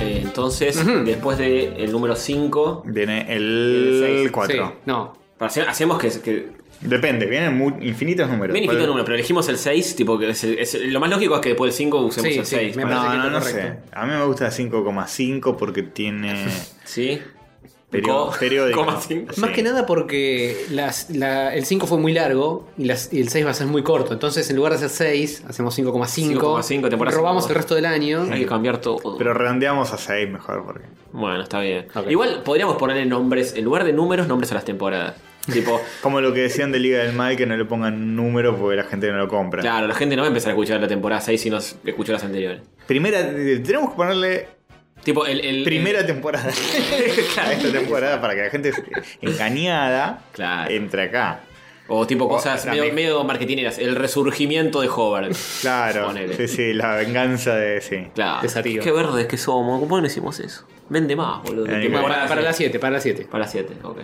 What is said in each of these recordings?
eh, Entonces, después del número 5, Viene El el seis. 4. Sí, no. hacemos que, que Depende, vienen mu- infinitos números. Bien infinito ¿Cuál- el número, pero elegimos el 6, tipo que es el- es el- lo más lógico es que después del 5 usemos Sí, el sí, 6. me ¿Sí? parece No, que no, es lo no sé. correcto. A mí me gusta 5,5 porque tiene perio- Co- periódico. coma cinco. Sí. Más que nada porque las- la- el 5 fue muy largo y, las- y el 6 va a ser muy corto. Entonces, en lugar de hacer 6, hacemos 5,5. 5,5, temporada Robamos cinco. el resto del año. Hay que cambiar todo. Pero redondeamos a 6 mejor porque. bueno, está bien. Ok. Igual podríamos ponerle nombres, en lugar de números, nombres a las temporadas. Tipo, Como lo que decían de Liga del Mal, que no le pongan números porque la gente no lo compra. claro, la gente no va a empezar a escuchar la temporada 6 si no escuchó las anteriores. Primera, eh, tenemos que ponerle Tipo, el. el- primera el- temporada a esta temporada para que la gente engañada Claro. entre acá. o tipo cosas la medio, me- medio marketineras. El resurgimiento de Hobart. Claro. Ponele. Sí, sí, la venganza de. Sí. Claro. Desafío. Qué verdes que somos. ¿Por qué no hicimos eso? Vende más, boludo. Eh, Bueno, Temporada para, para siete. las 7, para las 7. Para 7, ok.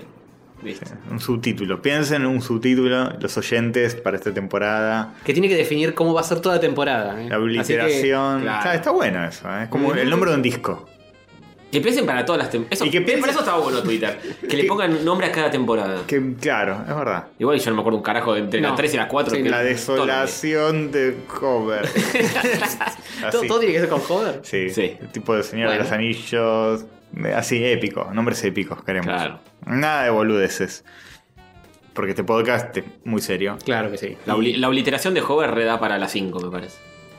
Listo. Un subtítulo. Piensen en un subtítulo, los oyentes para esta temporada. Que tiene que definir cómo va a ser toda la temporada. ¿eh? La Así que- obliteración. claro. Está, está bueno eso, ¿eh? es como el nombre de un disco. Que piensen para todas las temporadas. Y que piensen- Para eso estaba bueno Twitter. Que le pongan nombre a cada temporada. Que claro, es verdad. Igual yo no me acuerdo un carajo de entre No. las 3 y las 4. Sí, La desolación de Hover. Todo- Así. todo tiene que ser con joder. Sí, Sí. el tipo de Señora de Bueno. los Anillos. eh, Así, épico. Nombres épicos queremos. Claro. Nada de boludeces. Porque este podcast es muy serio. Claro que sí. La, obli- la obliteración de Hover reda para las 5, me parece.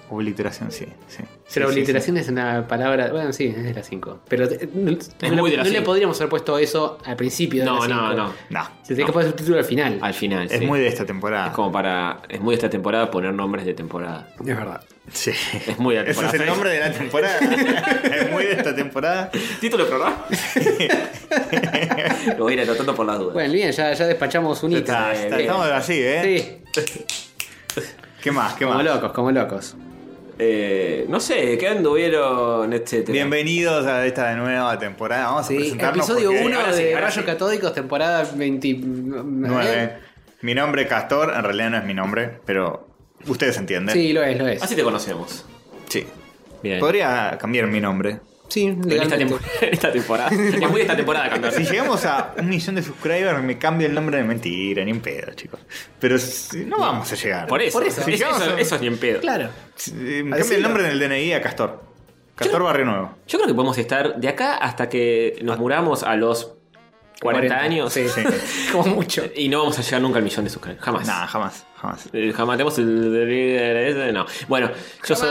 Obliteración, sí. sí. Si la Sí, sí, obliteración es una palabra. Bueno, sí, es de las 5. Pero eh, no, no muy le- de las no le cinco. podríamos haber puesto eso al principio. De No, las no, cinco. no. sí. No. Se tiene que poner el título al final. Al final. Es sí. muy de esta temporada. Es como para. Es muy de esta temporada poner nombres de temporada. Es verdad. Sí. Es muy de la Ese temporada. es el seis. nombre de la temporada. es muy de esta temporada. ¿Título del programa? Lo voy a ir anotando por las dudas. Bueno, bien, ya, ya despachamos un hito. Está- está- estamos así, ¿eh? Sí, ¿Qué más? ¿Qué como más? locos, como locos. Eh, no sé, ¿qué anduvieron, etcétera? Bienvenidos a esta nueva temporada. Vamos a Sí, presentarnos. episodio porque- 1 ahora sí, de ahora Rayos sí. Catódicos, temporada ¿eh? 29. Nueve. Mi nombre es Castor, en realidad no es mi nombre, pero ustedes entienden. Sí, lo es, lo es. Así te conocemos. Sí. Bien. Podría cambiar mi nombre. Sí, En esta, legalmente. tempo- en esta temporada. Es muy de esta temporada cambiar. Si llegamos a un millón de subscribers, me cambio el nombre de mentira, ni en pedo, chicos. Pero si- no vamos a llegar. Por eso. Por eso. Es- Digamos, eso- eso es ni en pedo. Claro. Si- me cambio el Decilo. nombre en el DNI a Castor. Castor Barrio Nuevo. Yo creo que podemos estar de acá hasta que nos muramos a los 40, años. Sí, Sí. como mucho. Y no vamos a llegar nunca al millón de suscriptores. Jamás. Nada, jamás, jamás. Eh, jamás tenemos el. No. Bueno, yo soy.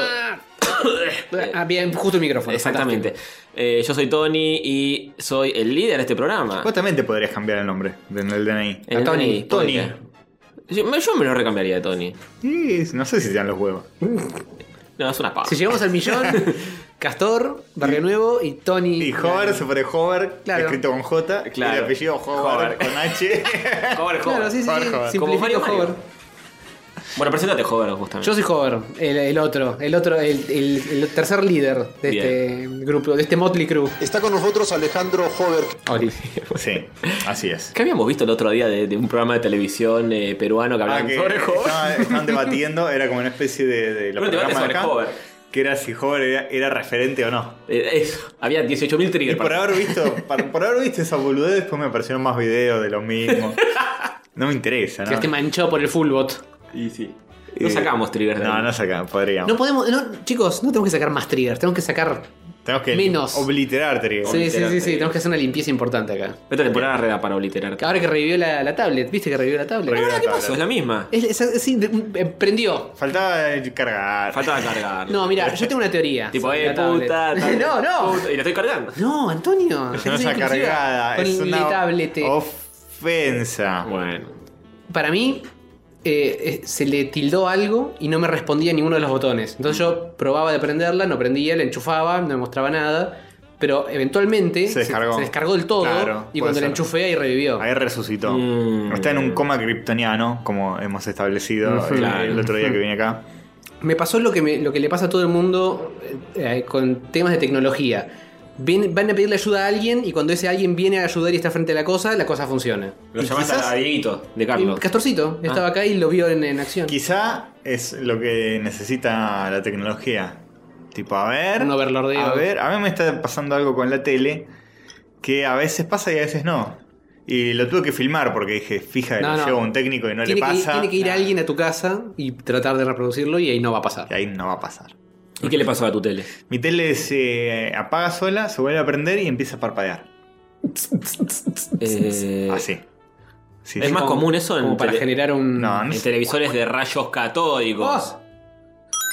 Ah, bien, justo el micrófono. Exactamente. Eh, yo soy Tony y soy el líder de este programa. Vos también te podrías cambiar el nombre en el DNI. El A Tony, DNI, Tony. podría. Yo, me- yo me lo recambiaría de Tony. Y no sé si te dan los huevos. No, es una paja. Si llegamos al millón, Castor, Barrio Nuevo y Tony. Y Hover se pone Hover, Claro. escrito con J, y Claro. el apellido Hover Hover. con H. Hover, Claro, Hover. sí, sí, Hover, sí. Hover. Como Simplifico Mario, Hover. Mario. Bueno, preséntate, Hover, justamente. Yo soy Hover, el, el otro, el otro, el, el- el tercer líder de Bien. este grupo, de este Motley Crew. Está con nosotros Alejandro Hover. Oli. Sí, así es. ¿Qué habíamos visto el otro día de, de un programa de televisión eh, peruano que hablaba Ah, que sobre Hover? estaba- estaban debatiendo, era como una especie de, de Era un debate programas de sobre acá, Hover. que era si Hover era, era referente o no. Eh, eso. Había 18.000 Y triggers. por para- haber visto, par- por haber visto esa boludez, después me aparecieron más videos de lo mismo. No me interesa, Que ¿no? este te manchó por el fullbot. Y sí. No Eh, sacamos triggers de No, ahí. no saca, podríamos. No podemos, no, chicos, no tenemos que sacar más triggers, tenemos que sacar. Tenemos que menos. obliterar, Trigo. Sí, sí, sí, triggers. sí, tenemos que hacer una limpieza importante acá. Esta temporada reda para obliterar. Ahora que revivió la, la tablet, ¿viste que revivió la Revivió tablet? la ¿Qué tabla. pasó? Es la misma. Es, es- es- sí, de- eh, prendió. Faltaba eh, cargar. Faltaba cargar. No, mira, yo tengo una teoría. Tipo, eh, sobre la tablet. puta. tablet, no, no. puta, y la estoy cargando. No, Antonio. no es está inclusiva cargada. Con es el una tablete. ofensa. Bueno. Para mí, eh, eh, se le tildó algo y no me respondía ninguno de los botones. Entonces yo probaba de prenderla, no prendía, la enchufaba, no me mostraba nada. Pero eventualmente Se descargó. del todo. Claro, puede y cuando la ser. enchufé ahí revivió. Ahí resucitó. Mm. Está en un coma kriptoniano, como hemos establecido Ujú. el- Claro. el otro día que vine acá. Me pasó lo que, me- lo que le pasa a todo el mundo eh, con temas de tecnología. Ven- van a pedirle ayuda a alguien y cuando ese alguien viene a ayudar y está frente a la cosa, la cosa funciona. Lo Y llamaste quizás- a Dieguito de Carlos. Y Ah. Castorcito estaba acá y lo vio en, en acción. Quizá es lo que necesita la tecnología. Tipo, a ver. Un overlordeo. A ver, a mí me está pasando algo con la tele que a veces pasa y a veces no. Y lo tuve que filmar porque dije, fija, No, lo no. llevo a un técnico y no tiene, le que, pasa. tiene que ir alguien a tu casa y tratar de reproducirlo y ahí no va a pasar. Y ahí no va a pasar. ¿Y qué le pasó a tu tele? Mi tele se eh, apaga sola, se vuelve a prender y empieza a parpadear. Eh, Así. Ah, Sí, es sí. más Como- común eso en Como para tele- generar un. No, no En sé. televisores de rayos catódicos. ¡Oh!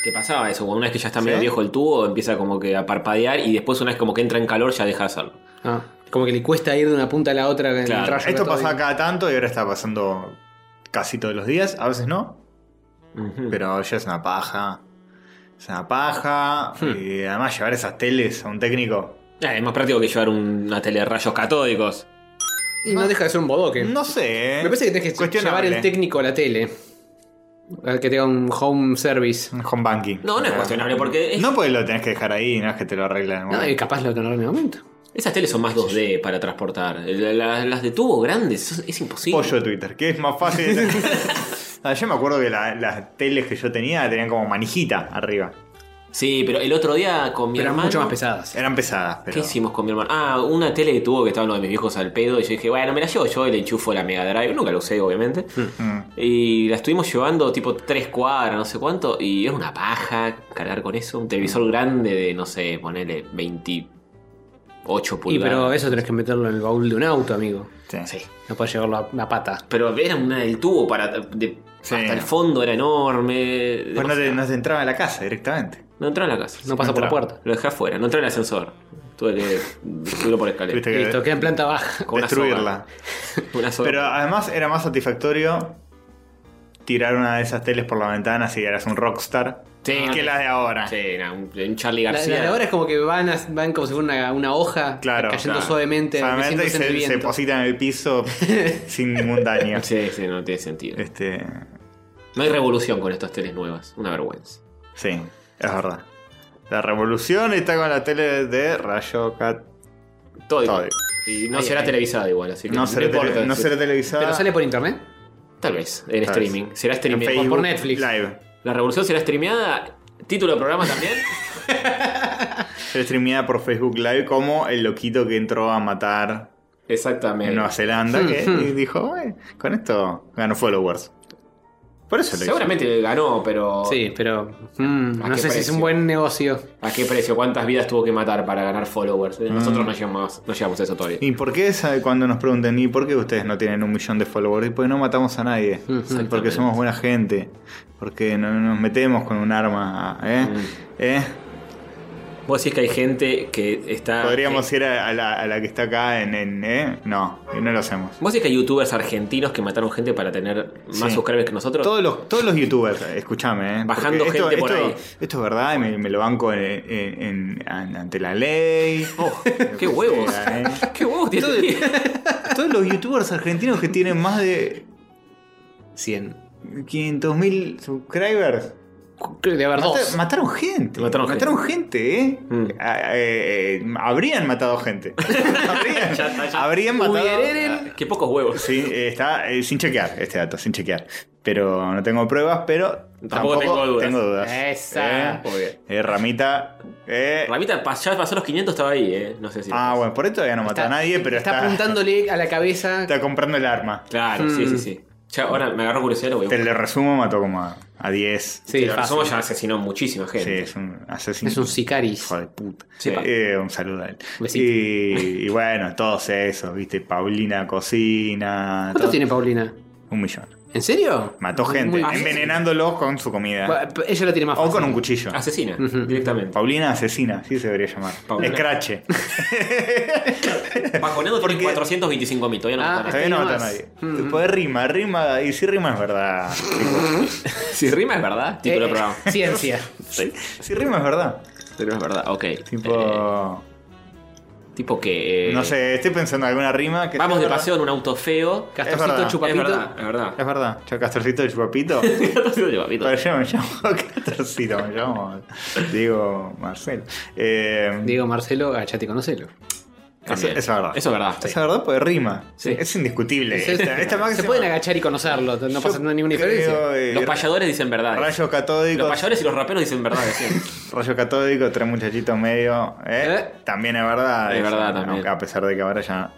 ¿Qué pasaba eso? Cuando Una vez que ya está medio ¿Sí? viejo el tubo, empieza como que a parpadear y después una vez como que entra en calor ya deja de hacerlo. Ah, como que le cuesta ir de una punta a la otra. en el Claro, rayo Esto catódico. pasa cada tanto y ahora está pasando casi todos los días. A veces no, Ujú. pero ya es una paja. Es una paja. Hmm. Y además llevar esas teles a un técnico. Ah, es más práctico que llevar un- una tele de rayos catódicos. Y no deja de ser un bodoque. Ah. No sé. ¿eh? Me parece que tenés que llevar Cuestionable. el técnico a la tele. A ver que tenga un home service. Un Home banking. No, no es cuestionable, porque es- No, pues lo tenés que dejar ahí, no es que te lo arreglan. No, y capaz lo tendrá en el momento. Esas teles son más 2D para transportar. La- la- las de tubo grandes, eso es, es imposible. Pollo de Twitter, que es más fácil. Ah, yo me acuerdo que la- las teles que yo tenía tenían como manijita arriba. Sí, pero el otro día con mi Pero hermano. mucho más pesadas. Eran pesadas, pero. ¿Qué hicimos con mi hermano? Ah, una tele de tubo que estaba uno de mis viejos al pedo. Y yo dije, bueno, me la llevo yo y le enchufo la Mega Drive. Nunca la usé, obviamente. Mm. Y la estuvimos llevando tipo tres cuadras, no sé cuánto. Y era una paja cargar con eso. Un televisor grande de, no sé, ponele 28 Y pulgadas. pero eso tenés que meterlo en el baúl de un auto, amigo. Sí. Sí. No podés llevarlo a una pata. Pero era una, el tubo para de- Sí. hasta el fondo era enorme. Pues no te, no te entraba a la casa directamente. No entró en la casa. No pasa por la puerta. Lo dejé afuera, no entró en el ascensor. Tuve que subirlo por escalera. Tuviste que Listo, queda en planta baja. Con una soga. destruirla. Una soga. Pero además era más satisfactorio tirar una de esas teles por la ventana si eras un rockstar Sí. que las de ahora. Sí, era un, un Charlie La, la García. de ahora es como que van, a- van como si fuera una, una hoja Claro. cayendo claro. suavemente, Suavemente y meciéndose en el se, se viento. posita en el piso sin ningún daño. Sí, sí, no tiene sentido. Este. No hay revolución con estas teles nuevas. Una vergüenza. Sí, es verdad. La revolución está con la tele de Rayo Cat. Todo. Todo. igual. Y no Ay, será ay. televisada igual, así que No, será, tele- importa. no Sí. será televisada. Pero sale por internet. Tal vez, en Tal streaming. Será en streameada. Facebook por Netflix. Live. La revolución será streameada. Título del programa también. Será streameada por Facebook Live como el loquito que entró a matar Exactamente. en Nueva Zelanda Hmm, que, y dijo, "Eh, con esto ganó followers. Por eso lo hizo. Seguramente ganó, pero. Sí, pero. mm, ¿A no qué sé si es precio? un buen negocio. ¿A qué precio? ¿Cuántas vidas tuvo que matar para ganar followers? Mm. Eh, Nosotros no llegamos, no llegamos a eso todavía. ¿Y por qué sabe, cuando nos preguntan, ¿y por qué ustedes no tienen un millón de followers? Y porque no matamos a nadie. Hmm, Exactamente. Porque somos buena gente. Porque no nos metemos con un arma. ¿eh? Hmm. ¿Eh? Vos decís que hay gente que está. Podríamos que- ir a, a la, a la que está acá en. en- ¿eh? No, y no lo hacemos. Vos decís que hay youtubers argentinos que mataron gente para tener más Sí. subscribers que nosotros. Todos los, todos los youtubers, escúchame, ¿eh? Bajando Porque esto, gente por esto- ahí. Esto es verdad, y me, me lo banco en, en- en- an- ante la ley. Oh, qué huevos. Era, ¿eh? Ah, ¿Qué huevos tiene? Todo- Todos los youtubers argentinos que tienen más de 100. 500.000 subscribers. Creo que de haber Mata- dos. mataron gente. Mataron gente, ¿eh? Mm. A- eh, eh, habrían matado gente. habrían, habrían matado. Hubiereren- Qué pocos huevos. Sí, eh, está eh, sin chequear este dato, sin chequear. Pero no tengo pruebas, pero Tampoco tampoco, tengo dudas. tengo dudas. Esa. Eh, eh, ramita. eh. Ramita pa- ya pasó los 500, estaba ahí, ¿eh? No sé si. Ah, bueno, por esto todavía no mató a nadie, pero está está, está, apuntándole a la cabeza. comprando el arma. Claro, sí, sí, sí. Ya, ahora me agarró curiosidad, lo voy a Mm. Te buscar. lo resumo, mató como a, a 10. Sí, Pero fácil. somos ya asesinó muchísima Sí, gente. es un asesino. Es un sicaris. Hijo de puta. Sí, pa. Eh, un saludo a él. Besito. Y, y bueno, todos esos, viste, Paulina cocina. ¿Cuánto todo- tiene Paulina? Un millón. ¿En serio? Mató Muy- gente, muy fácil. envenenándolos con su comida. Bueno, Ella la tiene más O fácil. con un cuchillo. Asesina, directamente. Paulina asesina, sí se debería llamar. Paulina. Escrache. Bajoneando tiene Porque- 425 mil, todavía no Ah, mataron. Todavía no ahí mata a nomás. nadie. Después rima, rima, y si rima es verdad. Si rima es verdad, Eh, título del programa. Ciencia. Sí, Si rima es verdad. Pero es verdad, ok. Eh, Tipo. tipo que. eh, no sé, estoy pensando en alguna rima que. Vamos sea de verdad. paseo en un auto feo. Es Castorcito verdad. chupapito. Es verdad, es verdad. Es verdad, yo Castorcito el Chupapito. Castorcito Chupapito. Pero yo me llamo Castorcito, me llamo Diego Marcelo. Eh, Diego Marcelo, agachate y conocelo. También. Eso- eso es verdad. Eso es verdad. Esa verdad, pues rima. Sí. Es indiscutible. Se- Esta, esta se máxima- pueden agachar y conocerlo, no pasa Yo ninguna diferencia. creo, eh, Los ra- payadores dicen verdades. Rayos Los catódicos. payadores y los raperos dicen verdades siempre. Rayo catódico, tres muchachitos medio. ¿eh? ¿Eh? También es verdad. Es eso, verdad también. aunque a pesar de que ahora ya, ya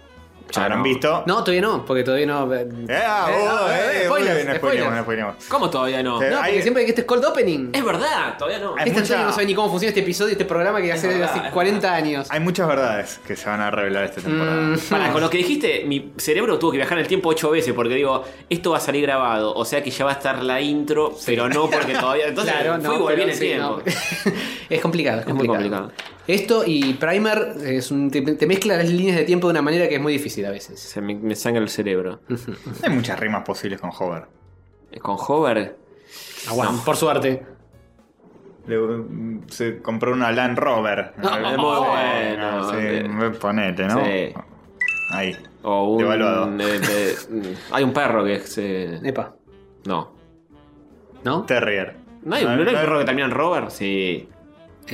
Ya habrán no. visto. No, todavía no, porque todavía no. eh, Eh, ah, eh, vos, no, eh, eh, spoilers, muy bien, spoilers. spoileamos, no spoileamos. ¿Cómo todavía no? Sí. No, porque Hay- siempre que este es cold opening. Es verdad, todavía no. Hay Esta mucha- gente no sabe ni cómo funciona este episodio, este programa que hace desde verdad, hace es 40 años. Hay muchas verdades que se van a revelar esta temporada. Mm, Para, con lo que dijiste, mi cerebro tuvo que viajar en el tiempo ocho veces porque digo, esto va a salir grabado, o sea que ya va a estar la intro, pero no porque todavía. Entonces, claro, no, fui y volví en pero el sí, tiempo. no. es complicado, es complicado. Es muy Esto y Primer es un- te, te mezcla las líneas de tiempo de una manera que es muy difícil a veces. Se me, me sangra el cerebro. Hay muchas rimas posibles con Hover. Con Hover, Aguanta, por suerte. Le- mm, se compró una Land Rover. Ah, Sí, muy bueno. sí, ponete, ¿no? Sí. Ahí. o un. Devaluado. eh, eh, hay un perro que se. Epa. No. ¿No? Terrier. ¿No hay, no hay un perro que termina en Robert? Sí. Eh,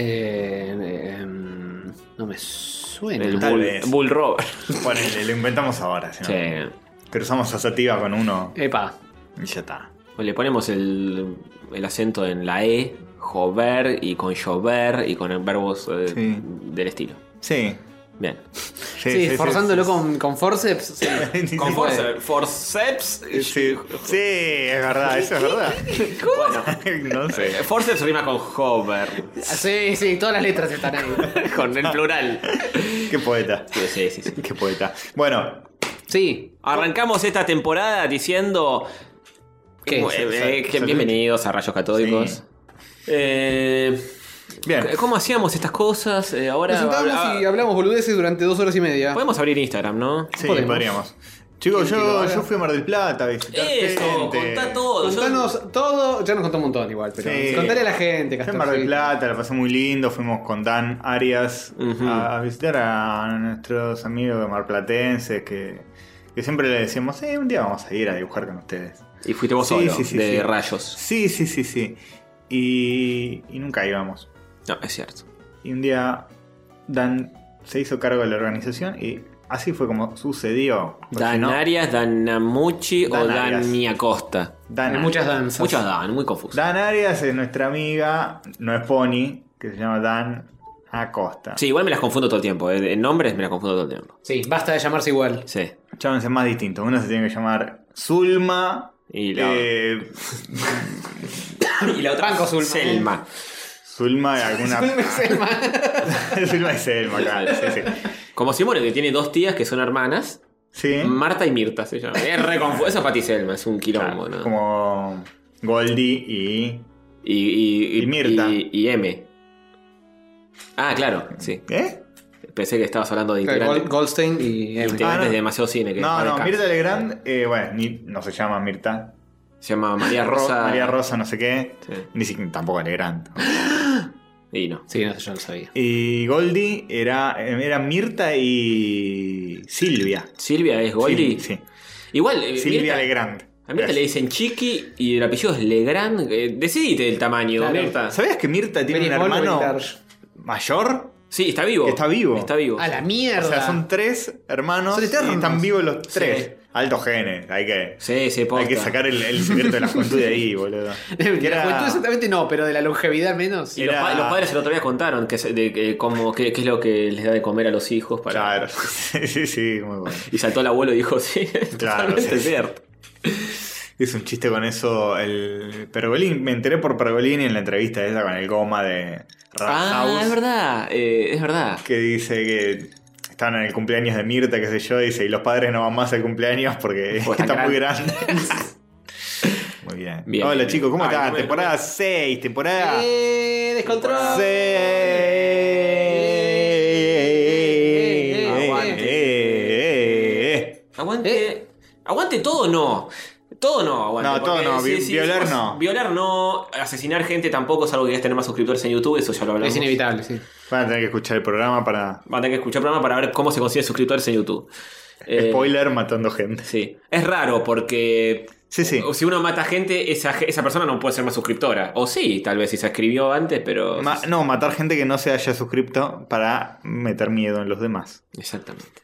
eh, em, no me suena. El Tal Bull, vez. Bull Robert. Ponele, lo inventamos ahora, si no. Sí. Cruzamos a Sativa con uno Epa. y ya está. O Le ponemos el, el acento en la E, jover y con llover y con verbos eh, Sí. del estilo. Sí. Bien. Sí, Sí, sí, sí, forzándolo sí. Con, con forceps. sí. Sí, sí, Con sí. force- forceps. Sí, sí, es verdad, eso es verdad. Bueno, no sé. eh, forceps rima con hover. Sí, sí, todas las letras están ahí. Con el plural. Qué poeta. Sí, sí, sí, sí. Qué poeta. Bueno, Sí. Arrancamos esta temporada diciendo. ¿Qué? Eh, eh, que Salud. bienvenidos a Rayos Catódicos. Sí. Eh, bien. ¿Cómo hacíamos estas cosas? Eh, ahora. Nos sentamos habla- y hablamos boludeces durante dos horas y media. Podemos abrir Instagram, ¿no? Sí, podemos. podríamos. Chicos, yo, ahora. yo fui a Mar del Plata a visitar Eso, gente. contá todo. Yo- Contanos todo, ya nos contó un montón igual, pero Sí. contale a la Fui gente, a Castor, Mar del sí. Plata, la pasé muy lindo. Fuimos con Dan Arias Ujú. a, a visitar a nuestros amigos marplatenses que, que siempre le decíamos, eh, un día vamos a ir a dibujar con ustedes. Y fuiste vos Sí, solo, sí, sí, de sí. rayos. Sí, sí, sí, sí. Y, y nunca íbamos. No, es cierto. Y un día Dan se hizo cargo de la organización y así fue como sucedió. Porque Dan no- Arias, Danamuchi o Dan Arias. Dani Acosta. Dan Hay Arias. muchas danzas. Muchas Dan, muy confuso. Dan Arias es nuestra amiga, no es Pony, que se llama Dan Acosta. Sí, igual me las confundo todo el tiempo. eh, En nombres me las confundo todo el tiempo. Sí, basta de llamarse igual. Sí. Llámense más distintos. Uno se tiene que llamar Zulma. Y la- eh, Y la otra Banco Zulma. Selma. Zulma de alguna. Zulma y Selma, claro. Sí, sí. Como Simone, que tiene dos tías que son hermanas. Sí. Marta y Mirta se llaman. Es re confuso. Eso es Pati Selma, es un quilombo, ¿no? Como Goldie y. Y, y, Y Mirta. Y, y M. Ah, claro, sí. ¿Eh? Pensé que estabas hablando de Gol- integrantes, Goldstein y Emily. integrantes Ah, no. de demasiado cine. Que No, no, Descartes. Mirta Legrand, eh, bueno, ni- no se llama Mirta. Se llama María Ro- Rosa. María Rosa, no sé qué. Sí. Ni siquiera tampoco Legrand. Y no. Sí, no sé, yo no sabía. Y Goldie era, eh, era Mirta y Silvia. Silvia es Goldie. Sí, Igual, eh, sí. Silvia Mirta- Legrand. A Mirta le dicen Chiqui y el apellido es Legrand. Eh, decidite el tamaño, Claro. Mirta. ¿Sabías que Mirta tiene un Benny Ball o hermano Benny Carr. mayor? Sí, está vivo. Está vivo. Está vivo. A la O mierda. sea, son tres hermanos Son y eternos. están vivos los tres. Alto genes, hay que, Sí, sí, posta. hay que sacar el, el secreto de la juventud de ahí, boludo. De Que la era- juventud exactamente no, pero de la longevidad menos. Y los, Era- pa- los padres el otro día contaron que, se- de, que cómo- qué, qué es lo que les da de comer a los hijos para. Claro, sí, sí, sí, muy bueno. Y saltó el abuelo y dijo, sí, es Claro, totalmente sí, sí. cierto. Hice un chiste con eso el Pergolini. Me enteré por Pergolini en la entrevista esa con el goma de Rat Ah, House, es verdad, eh, es verdad. Que dice que estaban en el cumpleaños de Mirta, qué sé yo, y dice, y los padres no van más al cumpleaños porque Porque están están muy grandes. muy bien. Bien, Hola bien, chicos, ¿cómo bien. Ay, pues. están? no me- temporada 6, temporada Eh, descontrol. 6. Aguante. Aguante. Aguante todo no. Todo no, aguante. No, todo porque no, vi- violar vos- no. Violar no. Asesinar gente tampoco, salvo que quieras tener más suscriptores en YouTube, eso ya lo hablamos. Es inevitable, sí. Van a tener que escuchar el programa para... Van a tener que escuchar el programa para ver cómo se consigue suscriptores en YouTube. Eh, Spoiler matando gente. Sí. Es raro porque Sí, sí. O si uno mata gente, esa, ge- esa persona no puede ser más suscriptora. O sí, tal vez si se escribió antes, pero. Ma- no, matar gente que no se haya suscripto para meter miedo en los demás. Exactamente.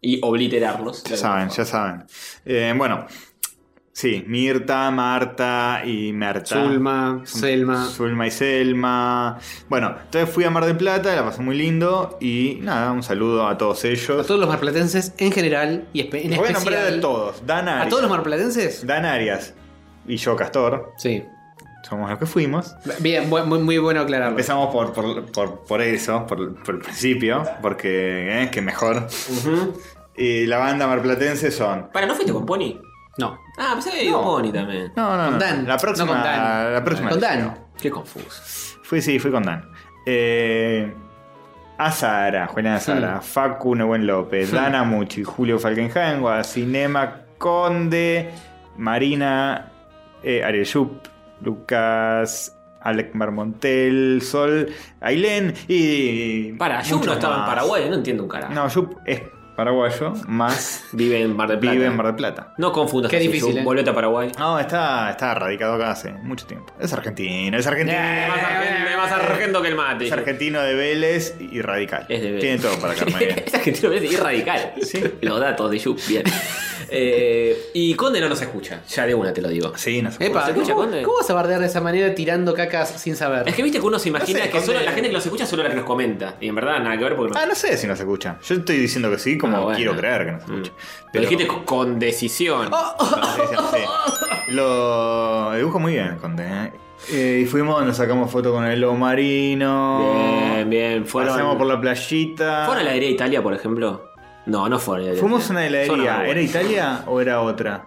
Y obliterarlos. Ya saben, ya saben. Eh, bueno, sí, Mirta, Marta y Merta. Zulma, Selma. Zulma y Selma. Bueno, entonces fui a Mar del Plata, la pasé muy lindo y nada, un saludo a todos A ellos. todos los marplatenses en general y espe- en Voy a nombrar especial. a todos. Dan Arias. ¿A todos los marplatenses? Dan Arias y yo, Castor, Sí. somos los que fuimos. Bien, bu- muy, muy bueno aclararlo. Empezamos por, por, por- por eso, por, por el principio, porque es que mejor. Y la banda marplatense son. Para, ¿no fuiste con Pony? No. Ah, pensé que con Pony también. No, no, no. Con Dan. La próxima. No con Dan. La próxima. Con les Dan. digo. Qué confuso. Fui, sí, fui con Dan. Eh, Azahara, Julián Azahara, Facu Nebuen López, Dana Muchi, Julio Falkenhagen, Cinema Conde, Marina eh, Ariel Yup, Lucas, Alec Marmontel, Sol, Ailén y. Para, yo muchos no estaba en más. Paraguay, no entiendo un carajo. No, Yup es paraguayo, más Vive en Mar del Plata. vive en Mar del Plata. No confundas. Qué así, difícil, yo- eh. Volvete a Paraguay. No, está, está radicado acá hace mucho tiempo. Es argentino, es argentino. Más argento- más argento que el mate. Eh, Es argentino de Vélez y radical. Es de Vélez. Tiene todo para Carmen. Esa gente lo parece radical. Sí. Los datos de Yup, bien. Eh, y Conde no nos escucha. Ya de una te lo digo. sí, no sé. Epa, ¿Se escucha, ¿cómo, Conde? cómo vas a bardear de esa manera tirando cacas sin saber? Es que viste que uno se imagina No sé, que solo Conde- la gente que nos escucha solo la que nos comenta. Y en verdad nada que ver porque no. Ah, no sé si nos escucha. Yo estoy diciendo que sí, como Ah, bueno. quiero creer que nos Mm. escucha. Lo dijiste con- con decisión. Oh. Sí, sí, sí. Lo dibujo muy bien, Conde. ¿eh? Eh, y fuimos, nos sacamos foto con el lobo marino. Bien, bien. Fueron, Pasamos por la playita. ¿Fueron ¿eh? a la heladería de Italia, por ejemplo? No, no fueron a la heladería. Fuimos a una Son heladería. aguas. ¿Era Italia o era otra?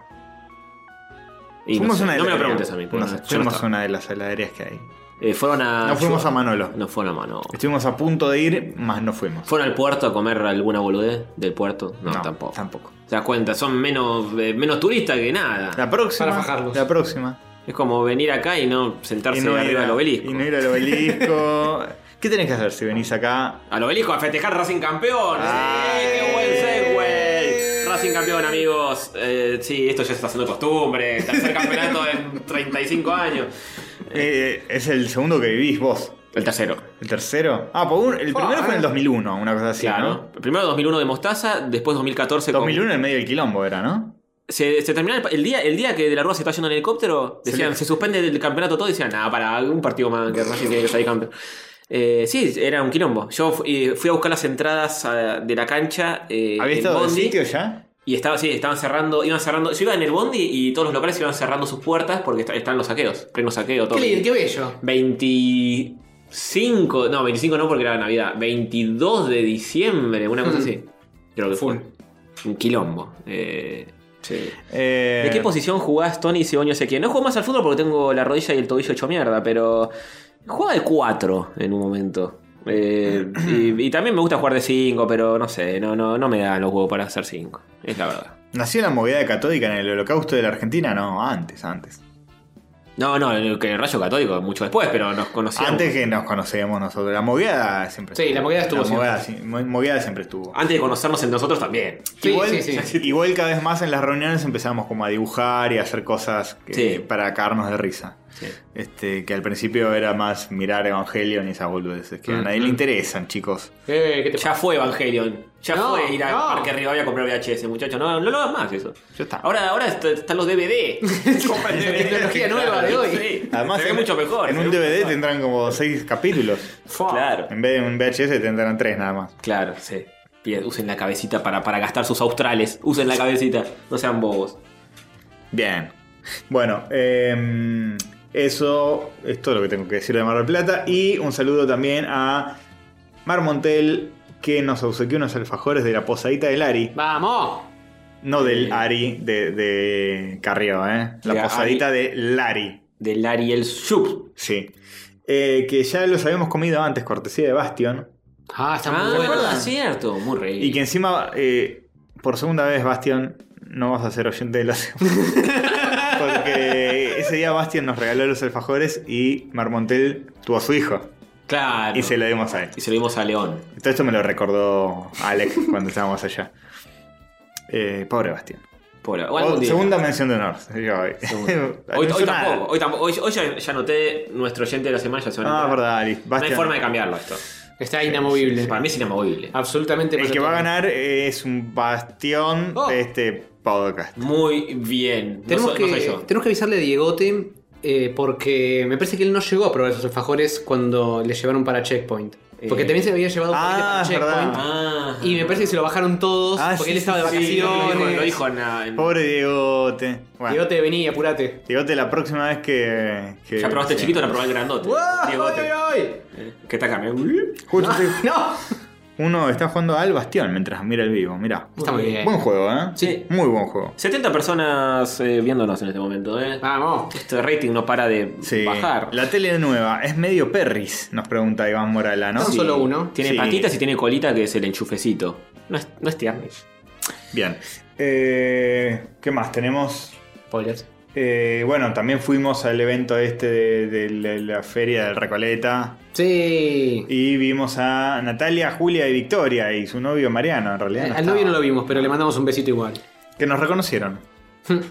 Y fuimos no, sé, a una no me heladería. lo preguntes a mí. porque No no- sé, yo no fuimos a estaba. una de las heladerías que hay. Eh, fueron a. No fuimos yo- a Manolo. No fueron a Mano. Estuvimos a punto de ir, más no fuimos. ¿Fueron al puerto a comer alguna boludez del puerto? No, No, tampoco. tampoco. ¿Te das cuenta? Son menos, eh, menos turistas que nada. La próxima. Para fajarlos. La próxima. Es como venir acá y no sentarse arriba del obelisco. Y no ir al obelisco. ¿Qué tenés que hacer si venís acá? Al obelisco a festejar Racing Campeón. Ay. ¡Sí! ¡Qué buen segue! Racing Campeón, amigos. Eh, sí, esto ya se está haciendo costumbre. Tercer campeonato en 35 años. Eh, es el segundo que vivís vos. El tercero. ¿El tercero? Ah, por un- el primero fue en el 2001, una cosa así, claro. ¿no? Primero 2001 de Mostaza, después 2014 con- 2001 en el medio del quilombo era, ¿no? Se, se terminaba el, pa- el día, el día que De la Rúa se está yendo en helicóptero, decían, le- se, suspende el campeonato todo, y decían, nada, para un partido más que Racing tiene que salir campeón. Eh, sí, era un quilombo. Yo fu- eh, fui a buscar las entradas ah, de la cancha. eh, ¿Había en estado de bondi. sitio ya? Y estaba, sí, estaban cerrando, iban cerrando. Yo iba en el bondi y todos los locales iban cerrando sus puertas porque est- están los saqueos, pleno saqueo, todo. Qué lindo, qué bello. 25, no, 25 no porque era Navidad, 22 de diciembre, una cosa Mm. así. Creo que fue. Full. Un quilombo. Eh, sí. Eh, ¿De qué posición jugás Tony Sigonio Ezequiel? No juego más al fútbol porque tengo la rodilla y el tobillo hecho mierda, pero jugaba de 4 en un momento. Eh, y, y también me gusta jugar de 5, pero no sé, no, no, no me dan los huevos para hacer 5. Es la verdad. ¿Nació la movida católica en el holocausto de la Argentina? No, antes, antes. No, no, el, que el Rayo Católico mucho después, pero nos conocíamos. Antes que nos conocíamos nosotros. La movida siempre Sí, la movida estuvo La movida, sí, mo- movida siempre estuvo. Antes de conocernos entre nosotros también. Sí, igual, sí, sí. igual cada vez más en las reuniones empezamos como a dibujar y a hacer cosas que- Sí. para caernos de risa. Este, que al principio era más mirar Evangelion y esas boludeces que a Mm. nadie le interesan, chicos. Eh, ¿qué te Ya fue Evangelion. Ya No, fue ir a no. Parque Rivadavia a comprar VHS, muchachos. No, no lo hagas más eso. Ya está. Ahora, ahora est- están los DVD. Compra el DVD. Tecnología Claro, nueva de hoy. sí. Además, se ve en- mucho mejor. En se un ve mucho DVD mejor. tendrán como seis capítulos. Fua. Claro, En vez de un VHS tendrán tres nada más. claro, sí. Bien, usen la cabecita para, para gastar sus australes. Usen la cabecita, no sean bobos. Bien. Bueno, eh, eso es todo lo que tengo que decir de Mar del Plata. Y un saludo también a Mar Montel, que nos obsequió unos alfajores de la posadita del Ari. ¡Vamos! No del Ari de, de Carrió, ¿eh? La Eh, Ya, posadita de Lari. Del Ariel Schupp. Sí. Eh, que ya los habíamos comido antes, cortesía de Bastion. Ah, está Ah, muy bueno. ¿verdad? cierto, muy rey. Y que encima, eh, por segunda vez, Bastión, no vas a ser oyente de la segunda. Porque ese día Bastión nos regaló los alfajores y Marmontel tuvo a su hijo. Claro. Y se lo dimos a él. Y se lo dimos a León. Todo esto me lo recordó Alex cuando estábamos allá. Eh, pobre Bastión. Pola. O O- algún día. segunda mención de honor. sería hoy. Hoy, hoy Mencionada. tampoco, hoy tampoco. Hoy, hoy ya, ya anoté nuestro oyente de la semana, ya se van a Ah, enterar. verdad, Alice. No hay Bastian. forma de cambiarlo esto. Está inamovible. Para mí es inamovible. Ah. Absolutamente. El que va a protector. ganar es un bastión Oh. de este podcast. Muy bien. No Tenemos, so- que, no soy yo. tenemos que avisarle a Diegote eh, porque me parece que él no llegó a probar esos alfajores cuando le llevaron para Checkpoint. Porque Eh. también se había llevado un paquete Ah, para es Checkpoint. verdad. Ah. Y me parece que se lo bajaron todos Ah, porque sí, él estaba de sí, vacaciones. Sí, lo dijo, lo dijo en la- en- Pobre Diegote. Bueno, Diegote, vení, apurate. Diegote, la próxima vez que. que- Ya probaste el sí. chiquito, ahora probá el grandote. Diegote. ay! Eh, Que está cambiando. Justo estoy- ¡No! Uno está jugando al bastión mientras mira el vivo, mira. Está muy bien. Buen juego, ¿eh? Sí. Muy buen juego. 70 personas eh, viéndonos en este momento, ¿eh? Vamos. Este rating no para de Sí. bajar. La tele nueva es medio perris, nos pregunta Iván Morala, ¿no? Tan Sí. solo uno. Tiene Sí. patitas y tiene colita que es el enchufecito. No es, no es tierno. Bien. Eh, ¿Qué más tenemos? Spoilers. Eh, bueno, también fuimos al evento este de, de la, la feria del Recoleta Sí. y vimos a Natalia, Julia y Victoria y su novio Mariano, en realidad. no Eh, Al novio no estaba. lo vimos, pero le mandamos un besito igual. Que nos reconocieron.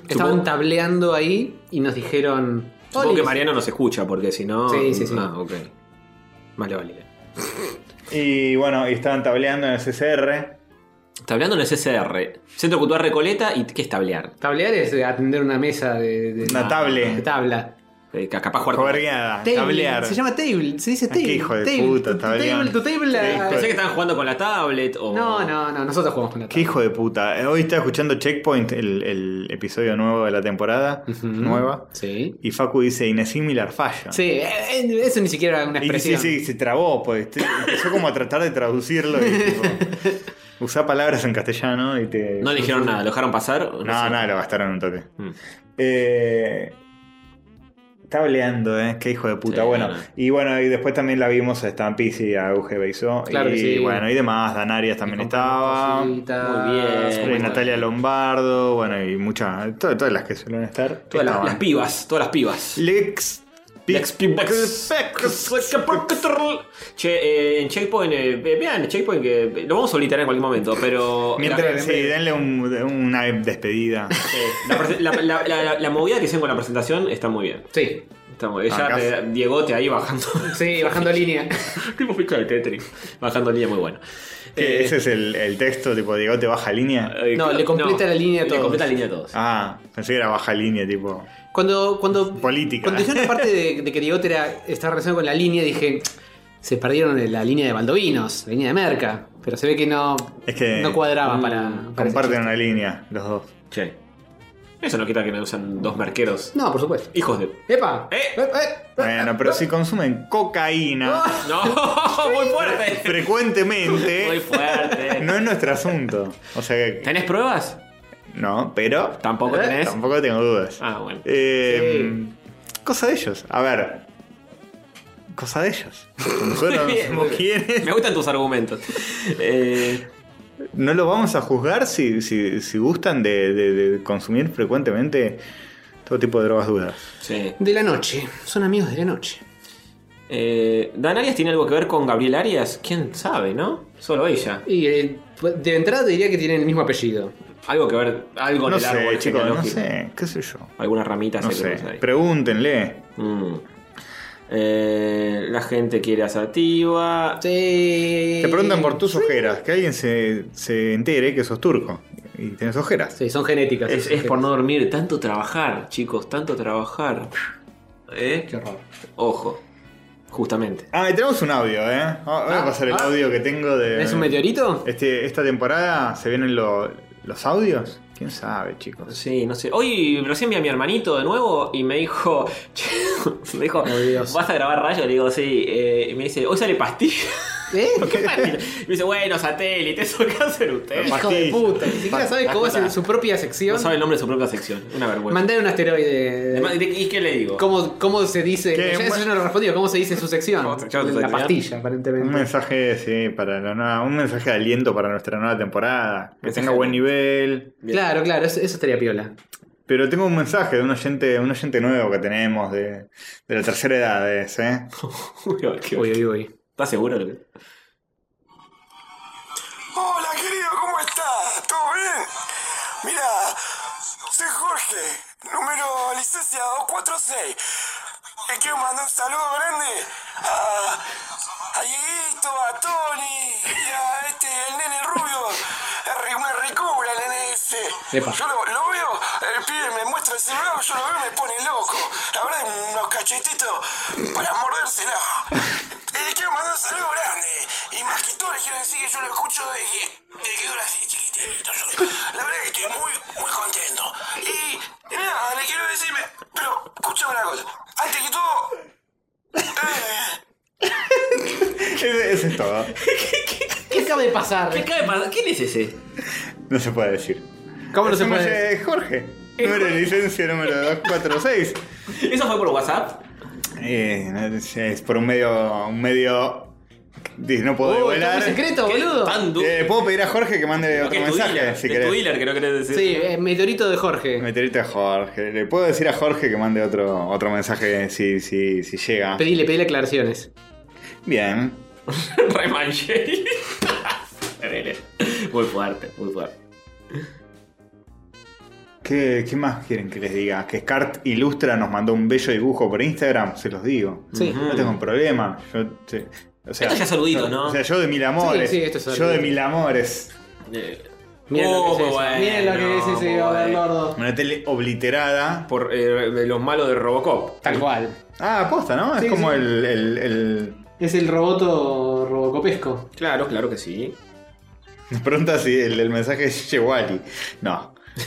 Estaban tableando ahí y nos dijeron. Supongo que "Olis". Mariano nos escucha porque si no. Sí, sí, sí. Ah, ok. Vale, vale. Y bueno, y estaban tableando en el CCR. Está hablando en el CCR. Centro Cultural Recoleta y qué es tablear. Tablear es eh, atender una mesa de, de- Una table. de tabla. Eh, ca- capaz jugar. con- Juergueada, Table, tablear. Se llama table, se dice Ah, table. qué hijo de table, puta, tu- tu tablear. table, tu table. Qué hijo Pensé que estaban jugando con la tablet o. No, no, no, nosotros jugamos con la Qué tabla. hijo de puta. Eh, Hoy estaba escuchando Checkpoint, el, el episodio nuevo de la temporada, Ujú. nueva. Sí. Y Facu dice, in a similar fashion. Sí, eh, eh, eso ni siquiera era una Y sí, expresión. sí, se trabó, pues. te- Empezó como a tratar de traducirlo y tipo, usá palabras en castellano y te. No le dijeron nada, lo dejaron pasar. No, sé. nada, lo gastaron un toque. Mm. Eh, tableando, ¿eh? Qué hijo de puta. Sí, bueno, no, no. y bueno, y después también la vimos a Stampis y a Uge Beisó. Claro y que sí. bueno, y demás, Danarias también "Ah, estaba. Cositas, Muy bien. cositas. Eh, Natalia Lombardo, bueno, y muchas. Todas, todas las que suelen estar. Todas las, estaban. las pibas, todas las pibas. Lex. Lex Pibas. Che, eh, en Checkpoint, eh, vean, Checkpoint que eh, lo vamos a solicitar en cualquier momento, pero. la, Mientras, sí, denle un- una despedida. eh, la prese- la- la- la- la movida que hicieron con la presentación está muy bien. Sí, Está muy bien. Ah, Acá- Ya, eh, Diegote ahí bajando. sí, bajando línea. tipo ficha de Tetris. Bajando línea, muy bueno. Que Eh, ese es el, el texto, tipo, Diego te baja línea. eh, No, le completa la línea a Le todos. completa la línea a todos. Ah, pensé que era baja línea, tipo. Cuando, cuando, Política. cuando ah. dijeron parte de, de que Diegote era, estaba relacionado con la línea, dije, se perdieron de la línea de Baldovinos, la línea de Merca, pero se ve que no, Es que no cuadraba mm, para... para ese Comparten chiste. una línea, los dos. Che. Eso no quita que me usan dos merqueros. No, por supuesto. Hijos de. ¡Epa! Eh. Bueno, pero si consumen cocaína No, muy fuerte. Muy frecuentemente, fuerte. no es nuestro asunto. O sea que. ¿Tenés pruebas? No, pero Eh, Tampoco tenés. tampoco tengo dudas. Ah, bueno. Eh, Cosa de ellos. A ver. Cosa de ellos. Nosotros no Muy bien, sabemos muy bien. quiénes. Me gustan tus argumentos. Eh, No los vamos a juzgar si, si, si gustan de, de- de consumir frecuentemente todo tipo de drogas duras. sí. De la noche, son amigos de la noche. Eh, ¿Dan Arias tiene algo que ver con Gabriel Arias? ¿Quién sabe, no? Solo ella. Y eh, de entrada te diría que tienen el mismo apellido. Algo que ver, algo en No el árbol sé, chicos, no genealógico. sé, qué sé yo. Alguna ramita No se sé, cruza ahí. pregúntenle. Mm. Eh, la gente quiere asativa. Eh, Sí. Te preguntan por tus ojeras, que alguien se, se entere que sos turco y tenés ojeras. Sí, son genéticas. Es, son es por genéticas. no dormir, tanto trabajar, chicos, tanto trabajar. ¿Eh? Qué horror. Ojo, justamente. Ah, y tenemos un audio, ¿eh? Ah, Voy a Ah, pasar el ah. audio que tengo de... ¿Es un meteorito? Este, esta temporada se vienen lo- los audios. ¿Quién sabe, chicos? Sí, no sé. Hoy recién vi a mi hermanito de nuevo y me dijo, "Che", me dijo, Oh, Dios. ¿vas a grabar rayo? Le digo, sí. Eh, y me dice, hoy sale pastilla. ¿Eh? ¿Qué pastilla? Y me dice, bueno, satélite, eso que hacen ustedes. Hijo de Pastillas. puta, ni siquiera Pa- sabe cómo pará. hacen su propia sección. No sabe el nombre de su propia sección, una vergüenza. Mandar un asteroide. Además, ¿de- ¿Y qué le digo? ¿Cómo, cómo se dice? Qué Ya eso buen- yo no lo respondí. ¿Cómo se dice en su sección? ¿Cómo se- cómo se la dice? pastilla, Un aparentemente. mensaje, sí, para la nueva- un mensaje de aliento para nuestra nueva temporada. Que Mensaje tenga de- buen nivel. Claro, claro, eso, eso estaría piola. Pero tengo un mensaje de un oyente, un oyente nuevo que tenemos de, de la tercera edad, es, ¿eh? Uy, qué- Uy, uy, uy. ¿Estás seguro? de lo que- Hola querido, ¿cómo estás? ¿Todo bien? Mira, Soy Jorge, número licencia 246. Le quiero mandar un saludo grande a, a Dieguito, a Tony y a este, el nene rubio. Es ri- Una ricura el nene ese. Epa. Yo lo, lo veo, el pibe me muestra el celular, yo lo veo y me pone loco. La verdad, unos cachetitos para mordérsela. Y le quiero mandar un saludo grande. Y más que todo le quiero decir que yo lo escucho de que, de que dura así, chiquitito. Yo- La verdad que estoy muy, muy contento. Y, y nada, le quiero decirme, pero escúchame una cosa. Antes que todo... eh, Ese, ese es todo. ¿Qué acaba de pasar? ¿Qué acaba de pasar? ¿Quién es ese? No se puede decir. ¿Cómo no se Decimos, puede? eh, Jorge. Número de licencia número 246. ¿Eso fue por WhatsApp? Eh, no sé, es por un medio. Un medio. que No puedo Oh, ¿está develar. muy secreto, ¿Qué boludo? tan du- Eh, Puedo pedir a Jorge que mande Creo que otro es tu mensaje dealer, si es tu querés. dealer, creo que querés decir. Sí, eh, meteorito de Jorge. Meteorito a Jorge. Le puedo decir a Jorge que mande otro, otro mensaje si, si, si llega. Pedile, pedile aclaraciones. Bien. Remanche. muy fuerte, muy fuerte. ¿Qué, qué más quieren que les diga? Que Scart Ilustra nos mandó un bello dibujo por Instagram, se los digo. Sí. No tengo un problema. Yo, te- o sea, Esto ya es saludito, yo- ¿no? O sea, yo de mil amores. Sí, sí, esto es yo de saludito. mil amores. Eh, Miren oh, lo que es muy eso. bueno, Miren lo que es ese muy bueno. gordo. Una tele obliterada. Por eh, de los malos de Robocop. Tal cual. Ah, aposta, ¿no? Sí, es como sí. el, el- el- Es el roboto robocopesco. Claro, claro que sí. Me pregunta si el, el mensaje es Yewali. No. O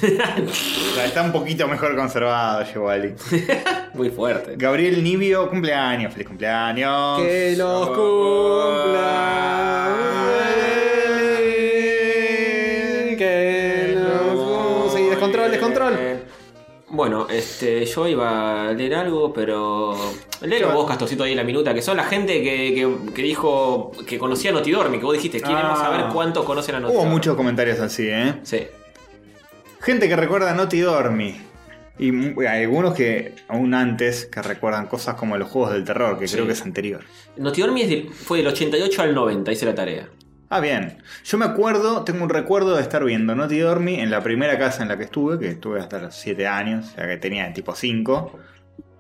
sea, está un poquito mejor conservado Yewali. Muy fuerte. Gabriel Nibio, cumpleaños. Feliz cumpleaños. Que los cumpla. Que los Sí, descontrol, descontrol. Eh, Bueno, este, yo iba a leer algo, pero. Léelo vos, Castorcito, ahí en la minuta, que son la gente que, que- que dijo que conocía a Notidormi, que vos dijiste, queremos Ah. saber cuántos conocen a Hubo Notidormi. muchos comentarios así, ¿eh? Sí. Gente que recuerda Naughty Dormi. Y mu- algunos que aún antes que recuerdan cosas como los juegos del terror, que Sí. creo que es anterior. Notidormi es del- fue del 88 al 90, hice la tarea. Ah, bien. Yo me acuerdo, tengo un recuerdo de estar viendo Naughty Dormi en la primera casa en la que estuve, que estuve hasta los 7 años, o sea que tenía tipo 5,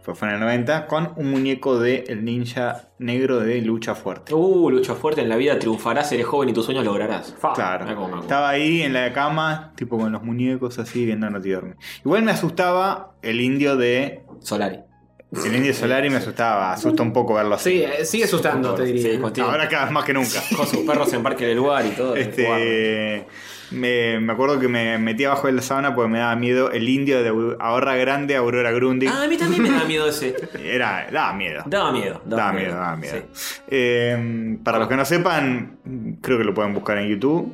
pues fue en el 90, con un muñeco de el ninja negro de lucha fuerte. Uh, lucha fuerte en la vida, triunfarás, eres joven y tus sueños lograrás. Fa. mirá cómo Ah, me Claro. acuerdo. Estaba ahí en la cama, tipo con los muñecos así, viendo Naughty Dormi. Igual me asustaba el indio de. Solari. El indio Solari me asustaba, asusta un poco verlo así. Sí, eh, sigue asustando, te diría. Ah, Sí, con, No, ahora cada vez más que nunca. con sus perros en Parque del Lugar y todo. Guarda. Este, me, me acuerdo que me metí abajo de la sábana porque me daba miedo el indio de Aur- Ahorra Grande, Aurora Grundy. Ah, a mí también me da miedo ese. Era, daba miedo. Daba miedo. Daba miedo, daba miedo. Eh, para los que no sepan, creo que lo pueden buscar en YouTube.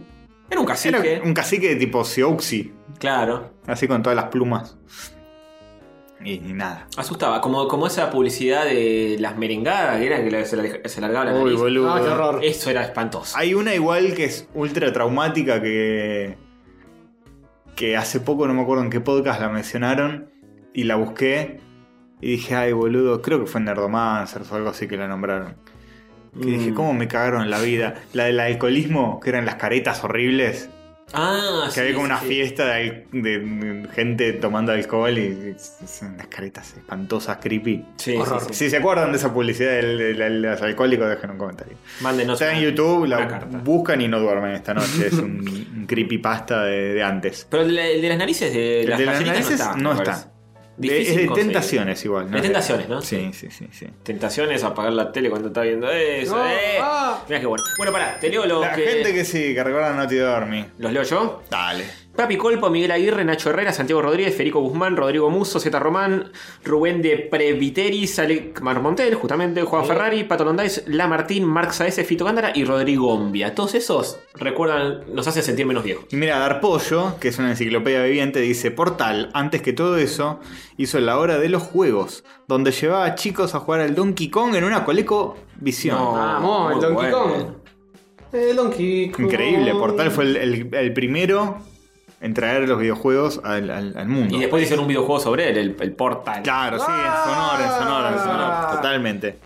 Era un Era cacique. un cacique de tipo Sioux, Claro. así con todas las plumas. Y, y nada. Asustaba. Como, como esa publicidad de las merengadas, que era que la- se, la- se largaba la nariz. Ah, qué horror. Eso era espantoso. Hay una igual que es ultra traumática que. que hace poco, no me acuerdo en qué podcast la mencionaron, y la busqué. Y dije, ay boludo, creo que fue en Nerdomancers o algo así que la nombraron. Que dije, Mm. ¿cómo me cagaron la vida? La del alcoholismo, que eran las caretas horribles. Ah, Que sí, había como sí, una sí. fiesta de, al- de- de gente tomando alcohol y, y son unas caretas espantosas, creepy. Sí, Horror. sí, sí. Si se acuerdan de esa publicidad del- del- de los alcohólicos, dejen un comentario. Mándenos Está en una- YouTube, una la carta. buscan y no duermen esta noche. Es un, un creepypasta de, de antes. Pero el de, el de las narices de El las de las gallinitas narices no me está. parece. De- es Difícil de conseguir. tentaciones igual. De tentaciones, ¿no? Sí, sí, sí. sí. Tentaciones, apagar la tele cuando está viendo eso. No, eh. ah. Mirá qué bueno. Bueno, pará, te leo los La gente que sí, que recuerda no te dormí. ¿Los leo yo? Dale. Papi Colpo, Miguel Aguirre, Nacho Herrera, Santiago Rodríguez, Federico Guzmán, Rodrigo Muso, Zeta Román, Rubén de Previteris, Alec Marmontel, justamente, Juan Ferrari, Pato Londáez, La Martín, Marc Saez, Fito Cándara y Rodrigo Ombia. Todos esos recuerdan, nos hacen sentir menos viejos. Y mira, Darpollo, que es una enciclopedia viviente, dice: Portal, antes que todo eso, hizo la hora de los juegos, donde llevaba a chicos a jugar al Donkey Kong en una Coleco Visión. No. Vamos, el Muy Donkey Kong. bueno. El Donkey Kong. Increíble, Portal fue el, el- el primero en traer los videojuegos al, al- al mundo. Y después hicieron un videojuego sobre él, el, el Portal. Claro, sí, en Ah. Sonora, en Sonora, en Sonora, totalmente.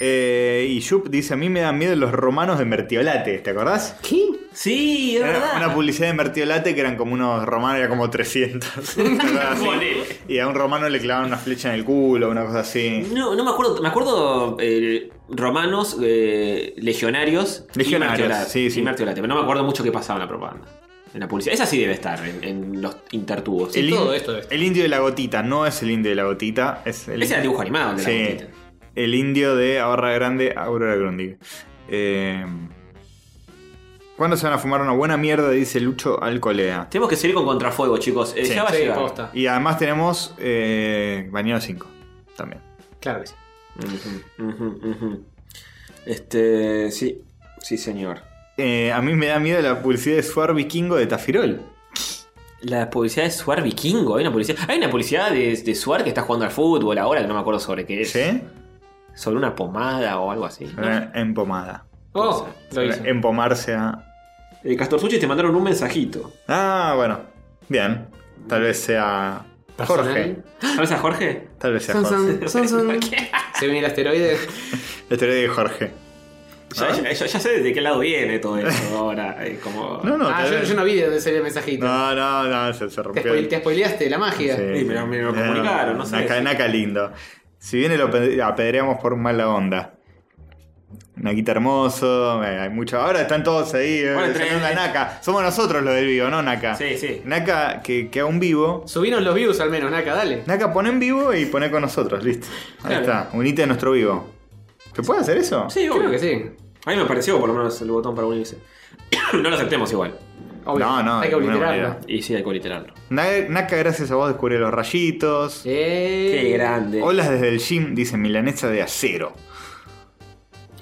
Eh, y Yup dice, a mí me dan miedo los romanos de Mertiolate, ¿te acordás? ¿Qué? Sí, es Era verdad. una publicidad de Mertiolate que eran como unos romanos, era como 300. una cosa así. Ponele. y a un romano le clavaban una flecha en el culo, una cosa así. No, no me acuerdo. Me acuerdo eh, romanos, eh, legionarios. y Legionarios, Martiolate, sí, sí. Y Martiolate, pero no me acuerdo mucho qué pasaba en la propaganda. En la publicidad. Esa sí debe estar en, en los intertubos. Sí. in- todo esto, esto. el indio de la gotita, no es el indio de la gotita, es el Ese era el dibujo animado el de la Sí. gotita. El indio de Ahorra Grande, Aurora Grundig. Eh, ¿Cuándo se van a fumar una buena mierda? Dice Lucho Alcolea. Tenemos que seguir con contrafuego, chicos. Eh, Sí. ya va a Sí, llegar. posta. Y además tenemos eh, Bañado 5 también. Claro que sí. Ujú, ujú, ujú. Este. Sí. Sí, señor. Eh, a mí me da miedo la publicidad de Suar Vikingo de Tafirol. La publicidad de Suar Vikingo. Hay una publicidad. Hay una publicidad de, de Suar que está jugando al fútbol ahora, que no me acuerdo sobre qué es. ¿Sí? Eh, Sobre una pomada o algo así. Era Empomada. Oh, lo Era hizo. Empomarse a. Eh, Castor Suchi te mandaron un mensajito. Ah, bueno. Bien. Tal vez sea. Personal. Jorge. ¿Sabes a Jorge? Tal vez sea Son, Jorge. son, son, son. Se viene el asteroide. La teoría de Jorge. Ya, ¿Ah? ya- ya- ya sé de qué lado viene todo eso ahora. eh, como... No, no, ah, tal yo, vez- yo no vi de dónde salió el mensajito. no, no, no, se, se Te, rompió. spoil- te spoileaste la magia. Sí, pero me lo Era comunicaron, no sé. Naka, Naka lindo. Si viene lo apedre- apedreamos por mala onda. Naquita hermoso, eh, hay mucho. Ahora están todos ahí, eh, Bueno, desayunando entre- a Naka. Somos nosotros los del vivo, ¿no, Naka? Sí, sí. Naka, que, que a un vivo. Subinos los views al menos, Naka, dale. Naka, pone en vivo y pone con nosotros, listo. Ahí Claro. está, unite a nuestro vivo. ¿Se puede hacer eso? Sí, obvio. Creo que sí. A mí me pareció por lo menos el botón para unirse. no lo aceptemos igual. Obvio. No, no, Hay que de ninguna obliterarlo. manera. Y sí, hay que literarlo. Na- Naka, gracias a vos descubrí los rayitos. Eh, Qué grande. Olas desde el gym, dice milanesa de acero.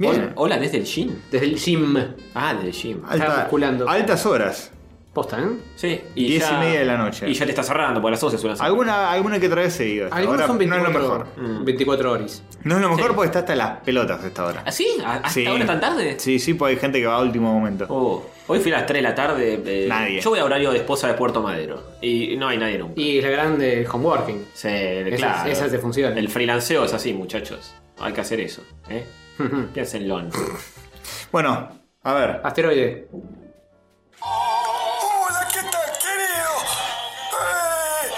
Hola, Bien. hola, desde el gym. Desde el gym. Ah, desde el gym. Alta- musculando. altas horas. Posta, ¿eh? Sí. Diez ya- y media de la noche. Y ya te está cerrando, por las 12 suena cerrar. Alguna, alguna que traes seguido. Algunos Ahora, son 24, No es lo mejor. Mm. 24 horas. No es lo mejor porque está hasta las pelotas a esta hora. ¿Ah, sí? ¿A- ¿Hasta Sí. ahora tan tarde? Sí, sí, porque hay gente que va a último momento. Oh, hoy fui a las 3 de la tarde. eh, Nadie. Yo voy a horario de esposa de Puerto Madero. Y no hay nadie nunca. Y la grande el home working. Sí, Esa- claro. esa te funciona. El freelanceo es así, muchachos. Hay que hacer eso. ¿eh? Piénsenlo. Bueno, a ver. Asteroide. Hola, ¿qué tal, querido? Eh,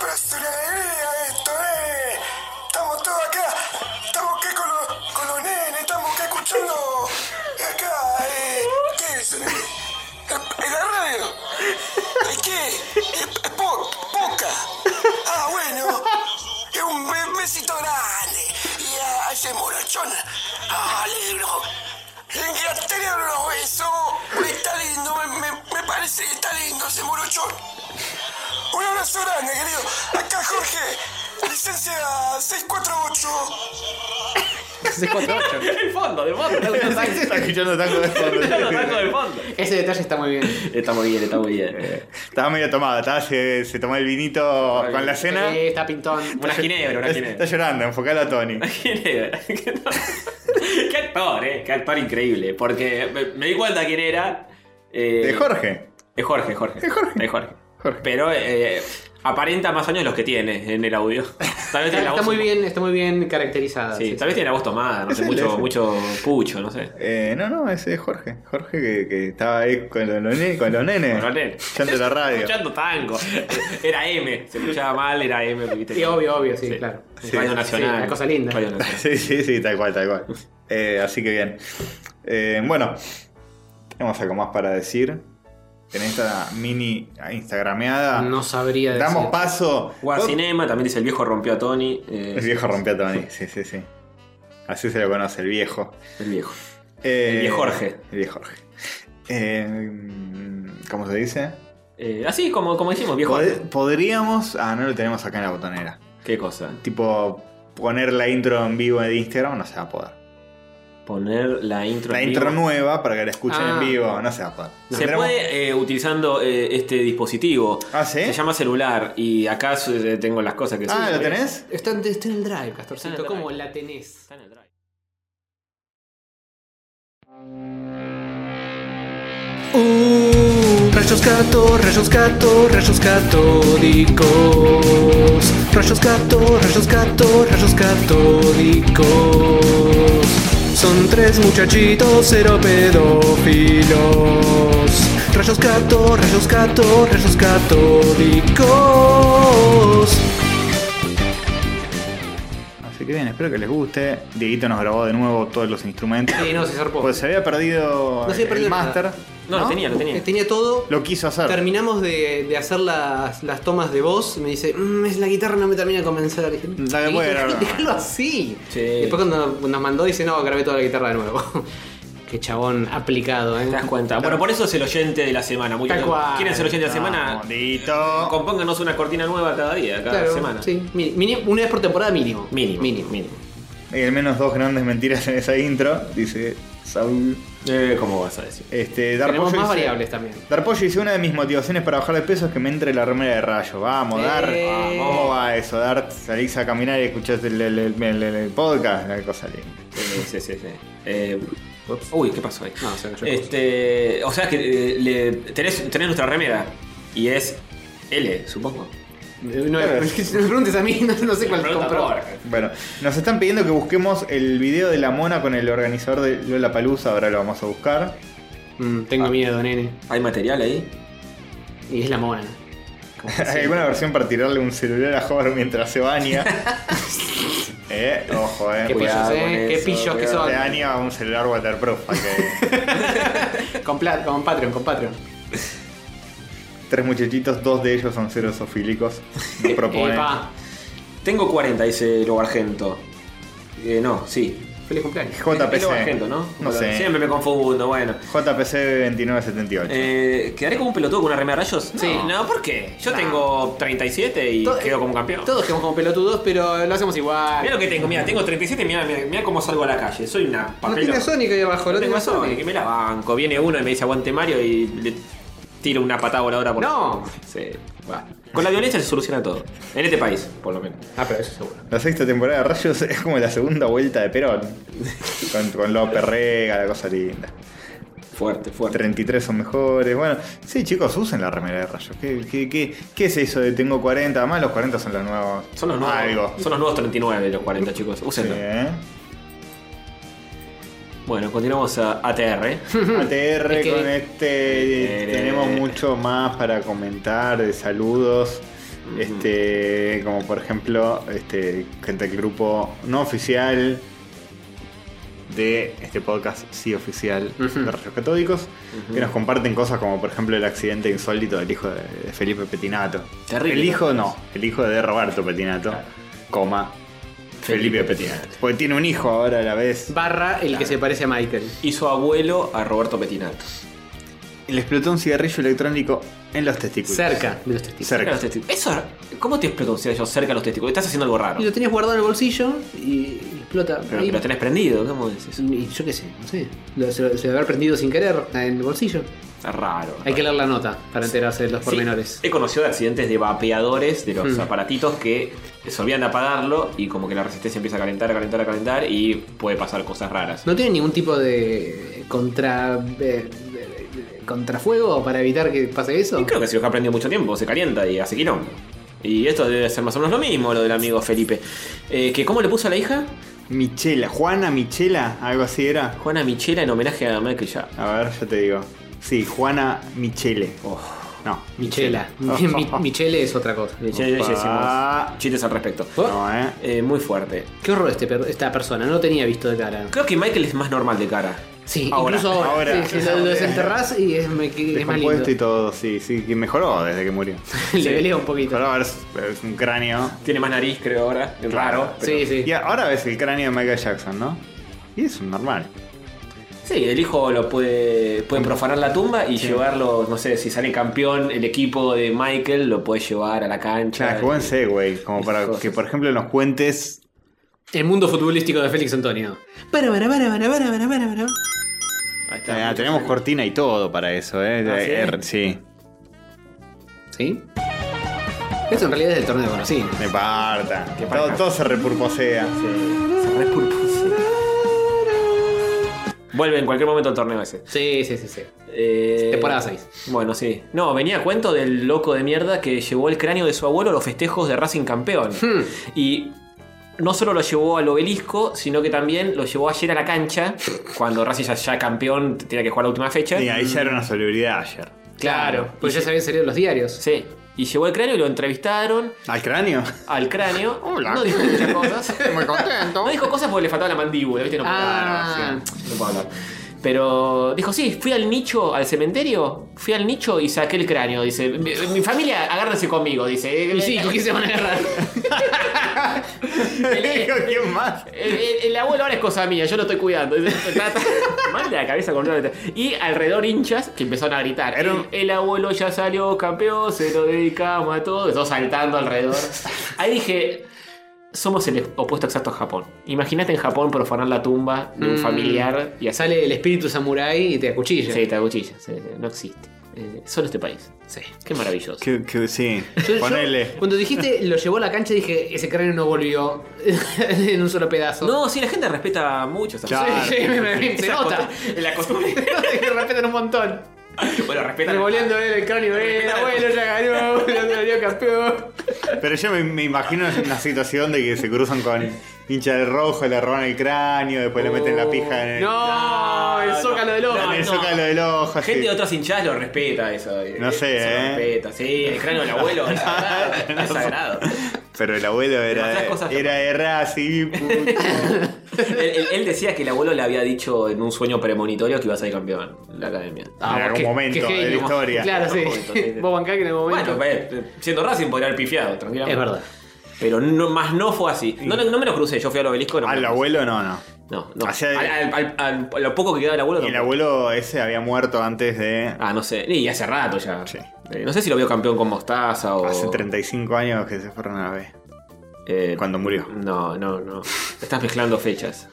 pero es una alegría esto, eh. Estamos todos acá, estamos acá con los, con los nenes, estamos acá escuchando. Acá, eh, ¿qué es? Eh, ¿En la radio? ¿Eh, ¿Qué? Eh, eh, po- ¿Poca? Ah, bueno. Es un be- besito grande. Y a, a ese morachón. Ah, libro. En Inglaterra no lo beso. Está lindo, me, me- me parece que está lindo ese morochón. Un abrazo grande, querido. Acá Jorge, licencia 648. 648. el fondo, de fondo. Está escuchando tango de fondo. Ese detalle está muy bien. Está muy bien, está muy bien. Estaba medio tomada, estaba, se, se tomó el vinito Ay, con la cena. Eh, está pintón. Una ginebra, una Está, está ginebra. llorando, enfocalo a Tony. Eh, Ginebra. Qué actor, ¿eh? Qué actor increíble. Porque me, me di cuenta quién era. eh, De Jorge. Es Jorge, Jorge. Es Jorge. Es Jorge. Jorge. Pero eh, aparenta más años de los que tiene en el audio. Tal vez Está, tiene la está voz- muy bien, está muy bien caracterizada. Sí, sí, tal vez tiene la voz tomada, no Es sé, él, es mucho, él. mucho pucho, no sé. Eh, no, no, ese es Jorge. Jorge que, que estaba ahí con los, ne- con los nenes. Con los nenes. Escuchando la radio. Escuchando tango. Era M. Se escuchaba mal, era M. porque, Sí, viste, obvio, obvio, sí, Sí. claro. Sí. Radio Nacional. Sí, una cosa linda. Radio Nacional. Sí, sí, sí, tal cual, tal cual. Eh, así que bien. Eh, bueno, tenemos algo más para decir. En esta mini instagrameada. No sabría decir. Damos paso. Guacinema, también dice el viejo rompió a Tony. eh, El viejo rompió a Tony, sí, sí, sí. Así se lo conoce, el viejo. El viejo. Eh, El viejo Jorge. El viejo Jorge. Eh, ¿Cómo se dice? Eh, así como, como dijimos, viejo. Pod- podríamos. Ah, no lo tenemos acá en la botonera. ¿Qué cosa? Tipo, poner la intro en vivo de Instagram no se va a poder. Poner la intro. La en intro vivo. nueva para que la escuchen Ah. en vivo, no se va a poder. Se Tendremos- puede eh, utilizando eh, este dispositivo. Ah, ¿sí? Se llama celular y acá su- eh, tengo las cosas que Ah, se- ¿lo tenés? Está, en- está en el drive, Castorcito. Está en el ¿Cómo drive. la tenés? Está en el drive. Uh, rayos gato, rayos gato, rayos catódicos. Rayos gato, rayos gato, rayos catódicos. Son tres muchachitos cero pedófilos. Rayos gato, rayos gato, rayos católicos. Así que bien, espero que les guste. Dieguito nos grabó de nuevo todos los instrumentos. Sí, no, se zarpó. Pues se había perdido No se había el perdido nada. master. No, lo tenía, lo tenía. Eh, Este Tenía todo. Lo quiso hacer. Terminamos de, de hacer las, las tomas de voz. y Me dice, "Mm, es la guitarra no me termina de convencer. Y dije, Dale, "Dieguito, bueno, no". Déjalo así. Sí. Y Después cuando nos mandó dice, no, grabé toda la guitarra de nuevo. Qué chabón aplicado, ¿eh? ¿Te das cuenta? Bueno, por eso es el oyente de la semana. Muy Tal bien. cual. ¿Quieren ser oyente de la semana? Vamos, Dieguito. Compónganos una cortina nueva cada día, cada Claro, semana. sí. Mi- mínimo- una vez por temporada mínimo. Mínimo. Mínimo. Y al menos dos grandes mentiras en esa intro, dice Saúl. Eh, ¿Cómo vas a decir? Este, Dar Tenemos Pollo más dice- variables también. Dar Pollo dice, una de mis motivaciones para bajar de peso es que me entre la remera de rayo. Vamos, Dar. Eh. ¿Cómo va eso? Dar, salís a caminar y escuchás el, el- el- el- el- el podcast, la cosa linda. Sí, sí, sí. sí. Eh, ups. uy, ¿qué pasó ahí? No, se cayó. este, o sea, que eh, le- tenés, tenés nuestra remera y es L, supongo. Eh, No, Claro. no me preguntes a mí, no, no sé cuál compró. Bueno, nos están pidiendo que busquemos el video de la mona con el organizador de Lola Palusa, ahora lo vamos a buscar. Mm, tengo miedo, nene. ¿Hay material ahí? Y es la mona. ¿Hay alguna versión para tirarle un celular a Hover mientras se baña? eh, ojo, eh. Qué cuidado. cuidado pillos, eh. con Qué eso, pillos que cuidado. son. Te daña un celular waterproof. para que- Con, plat- con Patreon, con Patreon. Tres muchachitos, dos de ellos son serosofílicos. Nos Eh, proponen. Epa, Tengo 40, dice Lobo Argento. Eh, no, sí. feliz cumpleaños. Es Lobo Argento, JPC. ¿no? No Bueno, sé. Siempre me confundo, bueno. JPC 2978. Eh, ¿Quedaré como un pelotudo con una remera de rayos? Sí. No, ¿por qué? Yo tengo 37 y Todo- quedo como campeón. Todos quedamos como pelotudos, pero lo hacemos igual. Mira lo que tengo, mira, tengo 37 mira, mira, mira cómo salgo a la calle. Soy una no papelona. tiene Sonic ahí No abajo, no tengo tiene a Sonic, que Sonic. me la banco. Viene uno y me dice aguante Mario y le tiro una patada voladora por No. Sí, va. Con la violencia se soluciona todo. En este país, por lo menos. Ah, pero eso seguro. La sexta temporada de Rayos es como la segunda vuelta de Perón. con, con López Rega, la cosa linda. Fuerte, fuerte. 33 son mejores. Bueno, sí, chicos, usen la remera de Rayos. ¿Qué, qué, qué- qué es eso de tengo 40? Además, los 40 son los nuevos. Son los nuevos. Algo. Son los nuevos 39 los 40, chicos. Sí, Úsenlo. ¿eh? Bueno, continuamos a ATR. ATR Es que- con este. Eh, Tenemos mucho más para comentar de saludos. Este, como por ejemplo, este, gente del grupo no oficial de este podcast sí oficial de Rayos Catódicos, que nos comparten cosas como por ejemplo el accidente insólito del hijo de, de Felipe Petinato. Terrible. El hijo no, el hijo de Roberto Petinato, coma Felipe, Petinato. Porque tiene un hijo ahora a la vez. Barra el que se parece a Michael. Y su abuelo a Roberto Petinato. Le explotó un cigarrillo electrónico en los testículos. Cerca de los testigos. Cerca Cerca. los testículos. Eso, ¿Cómo te explotó un cigarrillo cerca de los testículos? Estás haciendo algo raro. Y lo tenías guardado en el bolsillo y explota. Pero ahí. que lo tenés prendido, ¿cómo es eso? Y yo qué sé, no sé. Lo- se, lo- se debe haber prendido sin querer en el bolsillo. Está raro. Hay que leer la nota para enterarse de los Sí, pormenores. He conocido de accidentes de vapeadores de Hmm. los aparatitos que se olvidan de apagarlo y como que la resistencia empieza a calentar, a calentar, a calentar y puede pasar cosas raras. ¿No tiene ningún tipo de contra eh, eh, contrafuego para evitar que pase eso? Y creo que si lo ha aprendido mucho tiempo, se calienta y hace quilombo. Y esto debe ser más o menos lo mismo, lo del amigo Felipe. Eh, que ¿Cómo le puso a la hija? Michela, Juana Michela, algo así era. Juana Michela en homenaje a Michael ya. A ver, yo te digo. Sí, Juana Michele. Oh, No. Michela. Mi- Michele es otra cosa. Ya, ya Opa. hicimos chistes al respecto. Oh, No, eh. Eh, muy fuerte. Qué horror este per- esta persona, no lo tenía visto de cara. Creo que Michael es más normal de cara. Sí, Ahora, incluso ahora. ahora. Sí, sí, lo, lo desenterrás y es, me- que- es más lindo. Descompuesto y todo, sí, sí, que mejoró desde que murió. Le pelea un poquito. Mejoró, ahora es, es un cráneo. Tiene más nariz, creo, ahora. Es Raro. pero- Sí, sí. Y ahora ves el cráneo de Michael Jackson, ¿no? Y es un normal. Sí, el hijo lo puede, puede profanar la tumba y llevarlo, no sé, si sale campeón el equipo de Michael, lo puede llevar a la cancha. Claro, qué buen segue, como Esas para cosas. que, por ejemplo, nos cuentes. El mundo futbolístico de Félix Antonio. Para, para, para, para, para, para, para, para. Ahí está. Ah, tenemos cortina y todo para eso, ¿eh? Ah, ¿sí? Eh, sí. ¿Sí? Esto en realidad es del torneo de Brasil. Me parta. Que parta. Todo, todo se repurposea. Sí, se repulpusa. Vuelve en cualquier momento el torneo ese. Sí, sí, sí, sí. Eh, Temporada seis. Bueno, sí. No, venía a cuento hmm, Hmm. del loco de mierda que llevó el cráneo de su abuelo a los festejos de Racing Campeón. Y no solo lo llevó al obelisco, sino que también lo llevó ayer a la cancha, cuando Racing ya, ya campeón, tenía que jugar la última fecha. Y ahí ya era una celebridad ayer. Claro, pues ya se habían salido los diarios. Sí. Y llegó el cráneo y lo entrevistaron ¿Al cráneo? al cráneo. Hola. No dijo muchas cosas. Muy contento. No dijo cosas porque le faltaba la mandíbula, ¿viste? No puedo Ah. hablar, sí, no puedo hablar. Pero dijo, sí, fui al nicho, al cementerio, fui al nicho y saqué el cráneo. Dice, mi, mi familia, agárrense conmigo, dice. Eh, Y sí, ¿con quién se van a agarrar? Digo, ¿quién más? El, el- el abuelo ahora es cosa mía, yo lo estoy cuidando. Está- está- Mal de la cabeza con una letra. Y alrededor hinchas que empezaron a gritar. Era El, un- el abuelo ya salió campeón, se lo dedicamos a todos. Todos saltando alrededor. Ahí dije. Somos el opuesto exacto a Japón. Imagínate en Japón profanar la tumba de un Mm. familiar y Ya hacer. sale el espíritu samurái y te acuchilla. Sí, te acuchillas, sí, sí, no existe. Eh, solo este país. Sí. Qué maravilloso. Que, que- sí. Yo- yo, Ponele. cuando dijiste lo llevó a la cancha dije, ese cráneo no volvió en un solo pedazo. No, sí, la gente respeta mucho esas Claro. cosas. Sí, me- me- se Esas nota. costu- La costumbre. Respetan un montón. bueno, respetan. Revoleando el cráneo, eh, el abuelo ya ganó, el abuelo campeón. Pero yo me, me imagino una situación de que se cruzan con hincha del rojo, le roban el cráneo, después le meten la pija en el, No, el zócalo del ojo. no, Eh, en el Oh. no. zócalo del ojo. La así. gente de otras hinchadas lo respeta eso. eh, No sé, eso eh. Lo respeta, sí, el cráneo del abuelo. es sagrado, es sagrado. Pero el abuelo era, otras cosas era de Racing. puto. Él, él- él decía que el abuelo le había dicho en un sueño premonitorio que iba a ser campeón en la academia. En algún Ah, qué- momento qué de la genio. historia. Claro, En algún sí. momento. Vos bancás que en el momento. Bueno, eh, siendo Racing podría haber pifiado, tranquilamente. es verdad. Pero no, más no fue así. No, no, no me lo crucé, yo fui al obelisco. No, me Al lo abuelo no, no. crucé. No, no. Hacía- Al, al- al- al- a lo poco que quedaba el abuelo. Y el tampoco. abuelo ese había muerto antes de... Ah, no sé. Y hace rato ya. Sí. Eh, no sé si lo vio campeón con Mostaza o. Hace 35 años que se fueron a la B. eh, Cuando murió. No, no, no. Estás mezclando fechas.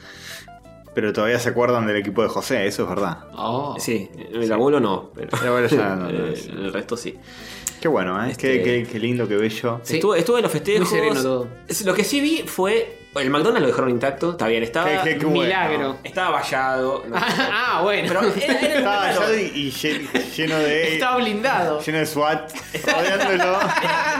Pero todavía se acuerdan del equipo de José, eso es verdad. Oh. Sí, el abuelo no, pero El abuelo ya no, Ah, no eh, es- el resto sí. Qué bueno, ¿eh? Qué, qué- qué lindo, qué bello. Sí. Estuve, estuve en los festejos. Muy sereno todo. Es- Lo que sí vi fue. El McDonald's lo dejaron intacto, está bien, estaba. Qué- qué- qué bueno. Milagro. Estaba vallado. no. Ah, bueno. pero era, era el Estaba McDonald's. allá y, y llen- lleno de... Estaba blindado. lleno de SWAT, rodeándolo.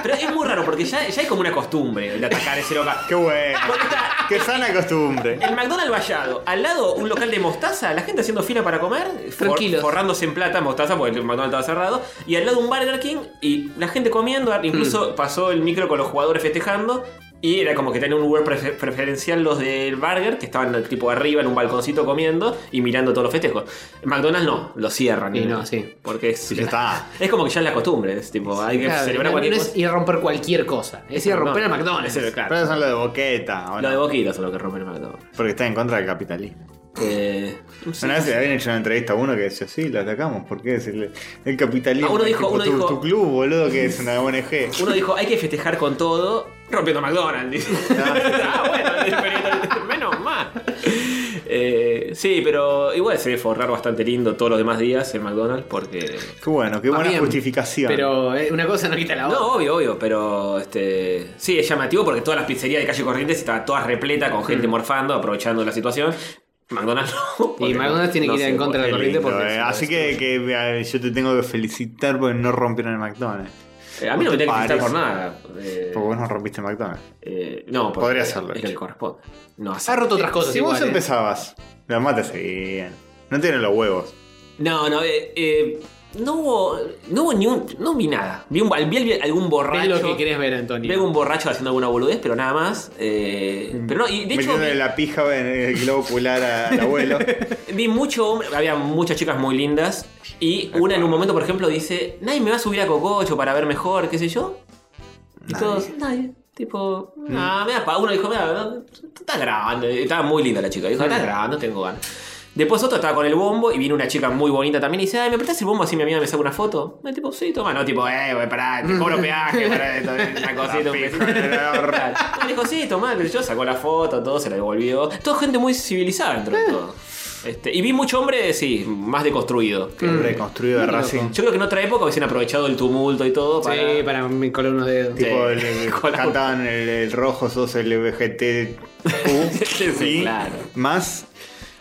Pero es muy raro porque ya, ya hay como una costumbre de atacar ese local. Qué bueno. Porque está Qué sana costumbre. El McDonald's vallado, al lado un local de mostaza, la gente haciendo fila para comer, for- Tranquilos. forrándose en plata, mostaza, porque el McDonald's estaba cerrado, y al lado un Burger King, y la gente comiendo, Mm. incluso pasó el micro con los jugadores festejando, y era como que tenían un lugar prefe- preferencial los del Burger, que estaban tipo arriba en un balconcito comiendo y mirando todos los festejos. McDonald's no, lo cierran. Y no, sí. Porque es, Y ya está. es como que ya es la costumbre, es tipo, hay que Claro, celebrar no, cualquier no cosa. es ir a romper cualquier cosa. Es ir a romper No, a McDonald's. es el- claro. Pero son los de Boqueta, ¿o Lo de no? boquitas son lo que rompen el McDonald's. Porque está en contra del capitalismo. Eh, sí. Una vez le habían hecho una entrevista a uno que decía, sí, lo atacamos. ¿Por qué? Es el, el capitalismo. Ah, uno es dijo- tipo uno tu, dijo- tu club, boludo, que es una ONG. Uno dijo, hay que festejar con todo, rompiendo McDonald's. dice. ah, bueno, pero menos mal. Eh, sí, pero igual se debe forrar bastante lindo todos los demás días en McDonald's porque... Qué bueno, qué Más buena bien, justificación. Pero eh, una cosa no quita la otra. No, obvio, obvio, pero este sí, es llamativo porque todas las pizzerías de calle Corrientes estaban todas repletas con gente morfando, aprovechando la situación. McDonald's no. porque Mm. Y McDonald's no- tiene que no ir sé, en contra de Qué la corriente lindo, porque. eh. si no Así es- que, que, eh, yo te tengo que felicitar porque no rompieron el McDonald's. Eh, A mí no me tiene que felicitar Parece. por nada. Eh, Porque vos no rompiste el McDonald's. eh, no, porque Podría hacerlo, Es lo que corresponde. No, hacer- Ha roto otras cosas. Si igual, vos eh. empezabas, la mata seguían. No tienen los huevos. No, no, eh, eh, no hubo. No hubo ni un. No vi nada. Vi, un, vi al- algún borracho. Ves lo que querés ver, vi Antonio. algún borracho haciendo alguna boludez, pero nada más. eh, pero no, y de hecho. Metiéndole Vi, la pija en el globo ocular a- al abuelo. vi mucho hombre. Había muchas chicas muy lindas. Y una en un momento, por ejemplo, dice: Nadie me va a subir a Cococho para ver mejor, qué sé yo. Y todos, nadie. Tipo, nah, me da pa. Uno dijo, mira, no, está grande. Estaba muy linda la chica. Dijo, está grande, no tengo ganas. Después otro estaba con el bombo y vino una chica muy bonita también y dice, ay, ¿me prestás el bombo así mi amiga me saca una foto? Y tipo, sí, toma, no, tipo, eh, güey, pará, te cobro peaje, pará, esto, eh, una cosita, un pija besito". en el horno. Claro. Y dijo, sí, tomá, pero yo sacó la foto, todo, se la devolvió. Todo gente muy civilizada dentro de todo. Este, y vi mucho hombre, sí, más deconstruido. Que Reconstruido de Racing. Yo creo que en otra época hubiesen aprovechado el tumulto y todo para... Sí, para mi color unos dedos. Sí. Tipo, el- el- Con la- cantaban el, el rojo, sos el VGT. Sí, claro. Más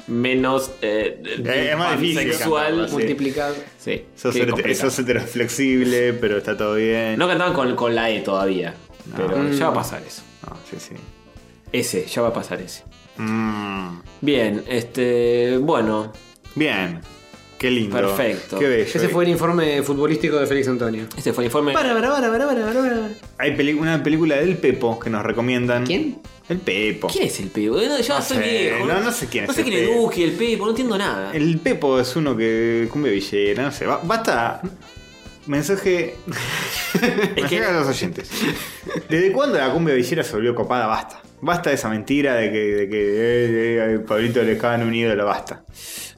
menos eh, Eh, es más difícil sexual. cantarla, Sí. Multiplicado. Sí, sos, qué hete- complicado. sos heteroflexible, pero está todo bien. Mm. No cantaban con, con la E todavía. Pero ya va a pasar eso. No, sí, sí. Ese, ya va a pasar ese. Mm, Bien, este. Bueno, bien. Qué lindo. Perfecto. Qué bello. Ese fue el informe futbolístico de Félix Antonio. este fue el informe. Para, para, para, para, para, para, para. Hay peli- una película del Pepo que nos recomiendan. ¿Quién? El Pepo. ¿Quién es el Pepo? No, yo soy sé, viejo. no- no sé quién No es sé el quién es Pepo. Duki, el Pepo, no entiendo nada. El Pepo es uno que cumple villera, no sé. ba- Basta. Mensaje. Mensaje que- a los oyentes. ¿Desde cuándo la cumbia villera se volvió copada? Basta. Basta de esa mentira de que, de que eh, eh, el Pablito le cagan un ídolo, basta.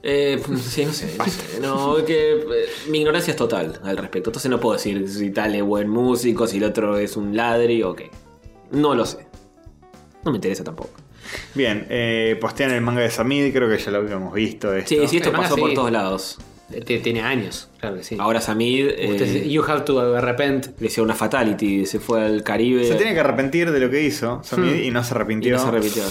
Eh, sí, no sé. no sé. No, que eh, mi ignorancia es total al respecto. Entonces no puedo decir si tal es buen músico, si el otro es un ladri o qué. No lo sé. No me interesa tampoco. Bien, eh, postean el manga de Samid, creo que ya lo habíamos visto. Esto. Sí, sí, esto el manga pasó por sí. todos lados. Te- Tiene años, claro que sí. Ahora Samid eh, Usted se- you have to eh, repent. le hicieron una fatality, se fue al Caribe. Se tiene que arrepentir de lo que hizo Samid y no se y arrepintió. no se repitió.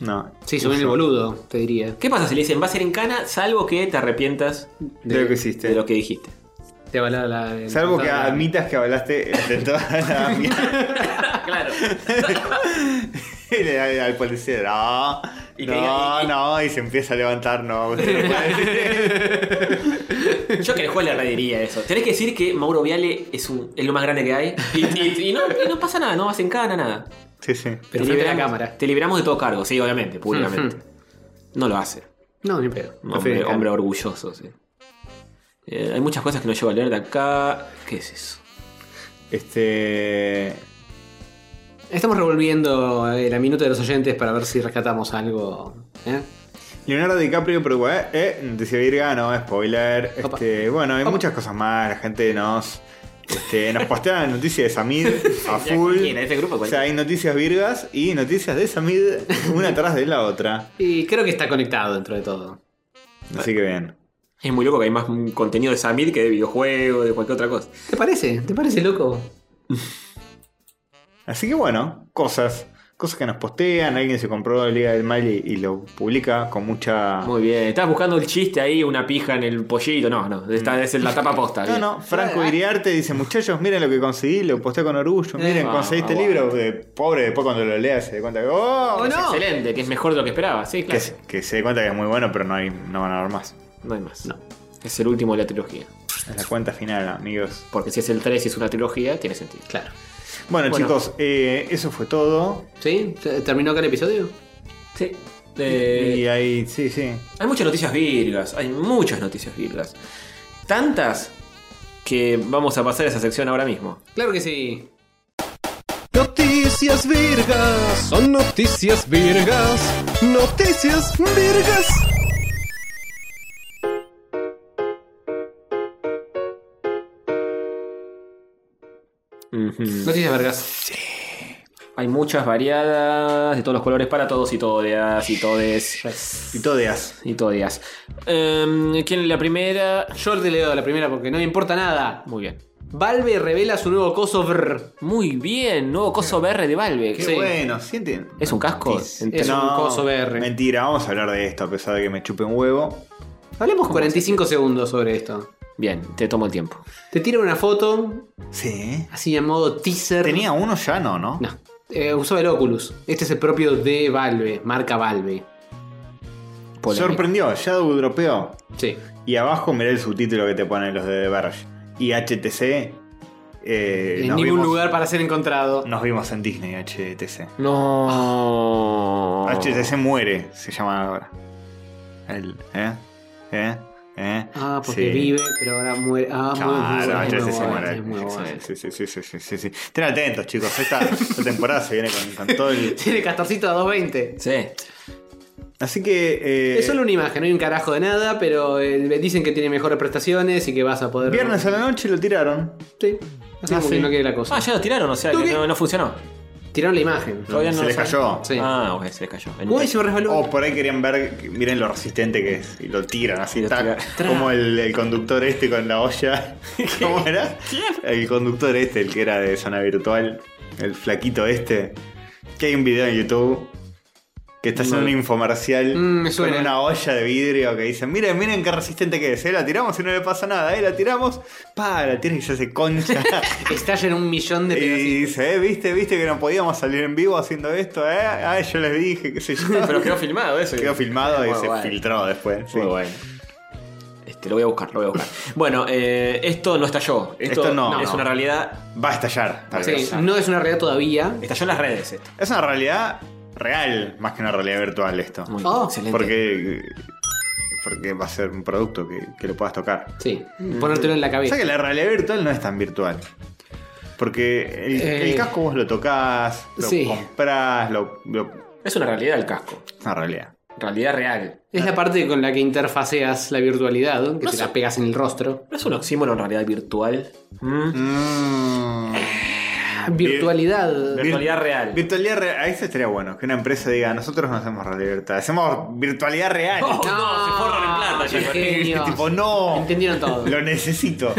No. Sí, subió en el boludo, te diría. ¿Qué pasa si le dicen va a ser en cana, salvo que te arrepientas De lo que hiciste. de lo que dijiste? Te avalaba la. el- Salvo que la- admitas que hablaste de toda la mierda. claro. Y le da al policía, no, Y que diga- no, y- no, y se empieza a levantar, no. usted no puede decir Yo que el juego le reiría eso. Tenés que decir que Mauro Viale es, un, es lo más grande que hay. Y, y- y no, y no pasa nada, no vas en cana, nada. Sí, sí. Pero Te frente a la liberamos- cámara. Te liberamos de todo cargo, sí, obviamente, públicamente. Ujú. No lo hace. No, ni pedo. Un No fue Hombre, de cara. hombre orgulloso, sí. Eh, hay muchas cosas que no llevo a leer de acá. ¿Qué es eso? Este. Estamos revolviendo eh, la minuta de los oyentes para ver si rescatamos algo. ¿eh? Leonardo DiCaprio, pero eh, eh, decía Virga, no, spoiler. Opa. Este, bueno, hay Opa. muchas cosas más, la gente nos. Este, nos postea noticias de Samid a Ya full. cualquiera, este grupo o sea, cualquiera. hay noticias virgas y noticias de Samid una atrás de la otra. Y creo que está conectado dentro de todo. Así que bien. Es muy loco que hay más mm, contenido de Samir que de videojuegos, de cualquier otra cosa. ¿Te parece? ¿Te parece loco? Así que bueno, cosas. Cosas que nos postean, alguien se compró la Liga del Mal y, y lo publica con mucha. Ah. Muy bien. Estabas buscando el chiste ahí, una pija en el pollito. No, no. Esta es la tapa posta. No, bien. no, Franco Iriarte dice, muchachos, miren lo que conseguí, lo posté con orgullo, miren, Ah, conseguí este ah, bueno. libro, eh, pobre, después cuando lo leas se dé cuenta que, ¡oh! Es excelente, que es mejor de lo que esperaba. Sí, Que, claro. se- que se dé cuenta que es muy bueno, pero no, hay, no van a dar más. No hay más. No. Es el último de la trilogía. Es la cuenta final, amigos. Porque si es el 3 y es una trilogía, tiene sentido. Claro. Bueno, Bueno. chicos, eh, eso fue todo. ¿Sí? ¿Se- ¿Terminó acá el episodio? Sí. y ahí, sí, sí. Eh, hay muchas noticias virgas. Hay muchas noticias virgas. Tantas que vamos a pasar a esa sección ahora mismo. Claro que sí. Noticias virgas, son noticias virgas, noticias virgas. Noticias vergas. Hay muchas variadas de todos los colores para todos y todas y todes. Y todeas. Y todas. Em, ¿Quién es la primera? Yo le leo la primera porque no me importa nada. Muy bien. Valve revela su nuevo coso. brr. Muy bien, nuevo coso VR de Valve. Qué Sí. bueno, sienten. ¿Es un casco? Es No. un coso VR. Mentira, vamos a hablar de esto a pesar de que me chupe un huevo. Hablemos 45 segundos sobre esto. Bien, te tomo el tiempo. Te tira una foto, Sí. así en modo teaser. Tenía uno ya, no, ¿no? No. Eh, usó el Oculus. Este es el propio de Valve, marca Valve. Polémica. Sorprendió, Shadow dropeó. Sí. Y abajo mirá el subtítulo que te ponen los de The Verge. Y HTC. eh, en nos ningún vimos- lugar para ser encontrado. Nos vimos en Disney, HTC. Oh. No. HTC muere, se llama ahora. El, ¿eh? ¿eh? ¿eh? Ah, porque Sí. vive, pero ahora muere. Ah, muy Claro, bueno, HTC muy bueno, muere. es muy bueno. Sí, sí, sí, sí, sí, sí, sí. Estén atentos, chicos. Esta, esta temporada se viene con, con todo el. Tiene castorcito a 220. Sí. Así que. eh, Es solo una imagen, no hay un carajo de nada, pero eh, dicen que tiene mejores prestaciones y que vas a poder. Viernes a la noche lo tiraron. Sí. Así Ah, como sí. que no quede la cosa. Ah, ya lo tiraron, o sea ¿Tú que qué? no, no funcionó. Tiraron la imagen. Todavía no se lo les saben. cayó. Sí. Ah, ok, se les cayó. En Uy, un- se me resbaló. O Oh, por ahí querían ver, que- miren lo resistente que es. Y lo tiran así, Y lo tac, tiran. Tra. como el, el conductor este con la olla. ¿Cómo era? El conductor este, el que era de zona virtual. El flaquito este. Que hay un video en YouTube Que está haciendo No. un infomercial Mm, me con suena. una olla de vidrio que dicen, miren, miren qué resistente que es, ¿eh? la tiramos y no le pasa nada, ¿eh? la tiramos, pa, la tienes y se hace concha. Estalla en un millón de pedacitos. y dice, eh, viste, viste que no podíamos salir en vivo haciendo esto, eh. Ay, yo les dije, qué sé yo. Pero quedó filmado eso. Quedó filmado y Muy se bueno. filtró después. sí. Muy bueno. Este, lo voy a buscar, lo voy a buscar. bueno, eh, esto no estalló. Esto, Esto no. es No. una realidad. Va a estallar, tal Sí, vez. no es una realidad todavía. Estalló en las redes esto. Es una realidad real, más que una realidad virtual esto. Muy Oh, excelente. Porque, porque va a ser un producto que, que lo puedas tocar. Sí, ponértelo en la O sea cabeza. que la realidad virtual no es tan virtual. Porque el, Eh, el casco vos lo tocas, lo sí. comprás, lo, lo- Es una realidad el casco. Es una realidad. Realidad real. Es la parte con la que interfaceas la virtualidad, que No te sé. la pegas en el rostro. ¿No es un oxímoron realidad virtual? ¿Mm? Eh, Ah, Virtualidad. Vir- Virtualidad real. Virtualidad real. Ahí eso estaría bueno. Que una empresa diga, nosotros no hacemos realidad virtual, hacemos virtualidad real. Oh, no, se forran en plata ya qué con esto. genios. este tipo, Oh. no. Entendieron todo. Lo necesito.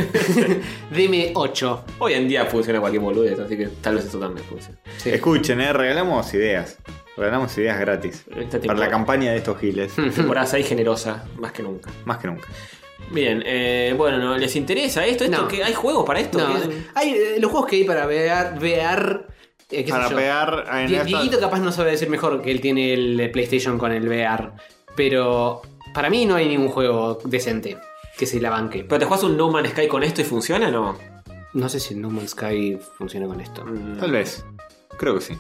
Deme 8. Hoy en día funciona cualquier boludez, así que tal vez esto también funcione. Sí. Escuchen, eh, regalamos ideas. Regalamos ideas gratis. Esta Para la temporada- campaña de estos giles. Temporada 6 generosa, más que nunca. Más que nunca. Bien, eh, bueno, ¿no? ¿les interesa esto? esto No. que ¿Hay juegos para esto? No, ¿Qué- hay, eh, los juegos que hay para VR. VR eh, qué sé Para yo. pegar en Die- esta- Dieguito capaz no sabe decir mejor que él tiene el PlayStation con el VR. Pero para mí no hay ningún juego decente que se la banque. ¿Pero te juegas un No Man's Sky con esto y funciona o no? No sé si No Man's Sky funciona con esto. Mm. Tal vez. Creo que sí.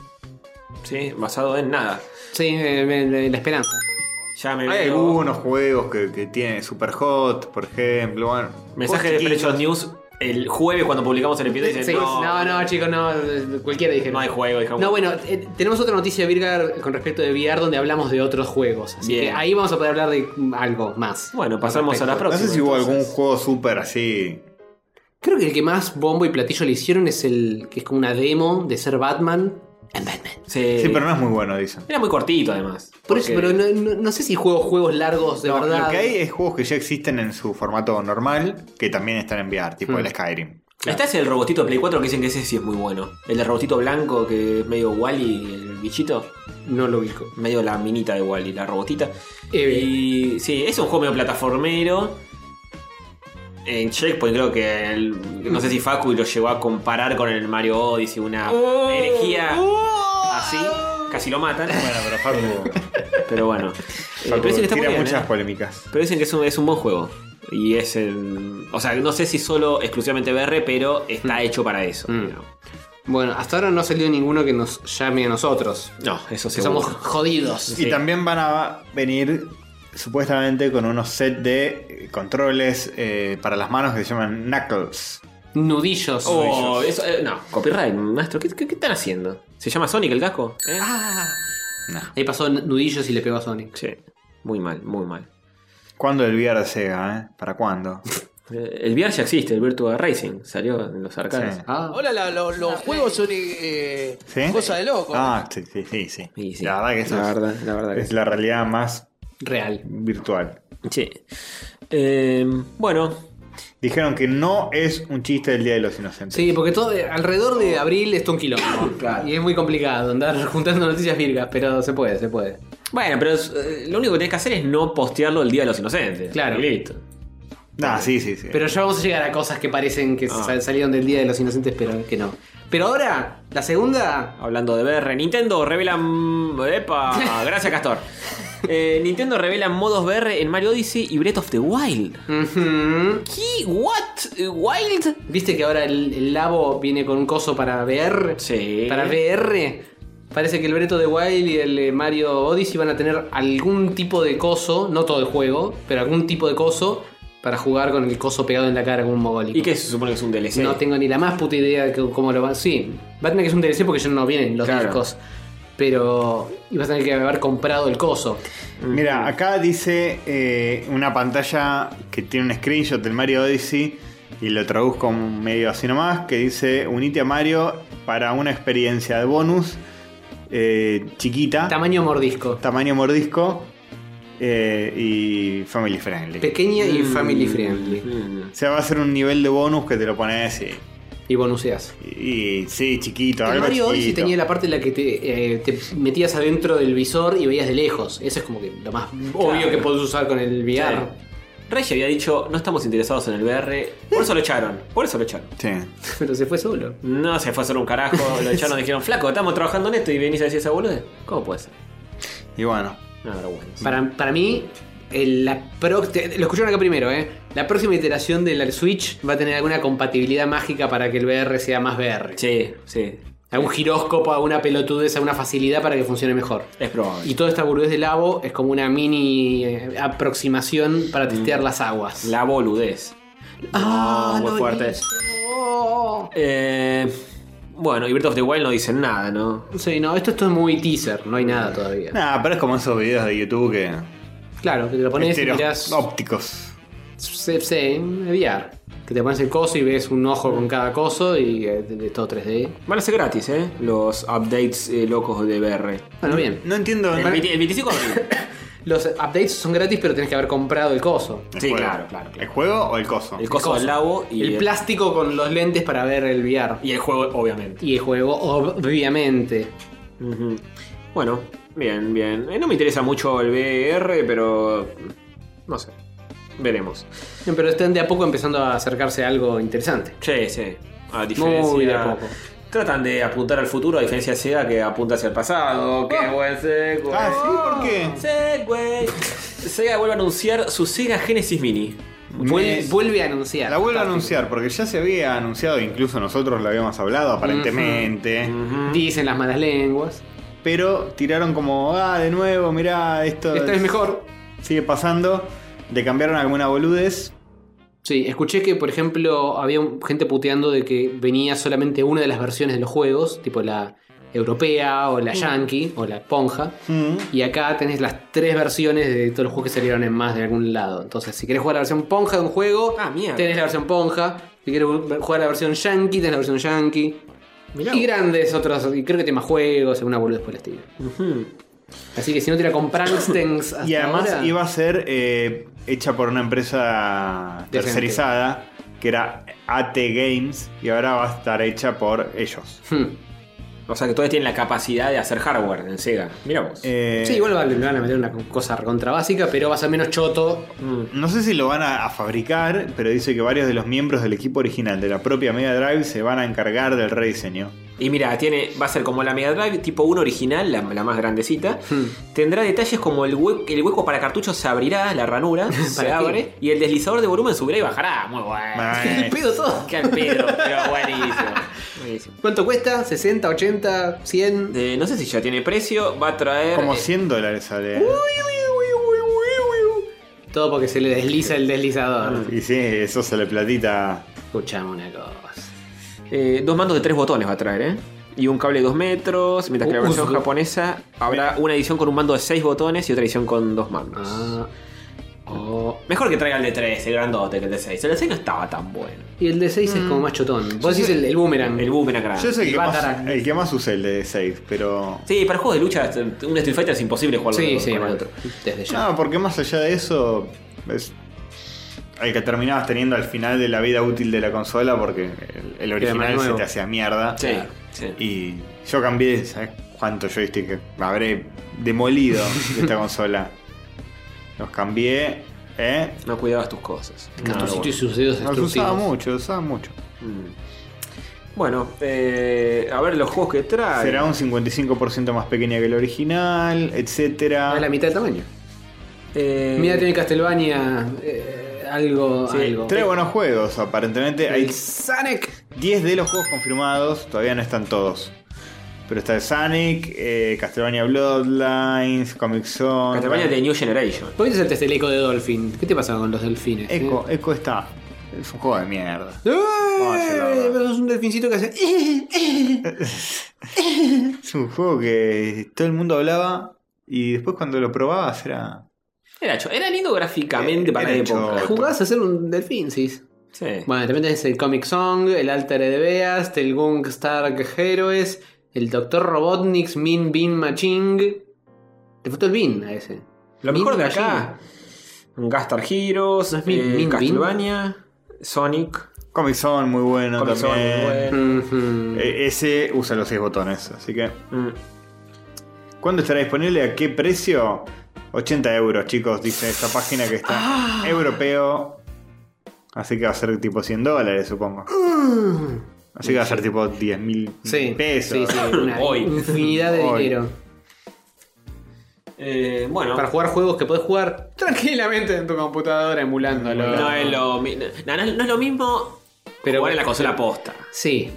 Sí, basado en nada. Sí, eh, me- me- la esperanza. Ya me Hay veo- algunos juegos que, que tiene Super Hot, por ejemplo. bueno, Mensaje de juegos Precious chiquitos. News el jueves cuando publicamos el episodio dicen Sí, no, no, no, chicos, no. eh, Cualquiera dije. no hay juego, dijo. No, bueno, eh, tenemos otra noticia, Virgar, con respecto de VR, donde hablamos de otros juegos. Así Bien. que ahí vamos a poder hablar de algo más. Bueno, pasamos Al a la No respecto. sé próxima. si hubo entonces. algún juego super así. Creo que el que más bombo y platillo le hicieron es el que es como una demo de ser Batman en Batman. Sí, Sí, pero no es muy bueno, dicen. Era muy cortito además. Por eso, porque- pero no, no- no sé si juego juegos largos de No, verdad. Lo que hay es juegos que ya existen en su formato normal, que también están en VR, tipo Hmm. el Skyrim. Está ese el robotito de Play 4 que dicen que ese sí es muy bueno. El de robotito blanco que es medio Wally, el bichito. No lo ubico. Medio la minita de Wally, la robotita. Eh, Y sí, es un juego medio plataformero. En Checkpoint creo que el- no sé si Facu lo llegó a comparar con el Mario Odyssey, una herejía así, casi lo matan. Bueno, pero Facu, Pero bueno, Eh, pero dicen que está muy tira bien, muchas ¿eh? polémicas. Pero dicen que es un, es un buen juego. Y es el- O sea, no sé si solo exclusivamente VR, pero está hecho para eso. Mm. digamos. bueno, hasta ahora no ha salido ninguno que nos llame a nosotros. No, eso Que sí. somos jodidos. Y también van a venir supuestamente con unos set de eh, controles eh, para las manos que se llaman Knuckles. Nudillos. Oh, eso, eh, no, copyright, maestro. ¿Qué, qué- qué están haciendo? ¿Se llama Sonic el casco? ¿Eh? No. Ahí pasó nudillos y le pegó a Sonic. Sí, muy mal, muy mal. ¿Cuándo el VR llega, eh? ¿Para cuándo? Eh, El VR ya existe, el Virtua Racing. Salió en los arcades. Sí. Ah, Hola, los juegos son eh, ¿Sí? cosa de loco. Ah, sí, sí, sí, sí. Y sí. La verdad que eso La es- verdad, la verdad que es la realidad más real. virtual. Sí. Eh, bueno, Dijeron que no es un chiste del Día de los Inocentes. Sí, porque todo eh, alrededor de abril está un quilombo. Y es muy complicado andar juntando noticias virgas, pero se puede, se puede. bueno, pero es, eh, lo único que tenés que hacer es no postearlo el Día de los Inocentes. Claro. Y listo. Ah, sí, sí, sí. Pero ya vamos a llegar a cosas que parecen que Este, Ah. sal- salieron del Día de los Inocentes, pero que no. Pero ahora, la segunda. Hablando de VR, Nintendo revela. mm, ¡Epa! Gracias, Castor. Eh, Nintendo revela modos VR en Mario Odyssey y Breath of the Wild. Ujú. ¿Qué? ¿What? Eh, ¿Wild? ¿Viste que ahora el, el Labo viene con un coso para VR? Sí. Para VR. Parece que el Breto de Wild y el eh, Mario Odyssey van a tener algún tipo de coso, no todo el juego, pero algún tipo de coso para jugar con el coso pegado en la cara como un mogólico. ¿Y qué se supone que es un DLC? No tengo ni la más puta idea de que- cómo lo van. Sí, va a tener que ser un DLC porque ya no vienen los Claro. discos. Pero ibas a tener que haber comprado el coso. Mira, acá dice eh, una pantalla que tiene un screenshot del Mario Odyssey y lo traduzco medio así nomás, que dice unite a Mario para una experiencia de bonus eh, chiquita, Tamaño mordisco. tamaño mordisco eh, y family friendly. Pequeña y Mm. family friendly. Mm. O sea, va a ser un nivel de bonus que te lo pones y y bonuseas. Y sí, chiquito, El algo Mario Odyssey chiquito. tenía la parte en la que te, eh, te metías adentro del visor y veías de lejos. Eso es como que lo más obvio que podés usar con el VR. Claro. Reggie había dicho, no estamos interesados en el VR. Por eso lo echaron. Por eso lo echaron. Sí. Pero se fue solo. No se fue a hacer un carajo. Lo echaron y dijeron, flaco, estamos trabajando en esto y venís a decir esa boludez. ¿Cómo puede ser? Y bueno, No, vergüenza. Para, para mí, el- la pro- te- lo escucharon acá primero, ¿eh? La próxima iteración del Switch va a tener alguna compatibilidad mágica para que el VR sea más VR. Sí, sí. Algún giróscopo, alguna pelotudez, alguna facilidad para que funcione mejor. Es probable. Y toda esta burgués de Labo es como una mini eh, aproximación para testear las aguas. Mm. La boludez. Ah, muy lo fuerte. hizo. Eh, bueno, y Breath of the Wild no dicen nada, ¿no? Sí, no, esto, esto es muy teaser, no hay nada todavía. nada, pero es como esos videos de YouTube que. Claro, que te lo pones y Estero- mirás. ópticos. Sí, sí, en VR. Que te pones el coso y ves un ojo con cada coso y eh, de- de todo 3D. Van a ser gratis, ¿eh? Los updates eh, locos de VR. Bueno, bien. No entiendo. El, 20 el 25 de abril. Los updates son gratis, pero tenés que haber comprado el coso. El Sí, juego. claro, claro, claro. ¿El juego o el coso? El coso coso. del lago y el plástico con los lentes para ver el VR. y el juego, obviamente. Y el juego, obviamente. Ujú. Bueno, bien, bien. Eh, no me interesa mucho el VR, pero. No sé. Veremos. Bien, Pero están de a poco empezando a acercarse a algo interesante. Sí, sí. A diferencia. Muy de a poco. Tratan de apuntar al futuro, a diferencia de SEGA que apunta hacia el pasado. ¡Qué buen segue! Ah, sí, ¿por qué? Segway. Sega vuelve a anunciar su Sega Genesis Mini. Vuel- vuelve a anunciar. La vuelvo a anunciar, porque ya se había anunciado, incluso nosotros lo habíamos hablado aparentemente. Dicen las malas lenguas. Pero tiraron como, ah, de nuevo, mirá, esto Esta Este es mejor. sigue pasando. Le cambiaron alguna boludez. Sí, escuché que, por ejemplo, había un- gente puteando de que venía solamente una de las versiones de los juegos, tipo la europea o la yankee o la ponja. Mm. Y acá tenés las tres versiones de todos los juegos que salieron en más de algún lado. Entonces, si querés jugar la versión ponja de un juego, Ah, mierda. tenés la versión ponja. Si querés jugar la versión yankee, tenés la versión yankee. Y grandes otros, y creo que tiene más juegos, una boludez por el estilo. Así que si no te la compraste Y además iba a ser eh, hecha por una empresa Decente. tercerizada, que era AT Games, y ahora va a estar hecha por ellos. O sea que todavía tienen la capacidad de hacer hardware en Sega. Mirá vos. Eh, Sí, igual va- le van a meter una cosa recontra básica, pero va a ser menos choto. No sé si lo van a, a fabricar, pero dice que varios de los miembros del equipo original de la propia Mega Drive se van a encargar del rediseño. Y mira, tiene, va a ser como la Mega Drive tipo 1 original, la, la más grandecita. Hmm. Tendrá detalles como el, hue- el hueco para cartuchos se abrirá, la ranura se qué? abre y el deslizador de volumen subirá y bajará. Muy bueno. Ah, Ay, Pedo todo. Qué al pedo, pero buenísimo. Buenísimo. ¿Cuánto cuesta? ¿60, 80, 100? Eh, no sé si ya tiene precio, va a traer. como eh, 100 dólares sale. Todo porque se le desliza el deslizador. Y sí, eso sale platita. Escuchame una cosa. eh, dos mandos de tres botones va a traer, ¿eh? Y un cable de dos metros, mientras que la Uh, versión uh, japonesa habrá una edición con un mando de seis botones y otra edición con dos mandos. Ah. Oh. Mejor que traiga el de 3, el grandote que el de 6. El de 6 no estaba tan bueno. Uh, Y el de 6 es como más chotón. Vos decís Mm. el, el boomerang. El boom era grande. Yo soy el el que, más, Batarang. el que más usa el de 6, pero. Sí, para juegos de lucha, un Street Fighter es imposible jugarlo Sí, con, sí, con bueno, el otro. Desde ya. No, porque más allá de eso, es el que terminabas teniendo al final de la vida útil de la consola, porque el, el más original se nuevo. te hacía mierda. Sí, sí. Y yo cambié, ¿sabes cuánto joystick que habré demolido de esta consola? Los cambié, ¿eh? No cuidabas tus cosas. Castorcito y bueno. sus Los dedos Ah, usaba destructivos. mucho, los usaba mucho. Mm. Bueno, eh, a ver los juegos que trae. Será un 55% más pequeña que el original, etcétera. A Ah. la mitad del tamaño. Eh, Mira, tiene Castlevania. eh, algo. Sí, algo. Tres buenos juegos, aparentemente. Hay El Sonic. 10 de los juegos confirmados, todavía no están todos. Pero está el Sonic, eh, Castlevania Bloodlines, Comic Zone. Castlevania de New Generation. ¿Por qué te saltaste el eco de Dolphin? ¿Qué te pasa con los delfines? eh? Echo, Echo está. Es un juego de mierda. ¡Ey! Vaya, Ah, la verdad. es un delfincito que hace. "Eh, eh". Es un juego que todo el mundo hablaba y después cuando lo probabas era. Era, cho- era lindo gráficamente Eh, para la era época. cho- Jugás a ser un delfín, sí. Sí. Bueno, también tenés el Comic Song, el Alter de Beast, el Gunk Stark Heroes, el Doctor Robotnik, Min Bin Maching. Te faltó el Bin a ese. Lo mejor de Min acá: Gastar Heroes, Min- eh, Min- Castlevania, Sonic. Comic Zone, muy bueno Comic Zone, también. muy bueno. Ujú. E- ese usa los seis botones, así que. Mm. ¿Cuándo estará disponible? ¿A qué precio? 80 euros, chicos, dice esta página que está europeo. Así que va a ser tipo 100 dólares, supongo. Así que va a ser tipo 10 mil Sí. pesos. Sí, sí, una Hoy. infinidad de Hoy. dinero. Eh, bueno. Para jugar juegos que podés jugar tranquilamente en tu computadora emulándolo. No es lo mi- no, no es- no es lo mismo Pero- jugar en la consola posta. Sí.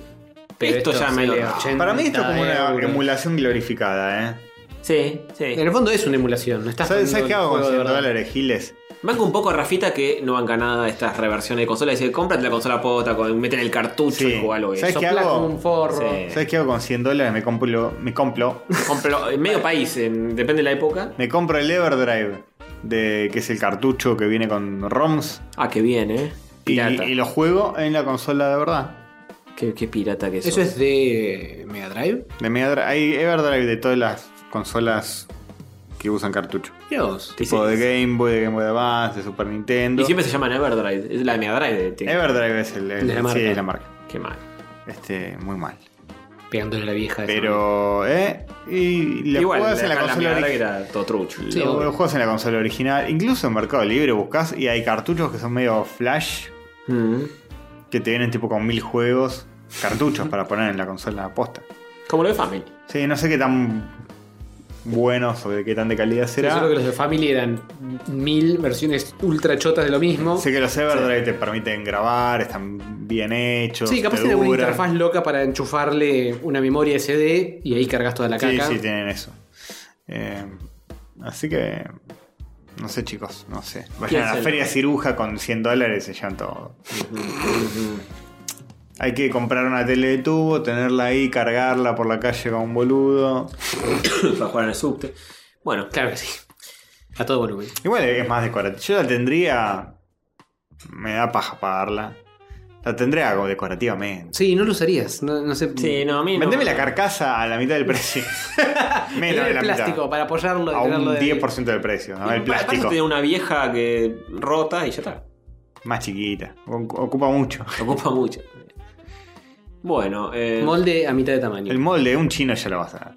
Esto ya me lo- Para mí esto es como una 80 euros. emulación glorificada, ¿eh? Sí, sí. En el fondo es una emulación. No estás ¿Sabes, jugando sabes qué el hago con juego de 100 verdad. dólares, Giles? Banco un poco a Rafita que no banca nada de estas reversiones de consola. Dice, cómprate la consola posta, con- mete en el cartucho Sí. y jugalo. güey. ¿Sabes qué Soplás hago? como un forro. Sí. ¿Sabes qué hago con 100 dólares? Me compro, me compro, Compro- en medio país, en- depende de la época. me compro el Everdrive, de, que es el cartucho que viene con ROMs, Ah, qué bien, eh. y, Pirata. y lo juego en la consola de verdad. Qué, qué pirata que Eso sos. es de Mega Drive. De Mega Drive- hay Everdrive de todas las consolas que usan cartucho. Dios. Sí, Tipo sí. de Game Boy, de Game Boy Advance, de Super Nintendo. Y siempre se llaman Everdrive. Es la de Mega Drive. tiene- Everdrive es el, el- De la marca. sí, es la marca. Qué mal. Este, muy mal. Pegándole a la vieja. de Pero, ¿eh? Y lo Igual, juegas en la acá consola Mega Drive original. era todo trucho. Sí, Lo- obvio. los juegos en la consola original, incluso en Mercado Libre buscas y hay cartuchos que son medio flash, Mm. que te vienen tipo con mil juegos, cartuchos para poner en la consola aposta. Como lo de Family. Sí, no sé qué tan buenos o de qué tan de calidad Sí, será. solo que los de Family eran mil versiones ultra chotas de lo mismo. Sé que los Everdrive te permiten grabar, están bien hechos. Sí, capaz te tiene una duran. interfaz loca para enchufarle una memoria SD y ahí cargas toda la Sí, caca. sí, tienen eso. Eh, así que. No sé, chicos, no sé. Vayan a la Piénselo. feria ciruja con 100 dólares y llevan todo. Hay que comprar una tele de tubo, tenerla ahí, cargarla por la calle con un boludo. para jugar en el subte. Bueno, Claro que sí. A todo volumen. Igual es más decorativa. Yo la tendría. Me da paja pagarla. La tendría como decorativamente. Sí, no lo usarías. No, no sé. sí, no, a mí no. Vendeme la carcasa a la mitad del precio. Menos Tener de el la plástico mitad. para apoyarlo y A un tenerlo de- 10% del precio, ¿no? El Para- para eso plástico. tiene una vieja que rota y ya está. Más chiquita. Ocu- Ocupa mucho. Ocupa mucho. Bueno, eh, molde a mitad de tamaño. El molde, un chino ya lo vas a dar.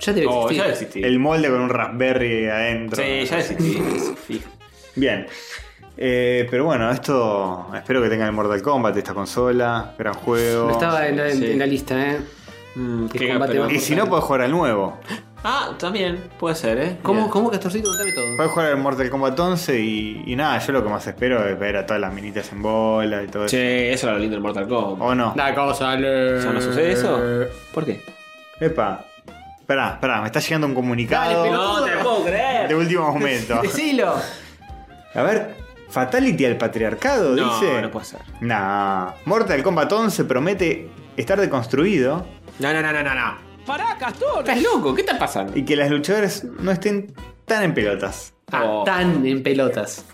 Ya debe oh, existir. ya existí. El molde con un raspberry adentro. Sí, ya existí. Fijo. Bien. Eh, pero bueno, esto. Espero que tengan el Mortal Kombat, esta consola. Gran juego. No estaba en la, en- Sí. en la lista, ¿eh? Mm, Que qué combate pero- más Y si no, puedes jugar al nuevo. Ah, también puede ser, ¿eh? ¿Cómo, Bien. ¿Cómo Castorcito? Contame todo. Puedes jugar al Mortal Kombat 11 y, y nada, yo lo que más espero es ver a todas las minitas en bola y todo eso. Che, eso era lo lindo del Mortal Kombat. ¿O no? La cosa. le- ¿Ya no sucede eso? ¿Por qué? Epa. Esperá, esperá, me está llegando un comunicado No te puedo creer. de último momento. Decilo. A ver, Fatality al patriarcado, No, dice. no puede ser. Nah. Mortal Kombat 11 promete estar deconstruido No, no, no, no, no. no. Pará, Castor. Estás loco, ¿qué está pasando? y que las luchadoras no estén tan en pelotas. Ah, Oh. Tan en pelotas.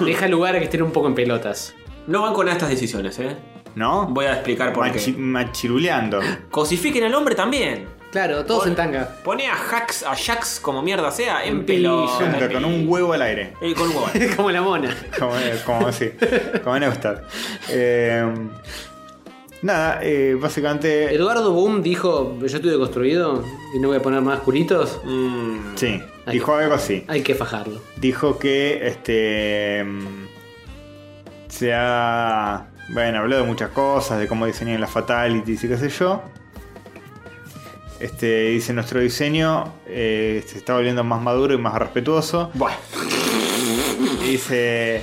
Deja lugar a que estén un poco en pelotas. No van con estas decisiones, ¿eh? ¿No? Voy a explicar por Machi- qué. machiruleando. Cosifiquen al hombre también. Claro, todos Pon- en tanga. Pone a Jax, a Jax como mierda sea, en En pelota. Junto con un huevo al aire. Eh, con un huevo. Como la mona. Como, como así. Como en Eustar. Eh, nada, eh, básicamente. Eduardo Boom dijo: Yo estuve construido y no voy a poner más curitos. Mm, Sí, Ahí. dijo algo así. Hay que fajarlo. Dijo que este. mm, Se ha. Bueno, habló de muchas cosas, de cómo diseñan las fatalities y qué sé yo. Este, dice nuestro diseño eh, se está volviendo más maduro y más respetuoso. Bueno, Y dice.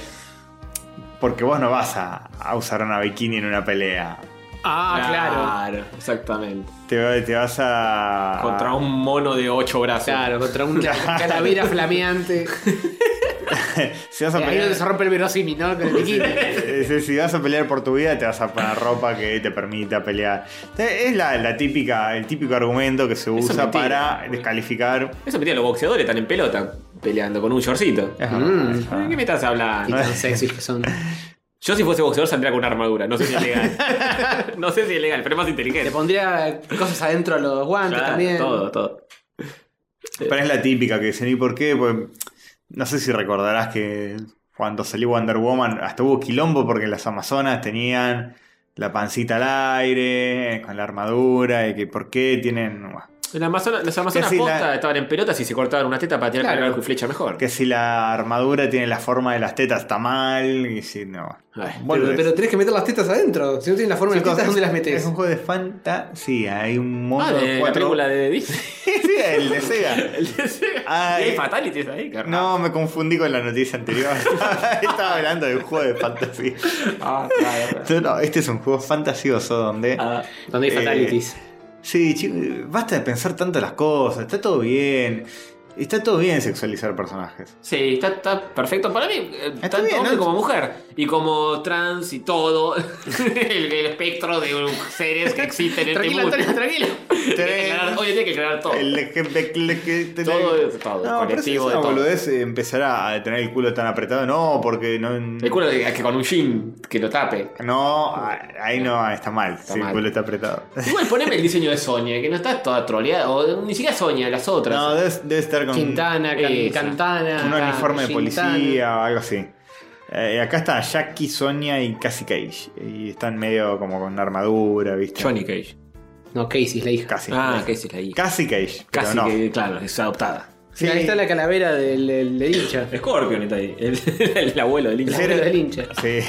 Porque vos no vas a, a usar una bikini en una pelea. Ah, claro. Exactamente. Te, te vas a. Contra un mono de ocho brazos. Claro, contra una calavera flameante. Si Eh, vas a Ahí pelear, donde se rompe el verosímil, ¿no? Con el bikini. Eh, si- si vas a pelear por tu vida, te vas a poner ropa que te permita pelear. Eh, Es la, la típica, el típico argumento que se es usa mentira. para descalificar. Eso metía los boxeadores están en pelota peleando con un shortcito. Es Mm. verdad, es ¿De qué verdad. me estás Y hablando? tan sexys que son. Yo si fuese boxeador saldría con una armadura. No sé si es legal. no sé si es legal, pero es más inteligente. Le pondría cosas adentro a los guantes Claro, también. Todo, todo. Pero es la típica que dicen, ¿y por qué? Pues, no sé si recordarás que Cuando salió Wonder Woman, hasta hubo quilombo porque las Amazonas tenían la pancita al aire, con la armadura, y que por qué tienen. bueno, En Amazonas, las Amazonas Que si la- posta estaban en pelotas y se cortaban una teta para tirar con el arco y flecha mejor. Que si la armadura tiene la forma de las tetas está mal, y si no. Ay, Bueno, Pero, pero tenés que meter las tetas adentro. Si no tienes la forma Chicos, de las tetas, ¿dónde es- las metes? Es un juego de fantasía. Hay un Ah, montón de la película de Disney. sí, el de Sega. El de Sega. Ay. Y hay fatalities ahí, carajo. No, me confundí con la noticia anterior. Estaba hablando de un juego de fantasía. Ah, claro, claro. No, no, este es un juego fantasioso donde. Ah, Donde hay Eh, fatalities. Sí, chi- basta de pensar tanto las cosas. Está todo bien. Está todo bien sexualizar personajes. sí, está, está perfecto para mí. eh, tanto bien, hombre ¿no? como mujer. Y como trans y todo. el, el espectro de seres que existen en este Tranquilo, mundo. Antonio, tranquilo. Hay que aclarar- Oye, tiene que aclarar todo. El que- que- que- que- Todo es- todo, No, pero si es colectivo una de todo. boludez eh, empezar a a tener el culo tan apretado. No, porque no. El culo de- que con un jean que lo tape. No, ah, ahí no, está mal. si el mal. culo está apretado. Igual poneme el diseño de Sonia, que no está toda troleada. O ni siquiera Sonia, las otras. No, debe, debe estar con Quintana, Can- Esa. Cantana. un uniforme de Quintana. policía o algo así. Eh, acá está Jackie, Sonia y Cassie Cage. Y están medio como con armadura, ¿viste? Johnny Cage. No, Casey es la hija. Casi. Ah, que es la hija. Cassie Cage. pero Casi no. que, claro, es adoptada. Sí. Ahí está la calavera del, del, del hincha. Scorpion está ahí. El, el abuelo del La hincha. calavera del hincha. Sí.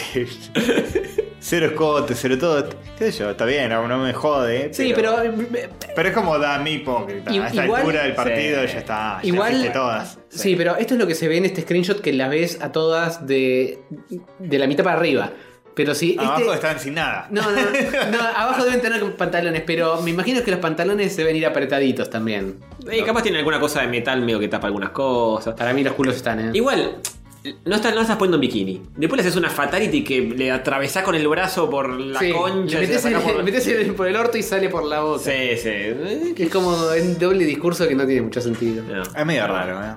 cero escote, cero todo. ¿Qué sé yo? Está bien, no, no me jode. Sí, pero eh, eh, Pero es como da mi hipócrita. I- a esta igual- altura del partido Sí. ya está. ya Igual- fuiste todas. Sí. pero esto es lo que se ve en este screenshot que las ves a todas de, de la mitad para arriba. Pero si este- Abajo están sin nada. No, no, no, no, abajo deben tener pantalones, pero me imagino que los pantalones deben ir apretaditos también. Eh, capaz tiene alguna cosa de metal medio que tapa algunas cosas. Para mí los culos están, ¿eh? Igual, no estás, no estás poniendo en bikini. Después le haces una fatality que le atravesás con el brazo por la Sí, concha. le y se la metes, el, sacás por- metés el- por el orto y sale por la boca. Sí, sí. Eh, Es como un doble discurso que no tiene mucho sentido. no. Es medio raro, ¿eh?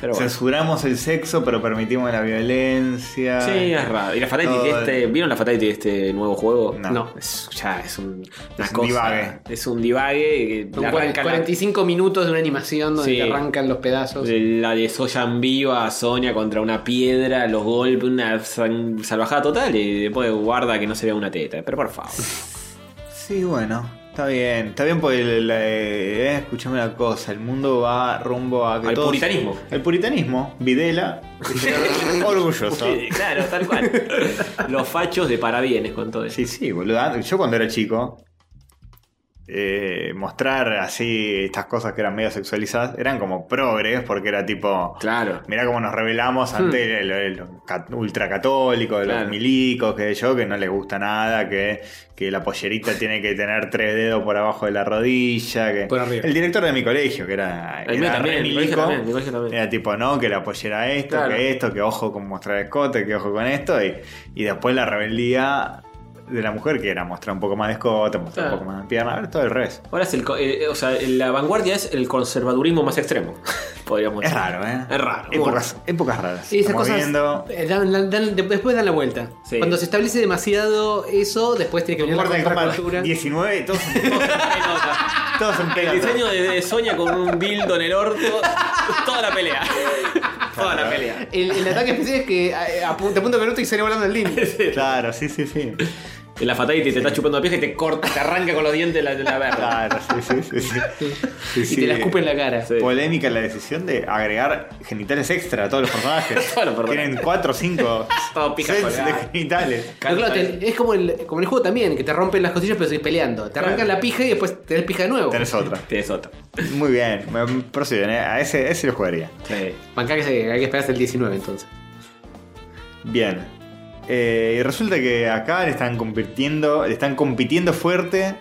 Pero bueno. Censuramos el sexo, pero permitimos la violencia. Sí, ah, es raro. ¿Y la fatality de Todo- este, ¿Vieron la fatality de este nuevo juego? No. No. Es, ya, es un, una Es un cosa. divague. Es un divague. que Son le cua- arranca la- 45 minutos de una animación donde Sí. te arrancan los pedazos. La de Soyan viva a Sonia contra una piedra, los golpes, una san- salvajada total y después guarda que no se vea una teta. Pero por favor. Sí, bueno, está bien. Está bien porque, el- la- eh, escuchame una cosa, el mundo va rumbo a... que Al puritanismo. Al puritanismo. Videla. orgulloso. Sí, claro, tal cual. los fachos de parabienes con todo eso. Sí, sí, boludo. Antes- Yo cuando era chico, eh, mostrar así estas cosas que eran medio sexualizadas eran como progres porque era tipo... Claro. Mirá cómo nos rebelamos ante el- el- los cat- ultracatólicos, Hmm. Claro. los milicos, que yo, que no les gusta nada, que, que la pollerita tiene que tener tres dedos por abajo de la rodilla. Que... Por arriba. El director de mi colegio, que era, que mío era también, re mi colegio también, mi colegio también. era tipo, no, que la pollera esto, Claro. que esto, que ojo con mostrar escote, que ojo con esto, y, y después la rebeldía de la mujer, que era mostrar un poco más de escote, mostrar un Claro. poco más de pierna, ahora es todo el revés. Ahora es el. co- eh, eh, o sea, la vanguardia es el conservadurismo más extremo. Podríamos Es decir. raro, ¿eh? Es raro. Épocas, épocas raras. Y esas Estamos cosas viendo- eh, dan- dan- dan- de- después dan la vuelta. Sí. Cuando se establece demasiado eso, después tiene que venir la Mortal Kombat contracultura. 19 y todos, todos, todos en El pelota. diseño de, de Sonia con un dildo en el orto. Toda la pelea. Toda la pelea. El, el ataque especial es que eh, apu- te apunta con otro y sale volando el link. Claro, sí, sí, sí. En la fatality te está chupando la pija y te corta, te arranca con los dientes la, la verga. Claro, sí, sí, sí. sí. Sí, Y sí. te la escupe en la cara. Sí. Polémica la decisión de agregar genitales extra a todos los personajes. Todos los personajes. Tienen 4 o 5 Todo pica de colgado. genitales. Pero claro, te- es como el, como en el juego también, que te rompen las costillas pero seguís peleando. Te arrancan la pija y después tenés pija de nuevo. Tenés otra. Te desota. Muy bien, me- proceden, ¿eh? a ese, ese lo jugaría. Sí. Bancá que se- hay que esperar hasta el 19 entonces. Bien. Eh, y resulta que acá le están compitiendo, le están compitiendo fuerte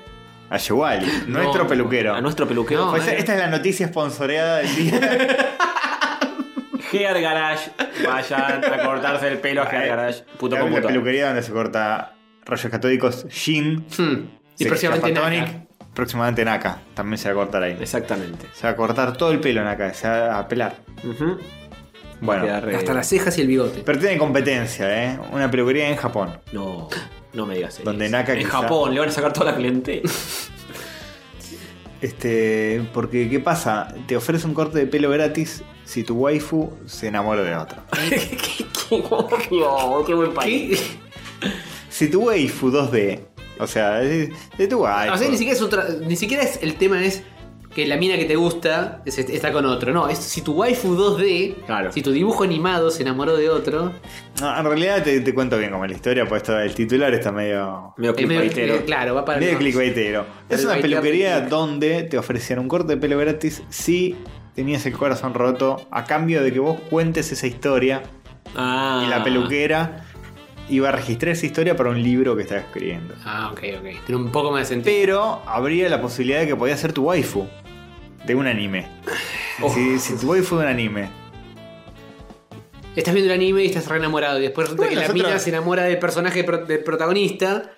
a Yewali, nuestro peluquero. A nuestro eh. peluquero. No, eh, Pues Fue- esta, esta es la noticia sponsoreada del día. Hair Garage. Vayan a cortarse el pelo a Hair Garage. Puto la con única puto. peluquería donde se corta rayos catódicos Shin. Hmm. Y se próximamente escapa Naka. Tonic, Próximamente Naka. También se va a cortar ahí. Exactamente. Se va a cortar todo el pelo Naka. Se va a pelar. Ujú. Queda Bueno. re- Hasta las cejas y el bigote. Pero tiene competencia, ¿eh? Una peluquería en Japón. No, no me digas eso. Donde Naka En quizá- Japón le van a sacar toda la clientela. Este, porque ¿qué pasa? Te ofrece un corte de pelo gratis si tu waifu se enamora de otra. qué, obvio, qué buen país. ¿Qué? Si tu waifu 2D, o sea, de, de tu waifu. O sea, Ah, ni siquiera, es otra- ni siquiera es el tema es que la mina que te gusta es- está con otro. No, es si tu waifu 2D, Claro. si tu dibujo animado se enamoró de otro, No, en realidad te, te cuento bien como la historia, pues esto- el titular está medio. Medio es medio- clickbaitero. eh, claro, va para medio los- clickbaitero. Es una clickbaitear peluquería clickbait. donde te ofrecían un corte de pelo gratis si tenías el corazón roto, a cambio de que vos cuentes esa historia Ah. y la peluquera iba a registrar esa historia para un libro que estaba escribiendo. Ah, ok, ok. Tiene un poco más de sentido. Pero habría la posibilidad de que podías ser tu waifu de un anime. Si, si tu waifu de un anime. Estás viendo el anime y estás re enamorado. Y después resulta Bueno, que la es otra- mina se enamora del personaje pro- del protagonista.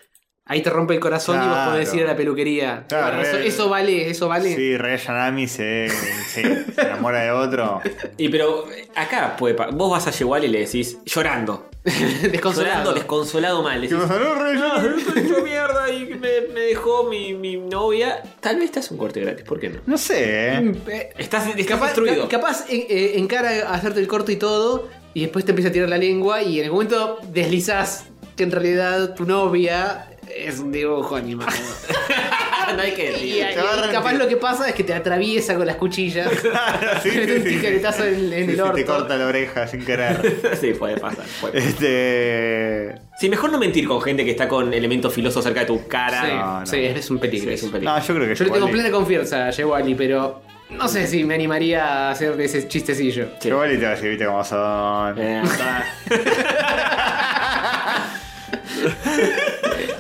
Ahí te rompe el corazón y vos Claro. podés ir a la peluquería. Claro, Bueno, eso, eh. eso vale, eso vale. Sí, Rey Yanami se, se- se enamora de otro. Y pero eh, acá puede pa- vos vas a Yewal y le decís llorando. Llorando, Desconsolado. desconsolado mal. le ¿Qué decís, pasa? No, Rey "Ah, Yanami. estoy hecho mierda y me, me dejó mi, mi novia. Tal vez te hace un corte gratis, ¿por qué no? No sé, ¿eh? Eh, Estás, estás Capaz, destruido. ca- capaz en- eh, encara a hacerte el corto y todo, y después te empieza a tirar la lengua, y en el momento deslizas que en realidad tu novia es un dibujo animado. Ah, no hay que y, decir. ahí va a arrepentir. capaz lo que pasa es que te atraviesa con las cuchillas. Claro, sí, Te mete sí, un sí, tijeretazo sí. en- en Sí, el sí, Te orto. corta la oreja sin querer. Sí, puede pasar. puede pasar. Este. Sí, mejor no mentir con gente que está con elementos filosos cerca de tu cara. sí, no, no. sí, es un peligro. Sí, es un peligro. No, yo creo que Yo le tengo Yewali- plena confianza a Yewali, pero no sé si me animaría a hacer de ese chistecillo. Sí. Yewali te va a decir, viste cómo son. Eh,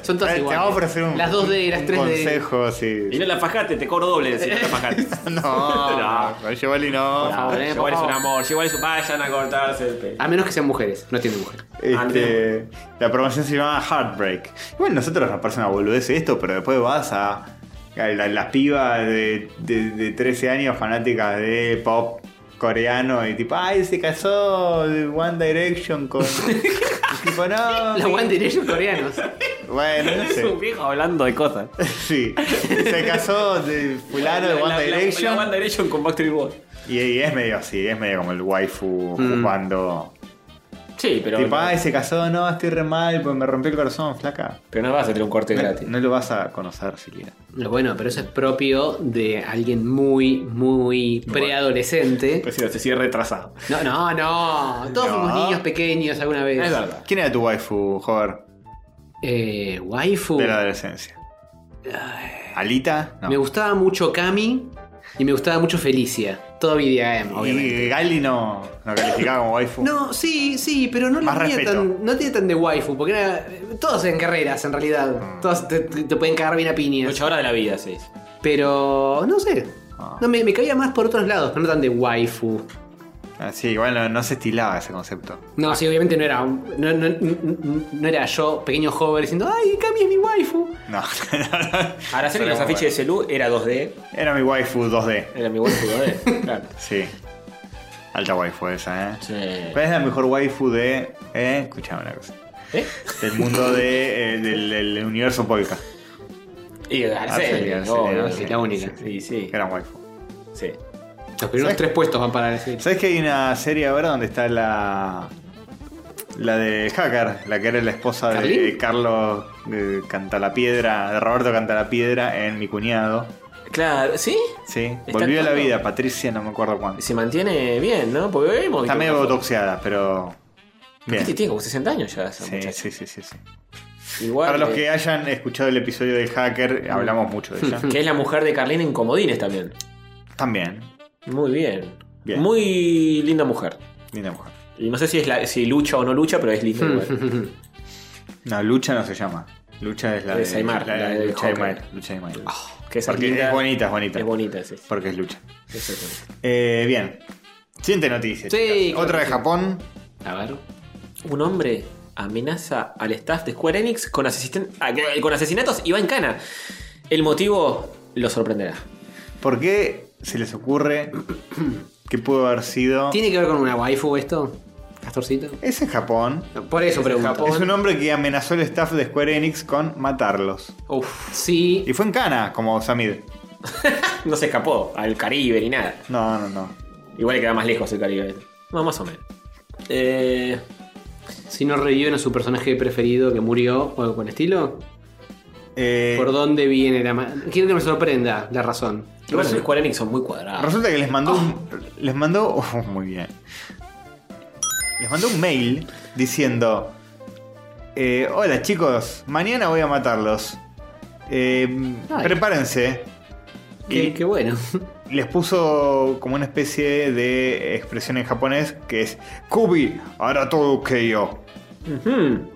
Son Te todas Eh, te iguales. vamos a ofrecer un, las 2D y las un 3D. consejo, y sí. no la fajaste, te cobro doble si no la fajaste. No, no, con Yewali no. No, favor, eh, por Yewal es un favor. amor, Yewal es un... Vayan a cortarse el pelo. A menos que sean mujeres, no tienen mujeres. Este, la promoción se llamaba Heartbreak. Bueno, nosotros nos parece una boludez esto, pero después vas a, a la- las pibas de, de- de 13 años fanáticas de pop coreano y tipo, ay, se casó de One Direction con... Y tipo, no. Los One Direction coreanos. Bueno, no Es un sé. viejo hablando de cosas. Sí, se casó de fulano de La- One la- la- Direction. la One Direction con Backstreet Boys. Y, y es medio así, es medio como el waifu jugando. Sí, pero. Tipo, no, ay, se casó, no, estoy re mal, pues me rompió el corazón, flaca. pero no vas a tener un corte No, gratis. no lo vas a conocer siquiera. Lo Bueno, pero eso es propio de alguien muy, muy preadolescente. Pues sí, se sigue retrasado. No, no, no. Todos este No. fuimos niños pequeños alguna vez. Es verdad. ¿Quién era tu waifu, Jover, Eh, waifu. Uh. de la adolescencia? ¿Alita? No. Me gustaba mucho Kami y me gustaba mucho Felicia. Toda VDM, obviamente. Y Gali no, no calificaba como waifu. No, sí, sí, pero no la Más tenía respeto. tan, no tenía tan de waifu, porque era. Todos en carreras, en realidad. Mm. Todos te, te- te pueden cagar bien a piñas. Ocho horas de la vida, sí. Pero no sé. Ah. No, me, me caía más por otros lados, pero no tan de waifu. Ah, sí, igual no, no se estilaba ese concepto. No, sí, obviamente no era. un- No, no- no- no era yo, pequeño joven, diciendo, ¡ay, Cami es mi waifu! No, Araceli, los afiches de Celu era 2D. Era mi waifu 2D. Era mi buen eh. 2D. Claro. Sí. Alta waifu esa, ¿eh? Sí. ¿Cuál es la mejor waifu de. Eh? Escuchame una cosa. ¿Eh? Del mundo de, eh, del, del universo polka. Y Araceli, Araceli, obvio. Araceli, Ah, Sí, Araceli. la única. Sí, sí. Gran waifu. sí. Los primeros tres puestos van para decir. ¿Sabes que hay una serie ahora donde está la. La de Hacker, la que era la esposa de ¿Carlín? Carlos eh, Cantalapiedra, de Roberto Cantalapiedra en Mi Cuñado. Claro, ¿sí? Sí, ¿Está volvió a la actuando? vida, Patricia, no me acuerdo cuándo. Se mantiene bien, ¿no? Porque vemos. Está que- medio botoxeada, pero. Bien. Sí, Tiene como 60 años ya esa Sí, muchacha. sí, sí, sí, sí. Igual. Para los eh, que hayan escuchado el episodio del Hacker, hablamos mucho de ella. que es la mujer de Carlín en Comodines también. También, Muy bien. Bien. Muy linda mujer. linda mujer. Y no sé si es la, si lucha o no lucha, pero es linda igual. No, Lucha no se llama. Lucha es la Es de. Aymar, la, la de del Lucha Hacker. Aymar. Lucha Aymar. que esa es Porque linda. es bonita, es bonita. Es bonita, sí. Porque es Lucha. Eso es bonito. Eh, bien. Siguiente noticia. Sí, chicos. claro Otra que de sí. Japón. A ver. Un hombre amenaza al staff de Square Enix con, asisten- ah, con asesinatos y va en cana. El motivo lo sorprenderá. ¿Por qué se les ocurre que pudo haber sido. ¿Tiene que ver con una waifu esto? ¿Castorcito? Es en Japón. Por eso pregunto. Es un hombre que amenazó al staff de Square Enix con matarlos. Uf, Sí. Y fue en cana, como Samid. no se escapó al Caribe ni nada. No, no, no. Igual le queda más lejos el Caribe. No, más o menos. Eh, Si no reviven a su personaje preferido que murió o algo con estilo. Eh, ¿Por dónde viene la ma- Quiero que me sorprenda la razón. Igual los Square Enix son muy cuadrados. Resulta que les mandó un- les mandó oh, muy bien. Les mandó un mail diciendo eh, hola chicos, mañana voy a matarlos. Eh, Ay. prepárense. Qué, Y- qué bueno. les puso como una especie de expresión en japonés que es Kubi hará todo que yo. Ujú.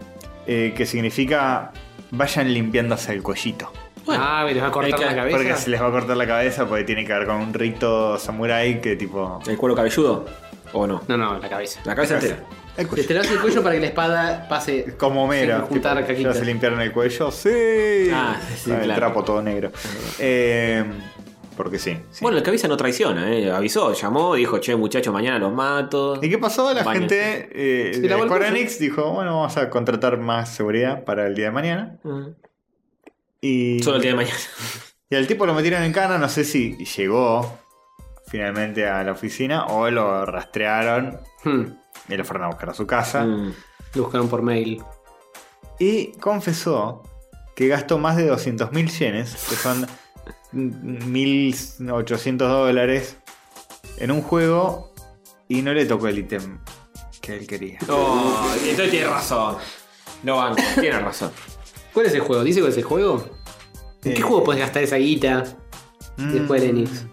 eh, que significa vayan limpiándose el cuellito. ah, me les va a cortar hay que- la cabeza. Porque se les va a cortar la cabeza porque tiene que ver con un rito samurái que tipo. ¿El cuero cabelludo? ¿O no? No, no, la cabeza. La cabeza entera. El Te cuello. estirás el cuello para que la espada pase. Como sin Homero. juntar tipo, caquita. ya se limpiaron el cuello. Sí. Ah, sí, Con el claro. trapo todo negro. Eh, porque sí. sí. Bueno, el cabeza no traiciona, ¿eh? Avisó, llamó, dijo, che, muchachos, mañana los mato. ¿Y qué pasó? La Baño. gente eh, Se de lavó el Square cuello. Enix dijo, bueno, vamos a contratar más seguridad para el día de mañana. Mm. Y Solo el día de mañana. Y al tipo lo metieron en cana, no sé si llegó finalmente a la oficina o lo rastrearon Hmm, y lo fueron a buscar a su casa. Ah. Mm. Lo buscaron por mail. Y confesó que gastó más de 200 mil yenes, que son 1.800 dólares, en un juego y no le tocó el ítem que él quería. No, Oh, entonces tiene razón. No banco, tiene razón. ¿Cuál es el juego? ¿Dice cuál es el juego? ¿En Eh, qué juego puedes gastar esa guita de mm, Square Enix?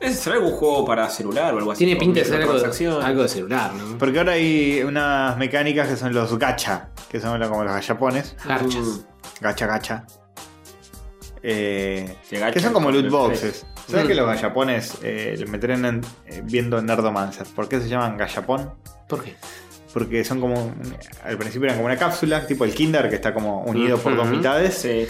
¿Es será algún juego para celular o algo así? Tiene Con pinta de ser algo, microtransacción. algo de celular, ¿no? Porque ahora hay unas mecánicas que son los gacha, que son como los gachapones. Garchas. Mm. Gacha, gacha. Eh, Se gacha que son como con loot el boxes. ¿Sabes Mm. que los gallapones eh, le meterán en- eh, viendo Nerdomancer? ¿Por qué se llaman gallapón? ¿Por qué? Porque son como. un- Al principio eran como una cápsula, tipo el Kinder, que está como unido por dos Ujú. mitades. Sí.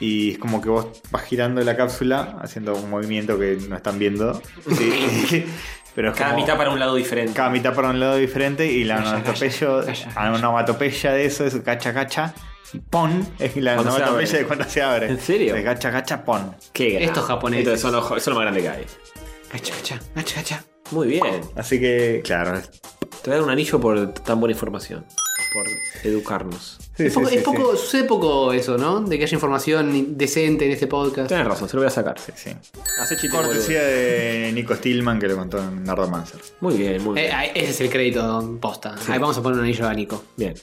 Y es como que vos vas girando la cápsula, haciendo un movimiento que no están viendo. Sí. Pero es Cada como- mitad para un lado diferente. cada mitad para un lado diferente y la onomatopeya, la onomatopeya de eso es gacha gacha pon es la Cuando se onomatopeya abre. de cuando se abre. ¿En serio? Es gacha gacha pon. Qué gran. Estos japoneses. Entonces son los, son los más grandes que hay. Gacha, gacha, gacha, gacha. Muy bien. Así que claro, es- Te voy a dar un anillo por tan buena información. Por educarnos. sí, es poco, sí, es sí, poco- sucede poco eso, ¿no? De que haya información decente en este podcast. Tienes razón, se lo voy a sacar. sí, sí. Hacé chiste, Cortesía de Nico Stillman que lo contó en Nerdomancer. boludo. Muy bien, muy Eh, bien. ahí- ese es el crédito posta. Ahí vamos a poner un anillo a Nico. Bien.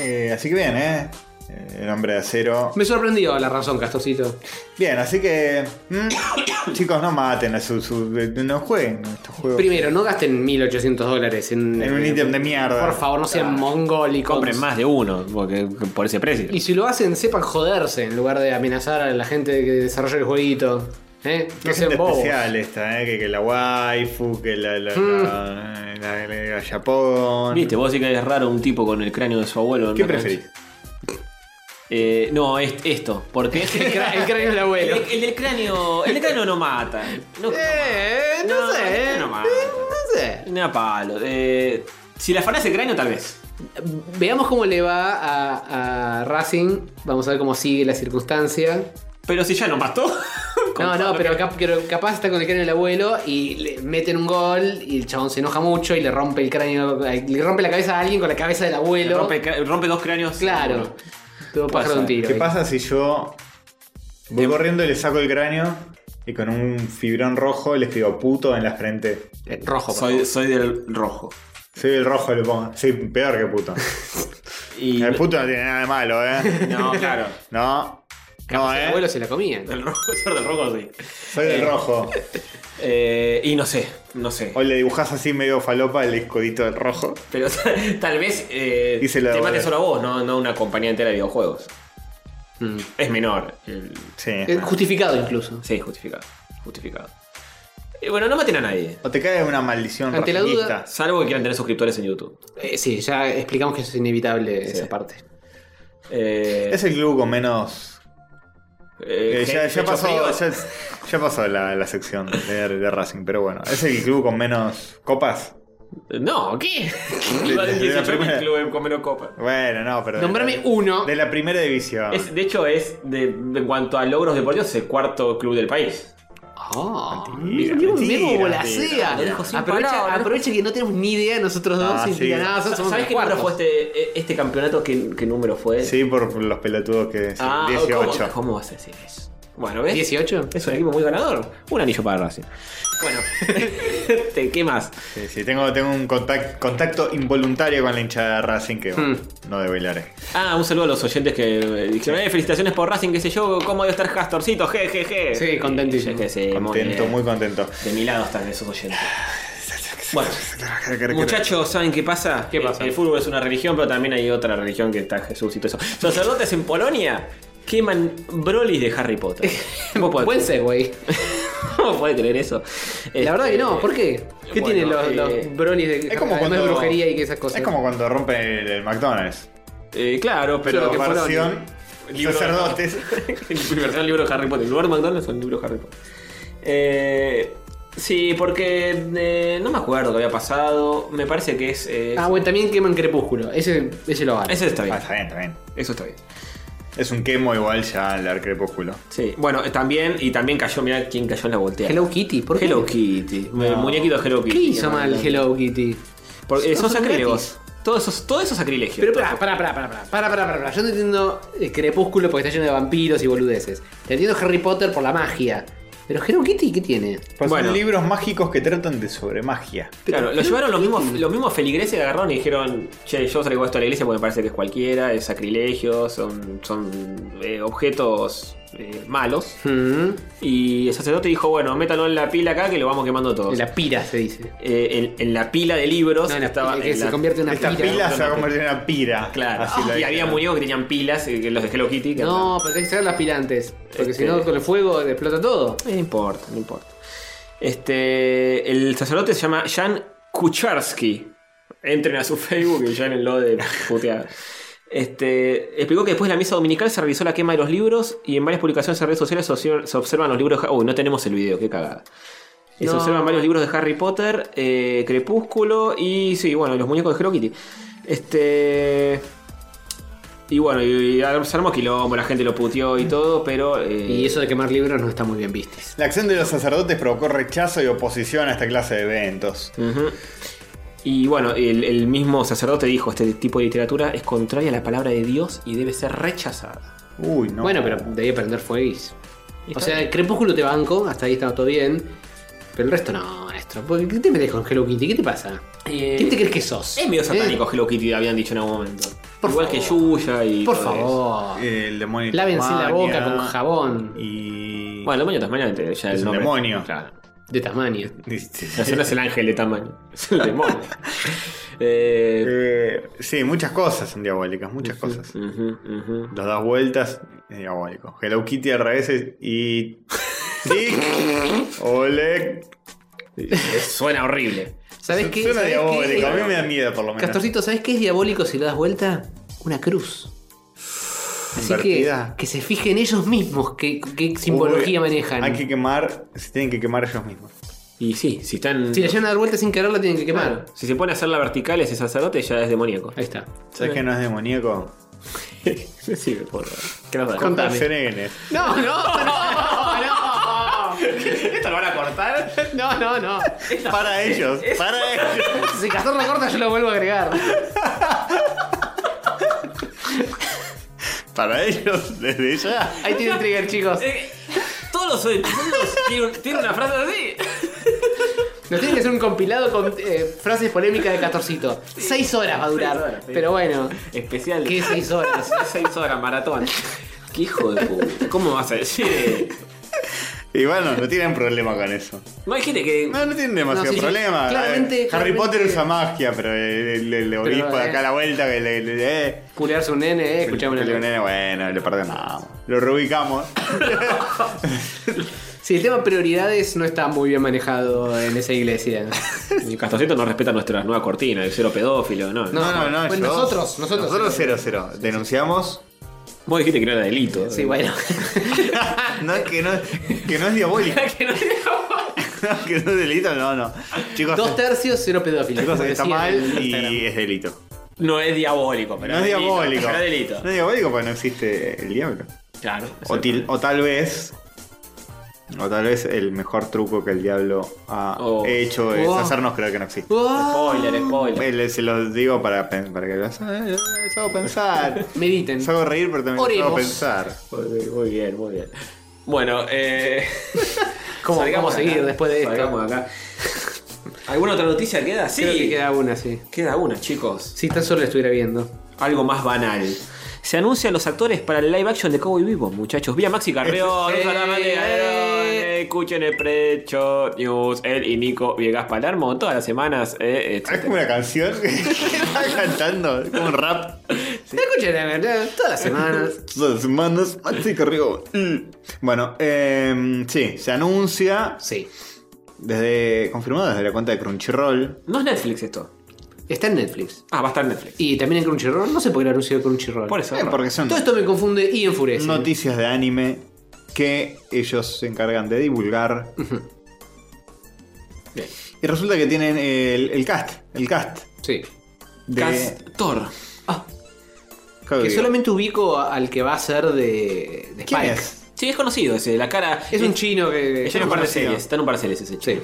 Eh, así que bien, eh. Eh, El hombre de acero. Me sorprendió la razón, Castorcito. Bien, así que. mm, chicos, no maten a su, su- No jueguen a estos juegos. Primero, no gasten 1800 dólares en, En un ítem de mierda. Ah. Por favor, no sean mongólicos. Compren más de uno, porque por ese precio. Y si lo hacen, sepan joderse en lugar de amenazar a la gente que desarrolla el jueguito. ¿Eh? Qué No sean gente bobos. especial esta, ¿eh? que, que la waifu, que la la, Mm. la, la- la- la Japón. Viste, vos sí que es raro un tipo con el cráneo de su abuelo. en ¿Qué una preferís? cancha. Eh, no, es, esto. Porque El cra- el cráneo del abuelo. El, el del cráneo. El del cráneo no mata. No, Eh, no, No, sé. no, no, no. eh, no sé. Ni a palo. Eh, si la afanás el cráneo, tal vez. Veamos cómo le va a, a Racing. Vamos a ver cómo sigue la circunstancia. Pero si ya no mató. con No, todo no, lo pero, que- cap- pero capaz está con el cráneo del abuelo y le meten un gol y el chabón se enoja mucho y le rompe el cráneo, eh, le rompe la cabeza a alguien con la cabeza del abuelo. Rompe, cra- rompe dos cráneos. Claro. Tuvo pájaro de un tiro. ¿Qué ahí. pasa si yo voy Em. corriendo y le saco el cráneo y con un fibrón rojo le escribo puto en la frente? Eh, Rojo. por Soy, soy del rojo. Soy el rojo, le pongo. Soy peor que puto. Y El puto no tiene nada de malo, ¿eh? No, claro. No. favor. No, El abuelo ¿eh? se la comía. Del rojo, ser del rojo, sí. Soy el rojo. Eh, y no sé, no sé. Hoy le dibujás así medio falopa el escudito del rojo. Pero tal vez eh, Y se la te devuelve. mate solo a vos, no, no una compañía entera de videojuegos. Mm. Es menor. el- Sí. Eh, Justificado incluso. Sí, justificado. Justificado. Y bueno, no maten a nadie. O te cae una maldición Ante la duda- racista. Salvo que quieran tener suscriptores en YouTube. Eh, sí, ya explicamos que eso es inevitable esa parte. Eh, Es el club con menos eh, Eh, ya, gente- ya pecho pasó, frío. ya, ya pasó la, la sección de, de Racing, pero bueno, es el club con menos copas. No, ¿qué? De- Iba a de decir la 18.000 primera. clubes con menos copa. Bueno, no, pero. de- Nombrame uno. De la primera división. Es- de hecho, es de, en cuanto a logros deportivos, es el cuarto club del país. Oh, Mentira, mira, mentira, mira cómo la mentira. sea. Lo dijo sin Aprovecha, palabras. aprovecha que no tenemos ni idea nosotros dos. Ah, y sí. diga, "No, somos ¿Sabes qué número cuartos". fue este, este campeonato? ¿Qué, qué número fue? Sí, por los pelotudos que es Ah, 18. ¿cómo, ¿Cómo vas a decir eso? Bueno, ¿ves? 18. Es un equipo muy ganador. Un anillo para Racing. Bueno, Este, ¿qué más? Sí, sí, tengo, tengo un contact- contacto involuntario con la hinchada de Racing que Hmm. bueno, no eh. develaré. Ah, un saludo a los oyentes que eh, dijeron, eh, felicitaciones por Racing, qué sé yo, cómo debe estar Castorcito, jejeje. Sí, contentísimo. Je, je, Este, sí, Contento, bien. muy contento. De mi lado están esos oyentes. Bueno, muchachos, ¿saben qué pasa? Eh, ¿Qué pasa? El, el fútbol es una religión, pero también hay otra religión que está Jesús y todo eso. Sacerdotes en Polonia queman brolis de Harry Potter. ¿Vos podés, Buen segue. ¿Vos podés creer eso? Este, La verdad que no, ¿por qué? ¿Qué bueno, tienen los, eh, los brolis de, Es como además de cuando brujería y que esas cosas? Es como cuando rompen el, el McDonald's. Eh, claro, Pero pero que fueron- versión Libro de- sacerdotes. versión del libro de Harry Potter. El lugar de McDonald's o el libro de Harry Potter. Eh, sí, porque eh, no me acuerdo qué había pasado. Me parece que es. eh, Ah, bueno, también queman crepúsculo. Ese, ese lo vale. Ese está bien. Ah, está bien, está bien. Eso está bien. Es un quemo igual ya al Pues dar crepúsculo. Sí. Bueno, eh, también. Y también cayó. Mirá quién cayó en la volteada. Hello Kitty, ¿por qué? Hello Kitty. El muñequito de Hello ¿Qué Kitty. hizo mal Hello Kitty? Porque, eh, son Son sacrílegos. Todos esos, todos esos sacrilegios. Pero pará, pará, pará, pará, pará, pará, pará, pará, pará. Yo no entiendo eh, Crepúsculo porque está lleno de vampiros y boludeces. Te entiendo Harry Potter por la magia. Pero Hello Kitty, ¿qué tiene? Pues Bueno. Son libros mágicos que tratan de sobremagia. Claro, lo llevaron los mismos, los mismos feligreses, agarraron y dijeron, che, yo traigo esto a la iglesia porque me parece que es cualquiera, es sacrilegio, son, son eh, objetos eh, malos. Mm, Y el sacerdote dijo, bueno, métalo en la pila acá que lo vamos quemando todos. La pira se dice. Eh, en, en la pila de libros No, en que la- estaba que en se la- convierte en una Esta pira. pila se va a convertir en una pira. Claro, Así lo y dicen. había muñecos que tenían pilas, eh, que los de Hello Kitty. que No, pero tenés que sacar las pila antes. Porque si Este- no, con el fuego explota todo. No importa, no importa. Este, el sacerdote se llama Jan Kucharski. Entren a su Facebook y llenenlo de putear. Este, explicó que después de la misa dominical se realizó la quema de los libros y en varias publicaciones en redes sociales se observ- se observan los libros. de Ha- Uy, no tenemos el video, qué cagada. Eh, Se No. observan varios libros de Harry Potter, eh, Crepúsculo y sí, bueno, los muñecos de Hello Kitty. Este. Y bueno, y, y se armó quilombo, la gente lo puteó y todo, pero. eh, Y eso de quemar libros no está muy bien vistis. La acción de los sacerdotes provocó rechazo y oposición a esta clase de eventos. Ujú. Y bueno, el, el mismo sacerdote dijo, este tipo de literatura es contraria a la palabra de Dios y debe ser rechazada. Uy, no. Bueno, pero debía prender fueguis. O Está sea, el Crepúsculo te banco, hasta ahí está todo bien. Pero el resto no, maestro. ¿Por ¿Qué te metes con Hello Kitty? ¿Qué te pasa? Eh, ¿Quién te crees que sos? Es medio ¿Eh? satánico Hello Kitty, habían dicho en algún momento. Por Igual favor. que Yuya y... Por todo eso. favor. El demonio. de Lávense la boca Tasmania con jabón Y. Bueno, el demonio de Tasmania te- ya Es el un nombre. demonio. Claro. de Tasmania. No es- no es el ángel de Tasmania, es el demonio. Eh, Eh, sí, muchas cosas son diabólicas, muchas cosas. ujú, ujú. Los das vueltas, es diabólico. Hello Kitty al revés es- y. Sí. Oleg. Suena horrible. ¿Sabes qué? Suena ¿Sabés qué? diabólico. A mí me da miedo por lo menos. Castorcito, ¿sabes qué es diabólico si le das vuelta? Una cruz. Así que, Invertida. que se fijen ellos mismos qué, qué simbología Uy, manejan. Hay que quemar, se tienen que quemar ellos mismos. Y sí, si están... Si le llegan a dar vuelta sin querer, la tienen que quemar. si se pone a hacerla vertical ese sacerdote ya es demoníaco. Ahí está. ¿Sabes que no es demoníaco? sí, por favor. ¿Qué nos da? Corta Contame. serenes. No, no, no, ¿Esto lo van a cortar? no, no, no. Para ellos, para ellos. Si Castor lo corta, yo lo vuelvo a agregar. Para ellos, desde ya. Ahí tiene el trigger, chicos. Eh, Todos los episodios tienen, tienen una frase así. Nos tiene que hacer un compilado con eh, frases polémicas de Castorcito. Seis horas va a durar. Seis horas, sí. Pero bueno, Especial. ¿qué seis horas? Seis horas maratón. Qué hijo de puta. ¿Cómo vas a decir? Y bueno, no tienen problema con eso. No hay gente que. No, no tienen demasiado No, sí, sí. problema. Claramente- Eh, Harry claramente- Potter usa magia, pero el, el- el obispo de acá a la vuelta que le. le- le- eh, Culearse un nene, eh, escuchame que le- una nene, bueno, le perdonamos. Lo reubicamos. Sí, el tema prioridades no está muy bien manejado en esa iglesia. El Castorcito no respeta nuestra nueva cortina, el cero pedófilo, no. No. Pues yo- nosotros, nosotros. Nosotros cero, cero. Denunciamos. Vos dijiste que no era delito. Sí, bueno. No, que no, que no es diabólico. No, que no es delito, no, no. Chicos, Dos tercios, cero pedófilos. chicos como está decía mal en Instagram. y es delito. No es diabólico, pero. no es delito, diabólico. Pero es delito. No es diabólico porque no existe el diablo. Claro. O, til- o tal vez O tal vez el mejor truco que el diablo ha Oh. hecho es Oh. hacernos creer que no existe. Spoiler, spoiler. Eh, le- Se los digo para, pen- para que lo eh, eh, les hago pensar. Mediten. Les hago reír, pero también les hago Oremos. pensar. Muy bien, muy bien. Bueno, eh. ¿Cómo salgamos vamos a seguir acá, después de esto? salgamos acá. ¿Alguna otra noticia queda? Sí, Creo que queda... queda una, sí. una, chicos. Si tan solo estuviera viendo. Algo más banal. Se anuncian los actores para el live action de Cowboy Vivo, muchachos. Vía Maxi Carrión, Eh, Rosa Lavalde, eh. escuchen el Precho News, él y Nico Viegas Palermo, todas las semanas. eh, Es etcétera. como una canción que está cantando, es como un rap. Escuchen la verdad, todas las semanas. Las manos, así que río. Mm. Bueno, eh, sí, se anuncia Sí. desde confirmado desde la cuenta de Crunchyroll. No es Netflix esto. Está en Netflix. Ah, va a estar en Netflix. Y también en Crunchyroll. No sé por qué lo anunció Crunchyroll. Por eso. Eh, porque son Todo esto me confunde y enfurece. noticias de anime que ellos se encargan de divulgar. Bien. Y resulta que tienen el, el cast, el cast Sí. de Castor. Cowboy Que Vivo. solamente ubico a- al que va a ser de, de ¿Quién Spike. es? Sí, es conocido ese, la cara. Es un chino que. Está en un par de series, está en un par de series ese Sí. chico.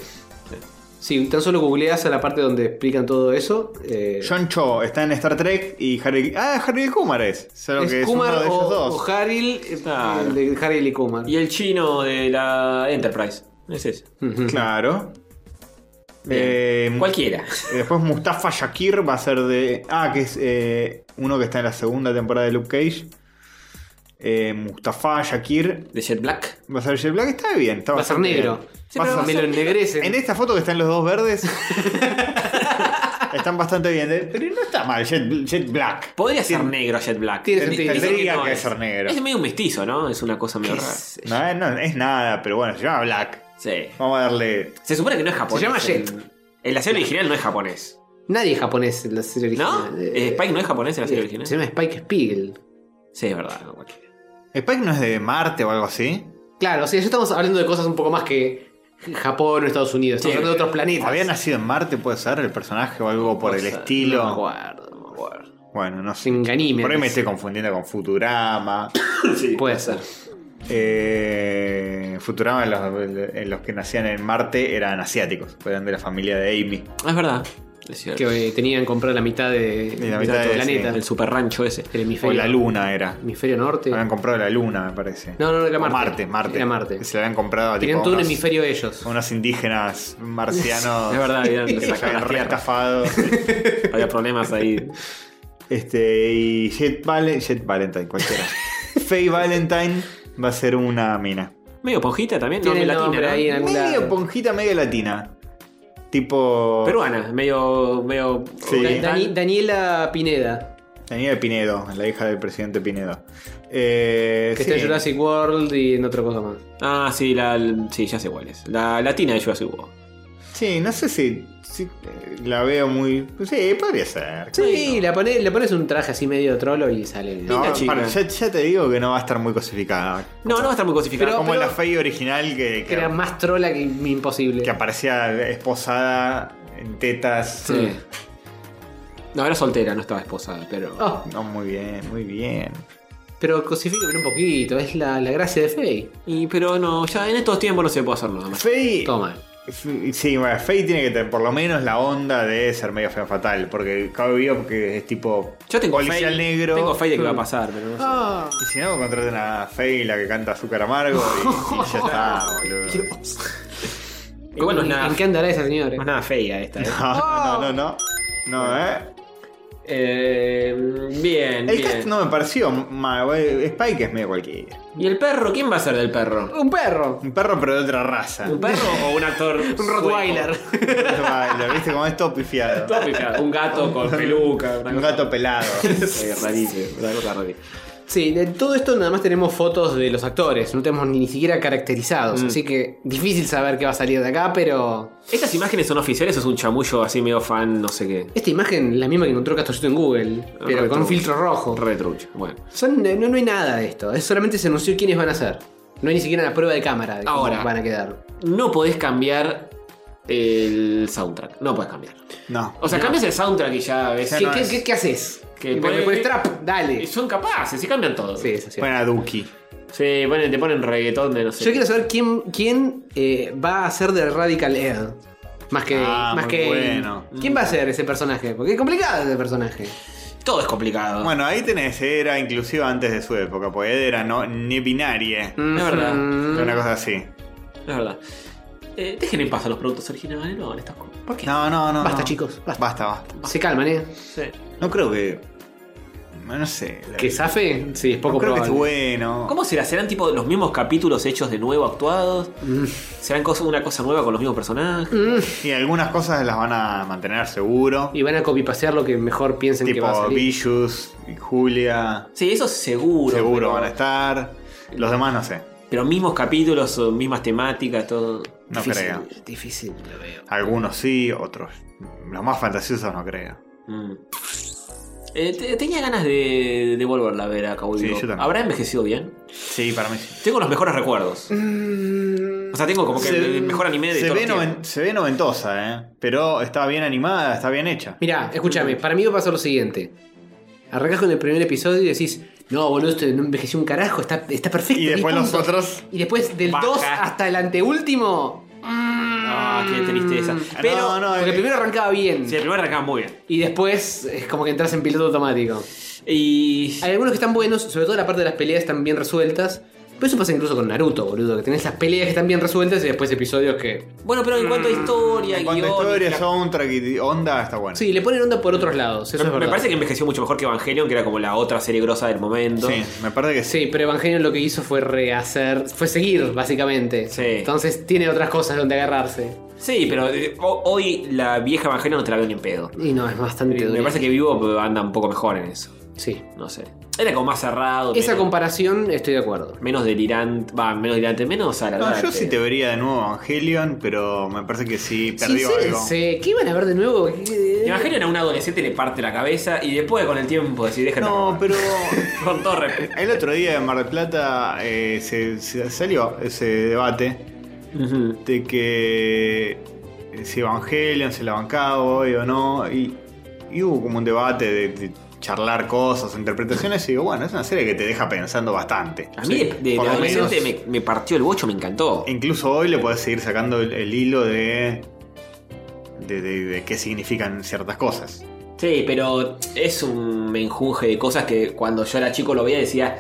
Sí, tan solo googleas a la parte donde explican todo eso. eh, John Cho está en Star Trek y Harry. Ah, Harry Kumar es. Solo que es es uno Kumar de ellos o, dos. o Haril. eh, Claro. el de Haril y Kumar. Y el chino de la Enterprise. Es ese. Ujú. Claro. Mm. Eh, Cualquiera. y Después Mustafa Shakir va a ser de. Ah, que es eh, uno que está en la segunda temporada de Luke Cage. Eh, Mustafa Shakir De Jet Black. va a ser Jet Black. Está bien, está Va a ser bastante negro. bien. Sí, Va a pero ser- me lo ennegrecen. En este- esta foto que están los dos verdes. están bastante bien. eh, Pero no está mal, Jet, Jet Black. Podría ser negro Jet Black. Tiene Dicen sentido. Tendría no que es. ser negro. Es medio un mestizo, ¿no? Es una cosa medio rara. Pues Sí. No, eh, no, es nada, pero bueno, se llama Black. Vamos a darle. Se supone que no es japonés. llama Jet. En, en la serie original no es japonés. Nadie es japonés en la serie ¿No? original. Eh, Spike no es japonés en la serie original. Se llama Spike Spiegel. Sí, es verdad. no, cualquiera. ¿Spike no es de Marte o algo así? Claro, o sea, ya estamos hablando de cosas un poco más que Japón o Estados Unidos. Estamos Sí. hablando de otros planetas. ¿Había nacido en Marte, puede ser, el personaje o algo por el Cosa, estilo? No me acuerdo, no me acuerdo. Bueno, no sé. En Ganímedes. Por ahí me estoy confundiendo con Futurama. Puede ser. Eh, Futurama, los, en los que nacían en Marte eran asiáticos, eran de la familia de Amy. Ah, Es verdad. Es cierto. Que eh, tenían que comprar la mitad de, la de mitad otro de- planeta. El super rancho ese. El O hemisferio. la Luna era. Hemisferio norte. Habían comprado la Luna, me parece. No, no, no, era O Marte. Marte, Marte. Era Marte. Se la habían comprado a tipo, Tenían todo un unos- hemisferio ellos. unos indígenas marcianos. Es verdad, habían que se sacado habían las re tierras. estafado. Había problemas ahí. Este, y Jet, Valen- Jet Valentine, cualquiera. Faye Valentine va a ser una mina. Medio ponjita también, no Tiene medio el latina. nombre ¿no? ahí en algún Medio lado. ponjita, medio latina. Tipo. Peruana, medio. medio Sí. Da- oriental. Dani- Daniela Pineda, Daniela Pinedo, la hija del presidente Pinedo. Eh, que está en sí. Jurassic World y en otra cosa más. Ah, sí, la, sí, ya sé cuál es. La latina de Jurassic World. Sí, no sé si, si, eh, la veo muy. Sí, podría ser. Sí, la pone- le pones un traje así medio trolo y sale. No, linda chica. para- ya, ya te digo que no va a estar muy cosificada. No, no va a estar muy cosificada. Como pero- la Faye original que, Que que, era más trola que imposible. que aparecía esposada en tetas. Sí. No, era soltera, no estaba esposada, pero. Oh, No, muy bien, muy bien. pero cosifíqueme un poquito, es la, la gracia de Faye. Y, pero no, ya en estos tiempos no se puede hacer nada más. Faye. Toma. F- Sí, bueno, Faye tiene que tener por lo menos la onda de ser medio feo fatal. Porque Cowboy Bebop que es tipo Yo tengo fe. policial negro. Tengo fe de que va a pasar, pero no sé. Ah. Y si no, contraten a Faye, la que canta azúcar amargo. Y, y ya está, boludo. Pero bueno, es nada, ¿En qué andará esa no es señora? nada fea esta. ¿eh? No, no, no, no. No, eh. Eh, bien, El bien. cast no me pareció mal, güey. Spike es medio cualquiera. ¿Y el perro? ¿Quién va a ser del perro? Un perro. Un perro, pero de otra raza. ¿Un perro o un actor? Un Rottweiler. Vale, ¿Viste cómo es todo pifiado? sueco? un gato con peluca. una Un cosa- gato pelado. Eh, rarísimo, una cosa rarísima. Sí, de todo esto nada más tenemos fotos de los actores, no tenemos ni siquiera caracterizados, así que difícil saber qué va a salir de acá, pero ¿Estas imágenes son oficiales o es un chamullo así medio fan, no sé qué? esta imagen la misma que encontró Castellito en Google, Ah, pero con Retro. un filtro rojo. Retrucho. Bueno. Son- no, no hay nada de esto, es solamente se anunció quiénes van a ser. No hay ni siquiera la prueba de cámara de cómo Ahora. van a quedar. No podés cambiar el soundtrack. No podés cambiar. No. O sea, cambias el soundtrack y ya ves. ¿Qué, que- qué- que- qué- qué haces? Que Que pone- pones trap, dale. Son capaces, se cambian todo. Sí, es así. Bueno, Duki. Sí, ponen- te ponen reggaetón de no sé. Yo quiero saber quién, quién eh, va a ser de Radical Ed. Más que. Ah, más muy que bueno. ¿Quién va a ser ese personaje? Porque es complicado ese personaje. Todo es Ah. complicado. Bueno, ahí tenés, era inclusive antes de su época, pues Ed era no, ni binaria. Es verdad. Mm. Una cosa así. Es verdad. Eh, dejen en paz a los productos originales, no, en estas cosas. ¿Por qué? No, no, no. Basta, no. chicos, basta. Basta, basta. Se calman, ¿eh? Sí. No creo que. No sé. la- ¿Que zafe? Sí, es no poco creo que esté probable. bueno. ¿Cómo será? ¿Serán tipo los mismos capítulos hechos de nuevo, actuados? Mm. ¿Serán cosa- una cosa nueva con los mismos personajes? Y algunas cosas las van a mantener seguro. Y van a copipasear lo que mejor piensen que va a Tipo salir. Villus, y Julia. Sí, eso seguro. seguro pero- van a estar. Los demás no sé. Pero mismos capítulos, o mismas temáticas, todo. No difícil, creo. difícil lo veo. Algunos sí, otros. Los más fantasiosos no creo. Mm. Eh, te- tenía ganas de, de volverla a ver a Cowboy Sí, Bebop. yo también. ¿Habrá envejecido bien? Sí, para mí sí. Tengo los mejores recuerdos. O sea, tengo como que el- el mejor anime de Mm. se todos ve los noven- tiempos. se ve noventosa, ¿eh? Pero está bien animada, está bien hecha. Mirá, escúchame, para mí va a pasar lo siguiente. Arrancás con el primer episodio y decís, no, boludo, esto no envejeció un carajo, está, está perfecto. Y ni después los punto". otros. Y después del Baja. 2 hasta el anteúltimo. mm. Ah, qué tristeza. Pero Mm. No, no, Porque eh, primero arrancaba bien. sí, el primer arrancaba muy bien. Y después es como que entras en piloto automático. Y. Hay algunos que están buenos, sobre todo la parte de las peleas están bien resueltas. Pero eso pasa incluso con Naruto, boludo. Que tenés las peleas que están bien resueltas y después episodios que. Bueno, pero Mm, en cuanto a historia, En cuanto a guión, historia, la- soundtrack y onda, está bueno. Sí, le ponen onda por otros lados. Eso me, es verdad. parece que envejeció mucho mejor que Evangelion, que era como la otra serie grosa del momento. Sí, me parece que sí. Sí, pero Evangelion lo que hizo fue rehacer. Fue seguir, básicamente. Sí. Entonces tiene otras cosas donde agarrarse. Sí, pero eh, ho- hoy la vieja Evangelion no te la veo ni en pedo. Y no, es bastante Me duro. parece que Vivo eh, anda un poco mejor en eso. Sí. No sé. Era como más cerrado. Esa menos, comparación estoy de acuerdo. menos delirante. Va, menos delirante, menos No, alargante. yo sí te vería de nuevo Evangelion, pero me parece que sí Sí, perdió sí, algo. sí. ¿Qué iban a ver de nuevo? ¿Qué- Evangelion a un adolescente le parte la cabeza y después con el tiempo decir, déjate. No, pero Con todo respeto. el otro día en Mar del Plata eh, se, se salió ese debate Ujú. de que eh, si Evangelion se la bancaba hoy o no. Y, y hubo como un debate de, de charlar cosas, interpretaciones. Y digo, bueno, es una serie que te deja pensando bastante. A mí de, de- de Por lo adolescente menos. me, me partió el bocho, me encantó. Incluso hoy le podés seguir sacando el, el hilo de, de, de- de qué significan ciertas cosas. Sí, pero es un menjunje de cosas que cuando yo era chico lo veía y decía,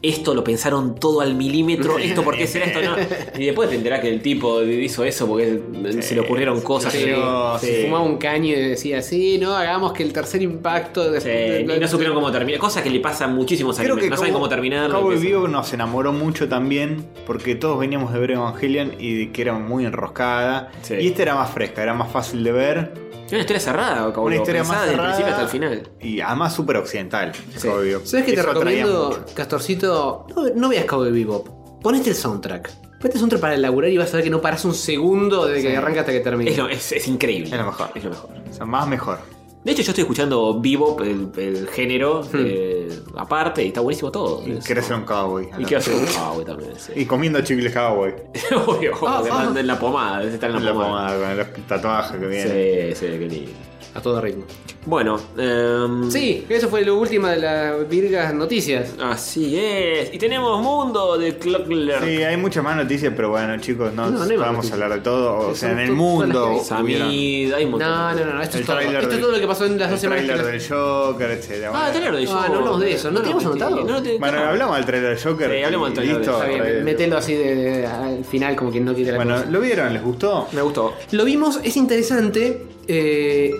esto lo pensaron todo al milímetro, esto por qué será esto no. Y después te enterás que el tipo hizo eso porque se le ocurrieron cosas. Sí, que- sí. se fumaba un caño y decía, sí, no, hagamos que el tercer impacto... De... Sí, de- y no supieron cómo terminar. Cosa que le pasa a muchísimos animes. No saben cómo terminar. Cowboy empiezan- Bebop nos enamoró mucho también porque todos veníamos de ver Evangelion y de que era muy enroscada. Sí. Y esta era más fresca, era más fácil de ver Es una historia cerrada, Cowboy Una Bebop, historia más pensada desde el cerrada. principio hasta el final. y además súper occidental. Sí. Cowboy Bebop. ¿Sabes qué te Eso atraía recomiendo, mucho. Castorcito? No, no veas Cowboy Bebop. Ponete el soundtrack. Ponete el soundtrack para elaborar y vas a ver que no paras un segundo desde que arranca hasta que termine. Es, lo- es- es increíble. Es lo mejor. Es lo mejor. O sea, más mejor. De hecho, yo estoy escuchando Bebop, el, el género, eh, aparte, y está buenísimo todo. Y Es- querés ser un cowboy. ¿Y qué hace? Ah, güey, también, sí. Y comiendo chicles cowboy. Obvio, Ah, que ah. manden la pomada, debe estar en la, La pomada. pomada con los tatuajes que vienen. Sí, sí, qué lindo. A todo ritmo. Bueno, em, Sí, eso fue lo último de las virgas noticias. Así es. Y tenemos Mundo de Clockler. Sí, hay muchas más noticias, pero bueno, chicos, no, No, no hay más vamos noticias. a hablar de todo. O Sí, sea, son en el to- mundo. son las hubieron Samid, hay un montón. No, no, no, esto es el todo. tráiler Esto es del- todo lo que pasó en las el dos semanas. tráiler que- del Joker, etc. Ah, el trailer de Ah, no hablamos de eso, no lo hemos anotado. No, lo te- Bueno, no. hablamos del trailer del Joker. Sí, hablemos del tráiler Listo. Está bien, Eh, mételo así de, de- al final como quien no quiere la Bueno, cosa. ¿lo vieron? ¿Les gustó? Me gustó. Lo vimos, es interesante. Eh,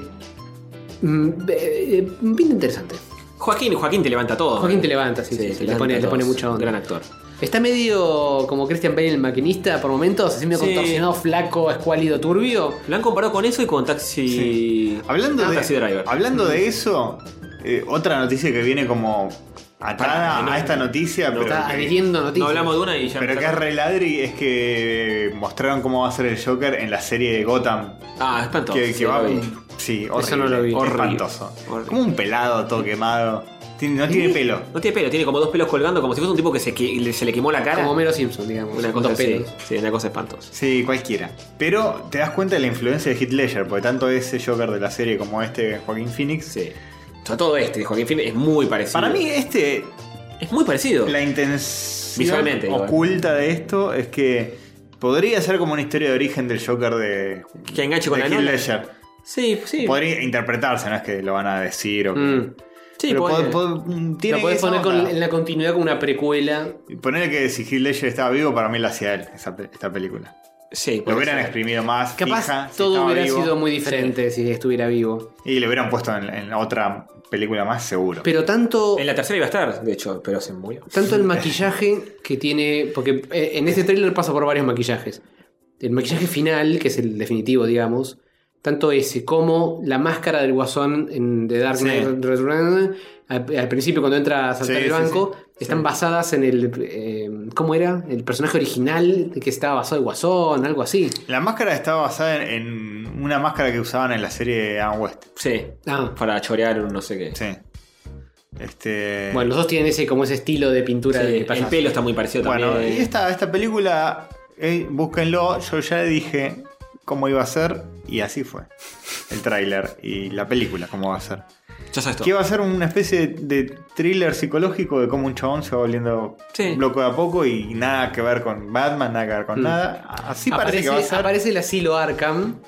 mm, eh, bien interesante. Joaquín, Joaquín te levanta todo. Joaquín te levanta, sí, sí, sí, le, levanta pone, le todo. pone mucha onda. Gran actor. Está medio como Christian Bale, el maquinista, por momentos, así medio Sí. contorsionado, flaco, escuálido, turbio. Lo han comparado con eso y con Taxi. Hablando, Ah, de, Taxi Driver. hablando de eso, eh, otra noticia que viene como atada Pará, no, a esta noticia, pero, Está que, adhiriendo noticias. No hablamos de una y ya. pero que es re ladri, es que mostraron cómo va a ser el Joker en la serie de Gotham. Ah, espantoso. que, que sí, va lo vi. sí horrible, no lo vi. Horrible. espantoso Horrible. como un pelado todo quemado Tiene- no tiene pelo No tiene pelo, tiene como dos pelos colgando, como si fuese un tipo que se, que- se le quemó la cara. Como Homero Simpson, digamos. una con cosa dos así. pelos. Sí, una cosa espantosa. sí cualquiera pero te das cuenta de la influencia de Heath Ledger porque tanto ese Joker de la serie como este Joaquín Phoenix Sí. O sea, todo este de Joaquín Phoenix es muy parecido. para mí este es muy parecido. la intensidad versión Visualmente, igual. oculta de esto es que podría ser como una historia de origen del Joker de, Que enganche con de la Heath Nolan. Ledger. Sí, sí. Podría interpretarse, no es que lo van a decir o que- Mm. Sí, Pero podría. pod- pod- tiene Lo podés esa poner con- onda. en la continuidad como una precuela. Ponerle que si Heath Ledger estaba vivo, para mí la hacía él, esa pe- esta película. Sí, Lo puede hubieran ser. exprimido más. Capaz fija, si todo estaba hubiera vivo, sido muy diferente si estuviera vivo. Y le hubieran puesto en, en otra película más, seguro. Pero tanto, En la tercera iba a estar, de hecho, pero se murió. tanto el maquillaje que tiene. Porque eh, en este tráiler pasa por varios maquillajes. El maquillaje final, que es el definitivo, digamos. Tanto ese como la máscara del guasón en The Dark Sí. Knight Returns, al, al principio cuando entra a saltar Sí, el sí, banco, están Sí. basadas en el... eh, ¿Cómo era? El personaje original que estaba basado en guasón, algo así. La máscara estaba basada en, en una máscara que usaban en la serie de Adam West. Sí. Ah, Para chorear un no sé qué. Sí. Este. bueno, los dos tienen ese como ese estilo de pintura Sí, de el payaso. pelo está muy parecido Bueno, también. y esta, esta película, eh, búsquenlo, yo ya dije cómo iba a ser y así fue. El tráiler y la película, cómo va a ser. Ya sabes todo. Que va a ser una especie de, de thriller psicológico de cómo un chabón se va volviendo Sí. loco de a poco y nada que ver con Batman, nada que ver con nada. Así parece Mm. aparece, que va a ser. aparece el asilo Arkham.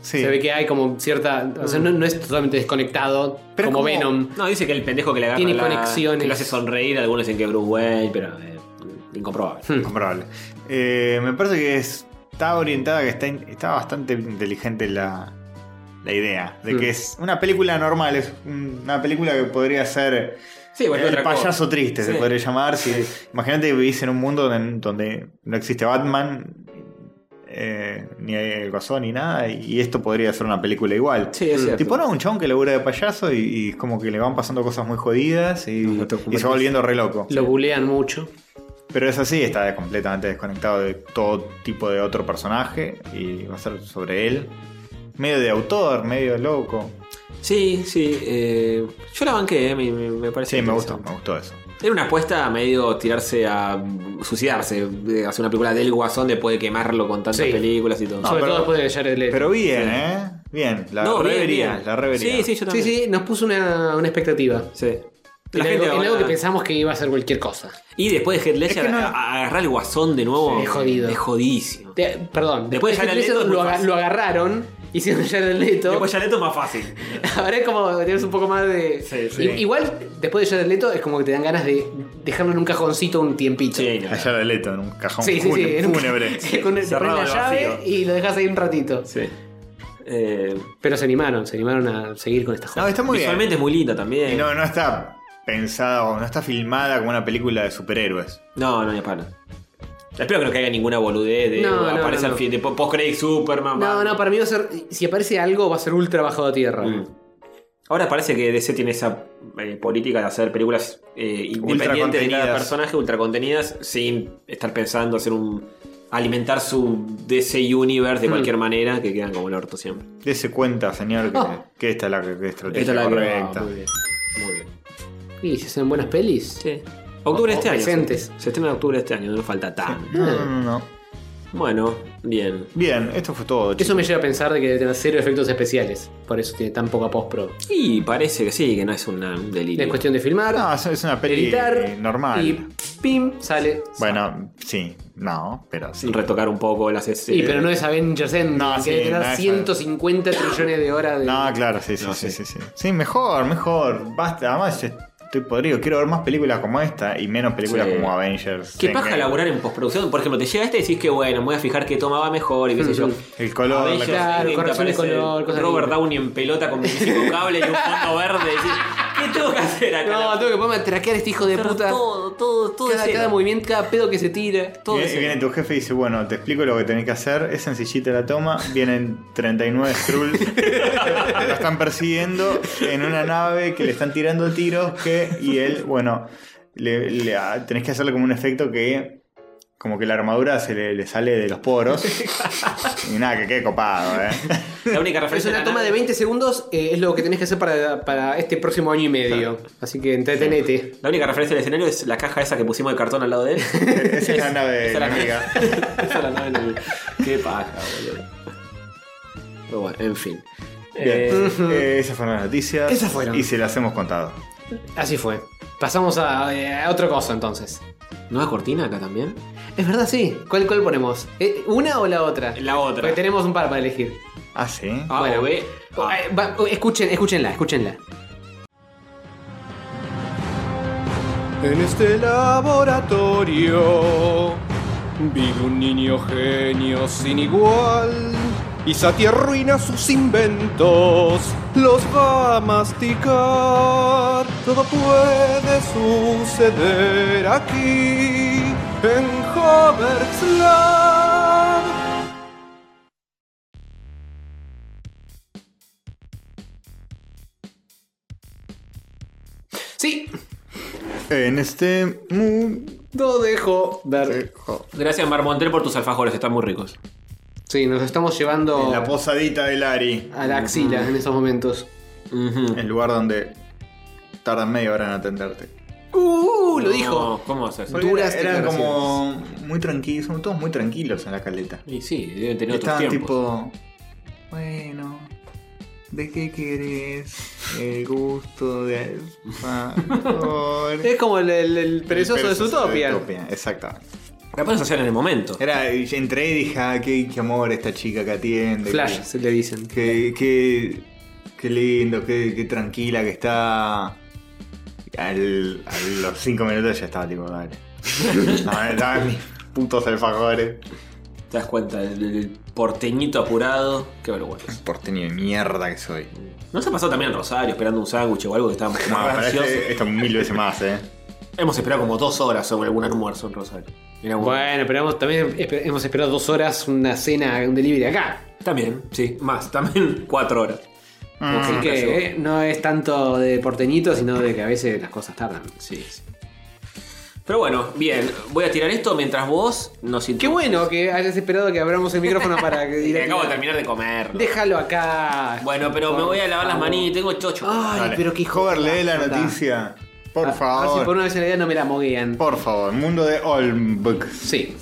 Sí. Se ve que hay como cierta. O sea, no, no es totalmente desconectado Pero como, como- Venom. No, dice que el pendejo que le agarra Tiene la- conexiones. que lo hace sonreír, algunos dicen que Bruce Wayne, pero eh, incomprobable. Comprobable. Eh, me parece que es- está orientada, que está, in- está bastante inteligente la, la idea. De que Mm. es una película normal, es una película que podría ser Sí, bueno, el otra cosa. payaso triste, se Sí. podría llamar. Si, Imagínate que vivís en un mundo donde, donde no existe Batman, eh, ni el Guasón, ni nada, y esto podría ser una película igual. Sí, es cierto. Te ponen a un chabón que labura de payaso y, y es como que le van pasando cosas muy jodidas y, No, no te y ocupaste. se va volviendo re loco. Lo bulean mucho. Pero es así, está completamente desconectado de todo tipo de otro personaje y va a ser sobre él. Medio de autor, medio loco. Sí, sí. eh, yo la banqué, eh, me, me- me parece. Sí, me gustó, interesante. me gustó eso. Era una apuesta a medio tirarse a mm, suicidarse, de hacer una película del Guasón después de quemarlo con tantas Sí. películas y todo. No, Sí, Sobre pero- todo después de Jared Leto. Pero bien, ¿eh? Bien, la No, bien, revería, bien. la revería. Sí, sí, yo sí, también. sí, nos puso una, una expectativa. Sí. La en, gente algo, en ahora- algo que pensamos que iba a ser cualquier cosa. Y después de Heath Ledger, Es que no- a- a agarrar el guasón de nuevo. Sí, es jodido. Es jodísimo. Te- perdón, Después de Jared Heath Ledger Leto es muy lo, aga- fácil. lo agarraron, hicieron Jared Leto. Después ya Leto es más fácil. Ahora es como tienes un poco más de. Sí, sí. I- Igual, después de Jared Leto, es como que te dan ganas de dejarlo en un cajoncito un tiempito. Sí, no. Allá de Leto en un cajón Sí, sí, sí, fúne- en un- fúnebre. sí, con el- Cerrado pones la al llave vacío. y lo dejas ahí un ratito. Sí. Eh, Pero se animaron, se animaron a seguir con esta No, joda. está muy bien. visualmente es muy linda Y también. No, no, no está pensada o no está filmada como una película de superhéroes. no, ni a palo. Espero que no caiga ninguna boludez de No, no, aparece no, al no. fin de post credit Superman. No, Batman. no, para mí va a ser. Si aparece algo, va a ser ultra bajado a tierra. Mm. Ahora parece que DC tiene esa eh, política de hacer películas eh, independientes de cada contenidas. personaje, ultra contenidas, sin estar pensando hacer un. alimentar su DC Universe de Mm. cualquier manera, que quedan como el orto siempre. Dese cuenta, señor, que, que esta es la que- que estrategia Esta es la que va, correcta. muy bien. Muy bien. Y si hacen buenas pelis. Sí. Octubre de O- este o año. presentes. Se, se estrena en octubre de este año, no falta tanto. No, no, no, no. Bueno, bien. Bien, esto fue todo. Eso me lleva a pensar de que debe tener cero efectos especiales. Por eso tiene tan poca post-pro. Y parece que sí, que no es una- un delirio. Es cuestión de filmar, No, Ah, es- es una peli editar. normal. Y pim, sale. Bueno, sí, no, pero sí. Retocar un poco las Sí, escenas. pero no es Avengers End. No, que sí, debe tener no es- 150 trillones de horas de. No, claro, sí, sí, No, sí, sí. sí, sí. Sí, mejor, mejor. Basta, además yo estoy podrido. Quiero ver más películas como esta y menos películas Sí. como Avengers. Qué Endgame. paja laburar en postproducción. Por ejemplo, te llega este y decís que bueno, me voy a fijar qué tomaba mejor y qué sé yo. Mm-hmm. El color, la Avengers, cosa. Claro, Endgame, corrección de te aparece color, cosas Robert lindas. Downey en pelota con muchísimo cable y un fondo verde. y decís, ¿Qué tengo que hacer acá? No, tengo que ponerme a traquear a este hijo de Hacer puta. Todo, todo, todo. de cada, cero. cada movimiento, cada pedo que se tira. todo Y ese- viene tu jefe y dice, bueno, te explico lo que tenés que hacer, es sencillita la toma, vienen 39 Skrulls, lo están persiguiendo en una nave que le están tirando tiros que, y él, bueno, le, le- ah, tenés que hacerle como un efecto que como que la armadura se le, le sale de los poros. y nada, que quede copado, eh. La única Es referencia. una la toma de nave- 20 segundos, eh, es lo que tenés que hacer para, para este próximo año y medio. Así que entretenete. La única referencia del escenario es la caja esa que pusimos de cartón al lado de él. Esa es la nave de Esa es la la nave. amiga. Esa es la nave del- Qué paja, boludo. Pero bueno, en fin. Bien. Eh, Eh, esas fueron las noticias. Esas fueron. Y se las hemos contado. Así fue. Pasamos a, eh, a otra cosa entonces. ¿Nueva cortina acá también? Es verdad, sí. ¿Cuál, cuál ponemos? Eh, ¿Una o la otra? La otra. Porque tenemos un par para elegir. Ah, sí. A Bueno. o B. Ah. Eh, va- oh, escuchen, escúchenla, escúchenla. En este laboratorio vive un niño genio sin igual. Y Sati arruina sus inventos, los va a masticar. Todo puede suceder aquí, en Hogwarts Lab. Sí. En este mundo. No dejo ver. Gracias, Marmontel, por tus alfajores, están muy ricos. Sí, nos estamos Oh. llevando En la posadita de Lari. a la axila en estos momentos. Ujú. El lugar donde tardan media hora en atenderte. Uh, lo No, dijo. ¿Cómo haces? Porque Duras Eran eran declaraciones. como muy tranquilos, son todos muy tranquilos en la caleta. Y sí, deben tener otros Estaban tiempos. tipo, bueno, ¿de qué querés el gusto de favor? Es como el, el- el perezoso de Zootopia. Exactamente. Capaz lo hacían en el momento. Era, entré y dije, ah, qué, qué amor esta chica que atiende. Flash, se le dicen. Qué, qué, qué lindo, qué, qué tranquila que está. Al- a los cinco minutos ya estaba tipo, dale. Dame, dame mis putos alfajores. Te das cuenta, el, el porteñito apurado. Qué vergüenza. Porteño de mierda que soy. ¿No se ha pasado también en Rosario esperando un sándwich o algo que estábamos No, como pero este- ansiosos? esto mil veces más, eh. Hemos esperado como dos horas sobre algún almuerzo en Rosario. Mira, Bueno, pero hemos- también esper- hemos esperado dos horas una cena, un delivery acá. También, sí, más, también cuatro horas. Así que eh, no es tanto de porteñito, sino de que a veces las cosas tardan. Sí, sí. Pero bueno, bien, voy a tirar esto mientras vos nos Qué bueno que hayas esperado que abramos el micrófono para que Y acabo de terminar de comer. Déjalo acá. Bueno, pero me voy a lavar las manitas, tengo chocho. Ay, Dale. pero qué hijo Hover, de lee la puta. noticia. Por A- A ver si favor. por Por... una vez en la vida no me la moguean. favor, mundo de Olmbuk. Sí.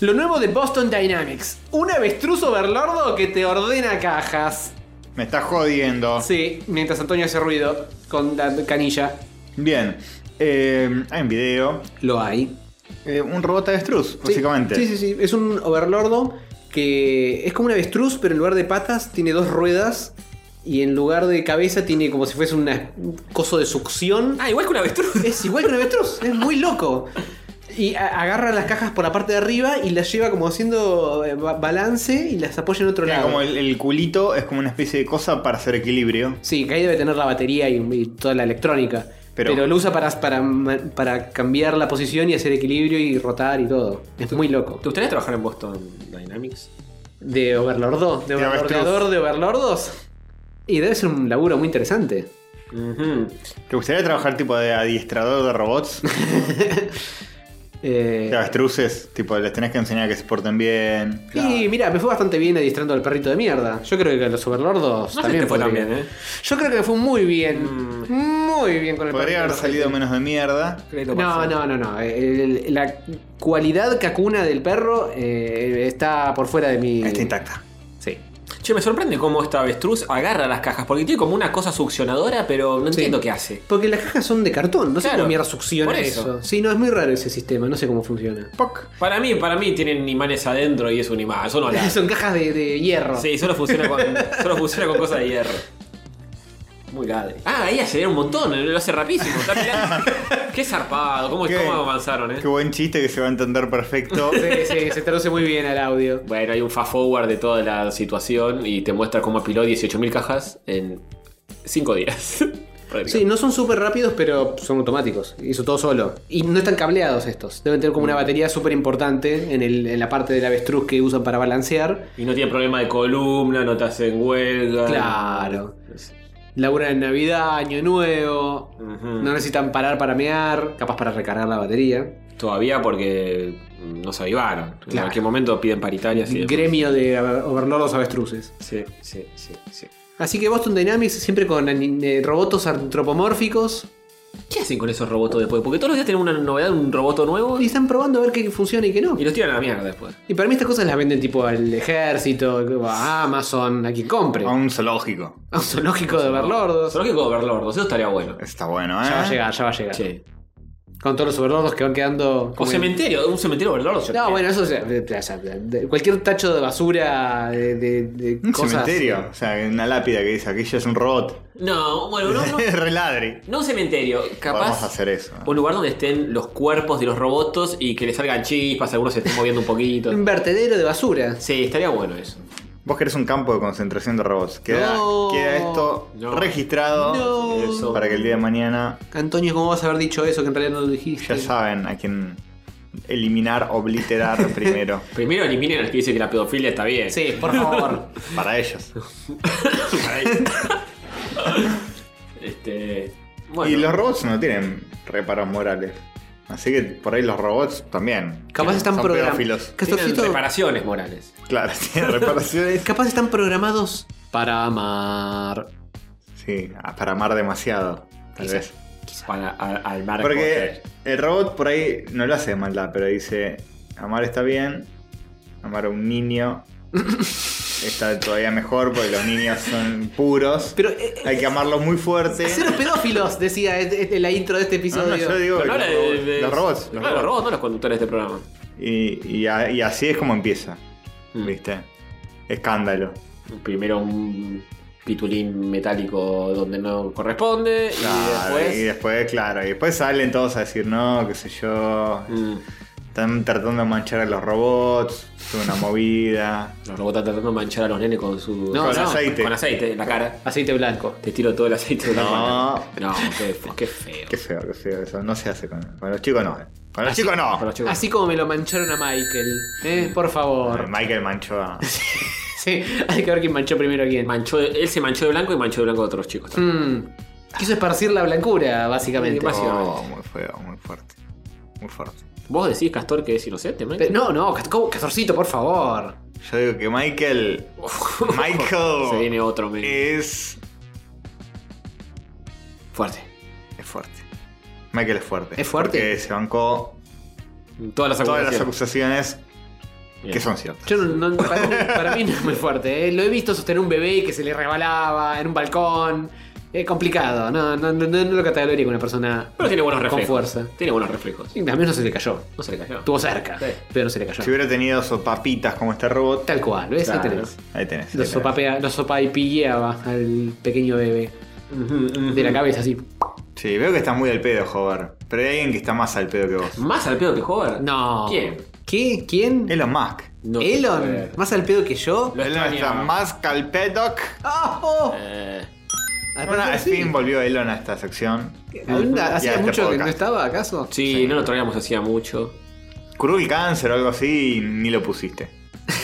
Lo nuevo de Boston Dynamics. Un avestruz overlordo que te ordena cajas. Me está jodiendo. Sí, mientras Antonio hace ruido con la canilla. Bien. Eh, hay un video. Lo hay. Eh, un robot avestruz, Sí. básicamente. Sí, sí, sí. Es un overlordo que es como un avestruz, pero en lugar de patas tiene dos ruedas. Y en lugar de cabeza tiene como si fuese una- un coso de succión. Ah, igual que una avestruz. Es igual que un avestruz, es muy loco. Y a- agarra las cajas por la parte de arriba y las lleva como haciendo eh, ba- balance y las apoya en otro Mira, lado. como el, el culito es como una especie de cosa para hacer equilibrio. Sí, que ahí debe tener la batería y, y toda la electrónica. Pero, Pero- lo usa para, para, ma- para cambiar la posición y hacer equilibrio y rotar y todo. Es muy loco. ¿Te gustaría trabajar en Boston Dynamics? De Overlordo, de De avestruz. overlordeador de Overlordos. Y debe ser un laburo muy interesante. Ujú. ¿Te gustaría trabajar tipo de adiestrador de robots? Eh, de avestruces, tipo, les tenés que enseñar que se porten bien. Y mira, me fue bastante bien adiestrando al perrito de mierda. Yo creo que a los Overlordos No sé si también te fue tan podría. bien, Mm. ¿eh? Yo creo que me fue muy bien. Muy bien con el Podría perrito haber de salido menos de mierda. No, no, no, no. El- el- la cualidad cacuna del perro eh, está por fuera de mi. Está intacta. Sí. Che, me sorprende cómo esta avestruz agarra las cajas, porque tiene como una cosa succionadora, pero no Sí. entiendo qué hace. Porque las cajas son de cartón, no sé Claro, cómo mierda succiona por eso. eso. Sí, no, es muy raro ese sistema, no sé cómo funciona. Para mí, para mí tienen imanes adentro y es un imán, eso no la- Son cajas de, de hierro. Sí, solo funciona con, solo funciona con cosas de hierro. Muy ladre. Ah, ahí acelera un montón, lo hace rapidísimo. Está mirando. Qué zarpado, cómo, Qué- cómo avanzaron, eh. Qué buen chiste que se va a entender perfecto. Sí, sí, se traduce muy bien al audio. Bueno, hay un fast forward de toda la situación y te muestra cómo apiló 18.000 cajas en 5 días. Sí, no son súper rápidos, pero son automáticos. Hizo todo solo. Y no están cableados estos. Deben tener Mm. como una batería súper importante en, el- en la parte del avestruz que usan para balancear. Y no tiene problema de columna, no te hacen huelga. Claro. Laura en Navidad, Año Nuevo. Ujú. No necesitan parar para mear, capaz para recargar la batería. Todavía porque no se avivaron. En Claro. cualquier momento piden paritarias y demás. Gremio de overlordos avestruces. Sí, sí, sí, sí. Así que Boston Dynamics siempre con eh, robots antropomórficos. ¿Qué hacen con esos robots después? Porque todos los días tienen una novedad, un robot nuevo Y y, están probando a ver qué funciona y qué no. y los tiran a la mierda después. Y para mí estas cosas las venden tipo al ejército, a Amazon, a quien compre. A un zoológico. A un zoológico de overlordos. Solo que con verlordos, eso estaría bueno. Está bueno, ¿eh? Ya va a llegar, ya va a llegar. Che. Con todos los overlordos que van quedando. O como en- cementerio, un cementerio verdadero. No, bueno, eso se- de- de- de- cualquier tacho de basura, de, de- de Un cosas. cementerio. O sea, una lápida que dice, aquello es un robot. No, bueno, no, no. Reladre. No un cementerio, Podemos capaz. hacer eso. ¿no? Un lugar donde estén los cuerpos de los robots y que le salgan chispas, algunos se estén moviendo un poquito. Un vertedero de basura. Sí, estaría bueno eso. Vos querés un campo de concentración de robots. Queda, No. queda esto No. registrado No. Eso, para que el día de mañana Antonio, ¿cómo vas a haber dicho eso que en realidad no lo dijiste? ya saben a quién eliminar, obliterar primero. Primero eliminen al que dice que la pedofilia está bien. Sí, por favor. Para ellos. Este. Bueno. Y los robots no tienen reparos morales. Así que por ahí los robots también. Capaz están Son programados. pedófilos. tienen reparaciones morales. Claro, tienen reparaciones. Capaz están programados para amar. Sí, ah, para amar demasiado, tal vez. Para a- al marco. Porque el robot por ahí no lo hace de maldad, pero dice, amar está bien, amar a un niño está todavía mejor porque los niños son puros. Pero, eh, eh, Hay que amarlos muy fuerte. Cero pedófilos, decía en- en la intro de este No, episodio. no, yo digo Pero que no los, era de- robots, de- los robots, los Claro, los robots. robots, no los conductores de este programa. Y, y a- y así es como empieza, Mm. ¿viste? Escándalo. Primero un pitulín metálico donde no corresponde. Claro, y y después. después, claro, y después salen todos a decir, no, qué sé yo, Mm, están tratando de manchar a los robots, es una movida. los robots están tratando de manchar a los nenes con su. No, con no, aceite. Con aceite en la cara. Aceite blanco. Te tiro todo el aceite de la No. mano. No, qué, fe- qué feo. Qué feo, qué feo eso. No se hace con, con los chicos, no. eh. Con los chicos, no. Para Ah, los chicos. Así como me lo mancharon a Michael. Eh, por favor. Michael manchó a- Sí, hay que ver quién manchó primero a quién. Manchó, él se manchó de blanco y manchó de blanco a otros chicos. también. Mm. Quiso esparcir la blancura, básicamente. Básico. Oh, muy feo, muy fuerte. Muy fuerte. ¿Vos decís, Castor, que es inocente, man? Pe- No, no, Cat- ¿cómo? Castorcito, por favor. Yo digo que Michael. Michael. Se viene otro, men. Es. Fuerte. Es fuerte. Michael es fuerte. ¿Es fuerte? Porque se bancó Todas las todas las acusaciones. acusaciones que Bien. son ciertas. Yo no, no- para, mí, para mí no es muy fuerte. eh. Lo he visto sostener un bebé que se le rebalaba en un balcón. Es complicado. No, no, no, no lo catalogaría como una persona Pero tiene buenos con reflejos. fuerza. Tiene buenos reflejos. Y al menos no se le cayó. No se le cayó. Estuvo cerca, Sí. pero no se le cayó. Si hubiera tenido sopapitas como este robot. Tal cual, ¿ves? Ahí Claro. tenés. Ahí tenés. ahí Lo, tenés. sopapea, lo sopaipilleaba al pequeño bebé. De la cabeza, así. Sí, veo que estás muy al pedo, Hover. Pero hay alguien que está más al pedo que vos. ¿Más al pedo que Hover? No. ¿Quién? ¿Qué? ¿Quién? Elon Musk. No te puedo Elon. creer. ¿Más al pedo que yo? Lo Elon está extrañaba. más al pedo. que- ¡Ah! oh! Eh, Al Bueno, al parecer sí. fin volvió Elon a esta sección. Onda, Y a ¿Hacía este mucho que no podcast. estaba, acaso? sí, no lo traíamos hacía mucho. Curó el cáncer o algo así y ni lo pusiste.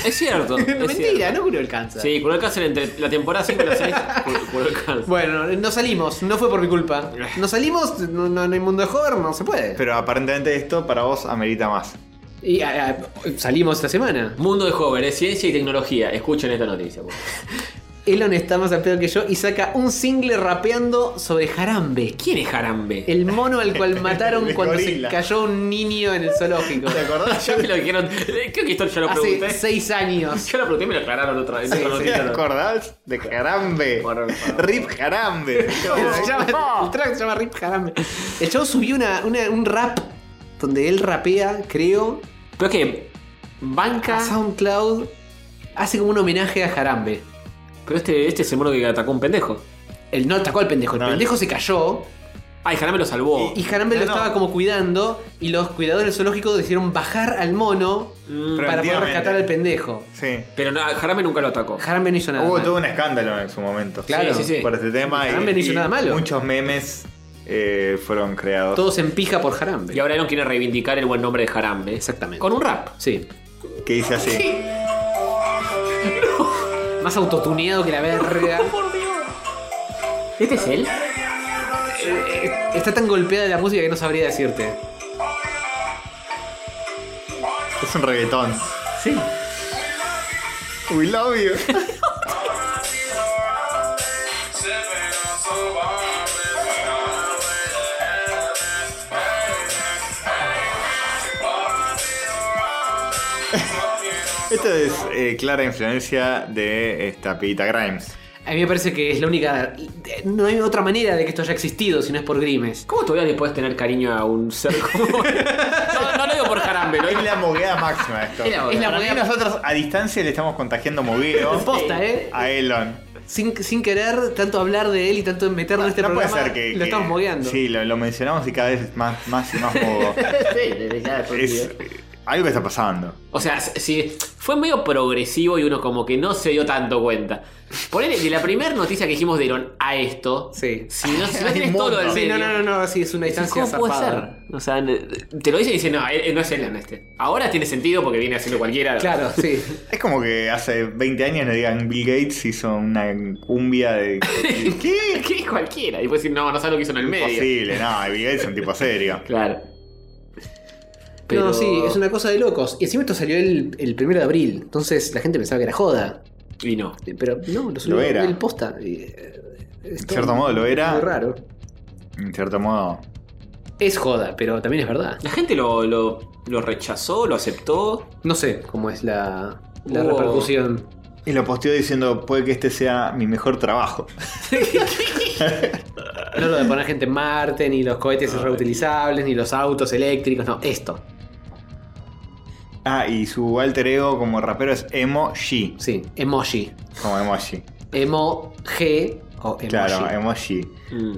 Es cierto. es Mentira, cierto. no curó el cáncer. Sí, curó el cáncer entre la temporada 5 y la 6. Curó el cáncer. Bueno, no salimos, no fue por mi culpa. No salimos, no, no, no hay mundo de joven, no se puede. Pero aparentemente esto para vos amerita más. Y ah, ah, salimos esta semana. Mundo de Hover, es ciencia y tecnología. Escuchen esta noticia. por favor. Elon está más al pedo que yo y saca un single rapeando sobre Jarambe. ¿Quién es Jarambe? El mono al cual mataron El cuando gorila. se cayó un niño en el zoológico. ¿Te acordás? Ya me lo dijeron. Creo que esto ya lo pregunté. Hace seis años. Yo lo pregunté y me lo aclararon otra vez. Otra ¿Te noticia, no. acordás? De Jarambe. Por favor. Rip Jarambe. Se llama- El track se llama Rip Jarambe. El chavo subió una- una- un rap donde él rapea, creo, Pero es que banca. a SoundCloud. Hace como un homenaje a Jarambe. Pero este, este es el mono que atacó a un pendejo. El no atacó al pendejo, el No, el- pendejo se cayó Ay, Jarambe Ah, lo salvó. y Jarambe No, lo no. estaba como cuidando y los cuidadores zoológicos decidieron bajar al mono Mm, para poder Preventivamente. rescatar al pendejo. Sí. Pero no, Jarambe nunca lo atacó. Jarambe no hizo nada. Hubo mal. todo un escándalo en su momento. Claro. Sí, sí, sí. Por este tema. y- Jarambe no hizo y nada malo. Muchos memes eh, fueron creados. Todos en pija por Jarambe. Y ahora Elon quiere reivindicar el buen nombre de Jarambe. Exactamente. Con un rap. Sí. Que dice así. Más autotuneado que la verga. ¿Este es él? Eh, Está tan golpeada la música que no sabría decirte. Es un reggaetón. Sí. We love you. Esto es eh, clara influencia de esta pibita Grimes. A mí me parece que es la única. No hay otra manera de que esto haya existido si no es por Grimes. ¿Cómo todavía le puedes tener cariño a un ser como.? no, no lo digo por jarambe, lo digo. Es la mogueada máxima esto. Es la Es la Para mí moneda nosotros a distancia le estamos contagiando mogueo posta, ¿eh? a Elon. Sin, sin querer tanto hablar de él y tanto meterlo en este no puede programa. ser que. lo que- estamos mogueando. Sí, lo, lo mencionamos y cada vez es más, más y más mogo. Sí, desde ya, por es Dios. eh, algo que está pasando. O sea, sí, fue medio progresivo y uno como que no se dio tanto cuenta. Ponele, de la primera noticia que dijimos de Elon a esto. Sí. Si no, si no tienes todo lo del Sí, medio, no, no, no, no, sí, es una distancia ¿Cómo puede zarpada. ser? O sea, te lo dicen y dicen, no, él- él no es Elon este. Ahora tiene sentido porque viene haciendo cualquiera. Claro, sí. Es como que hace 20 años le digan Bill Gates hizo una cumbia de. ¿Qué? ¿Qué es cualquiera? Y puedes decir, no, no sabes lo que hizo en el medio. Imposible, no, Bill Gates es un tipo serio. Claro. No, sí, es una cosa de locos. Y encima esto salió el, el primero de abril. Entonces la gente pensaba que era joda. Y no. Eh, Pero no, lo subió era. el posta. En cierto modo lo era. Muy raro. En cierto modo. Es joda, pero también es verdad. La gente lo, lo, lo rechazó, lo aceptó. No sé cómo es la, la Hubo- repercusión. Y lo posteó diciendo: Puede que este sea mi mejor trabajo. No lo de poner gente en Marte, ni los cohetes reutilizables, ni los autos eléctricos, no, esto. Ah, y su alter ego como rapero es Emo G. Sí, emoji. Como emoji. Emo G o emoji. Claro, em- emoji. Mm.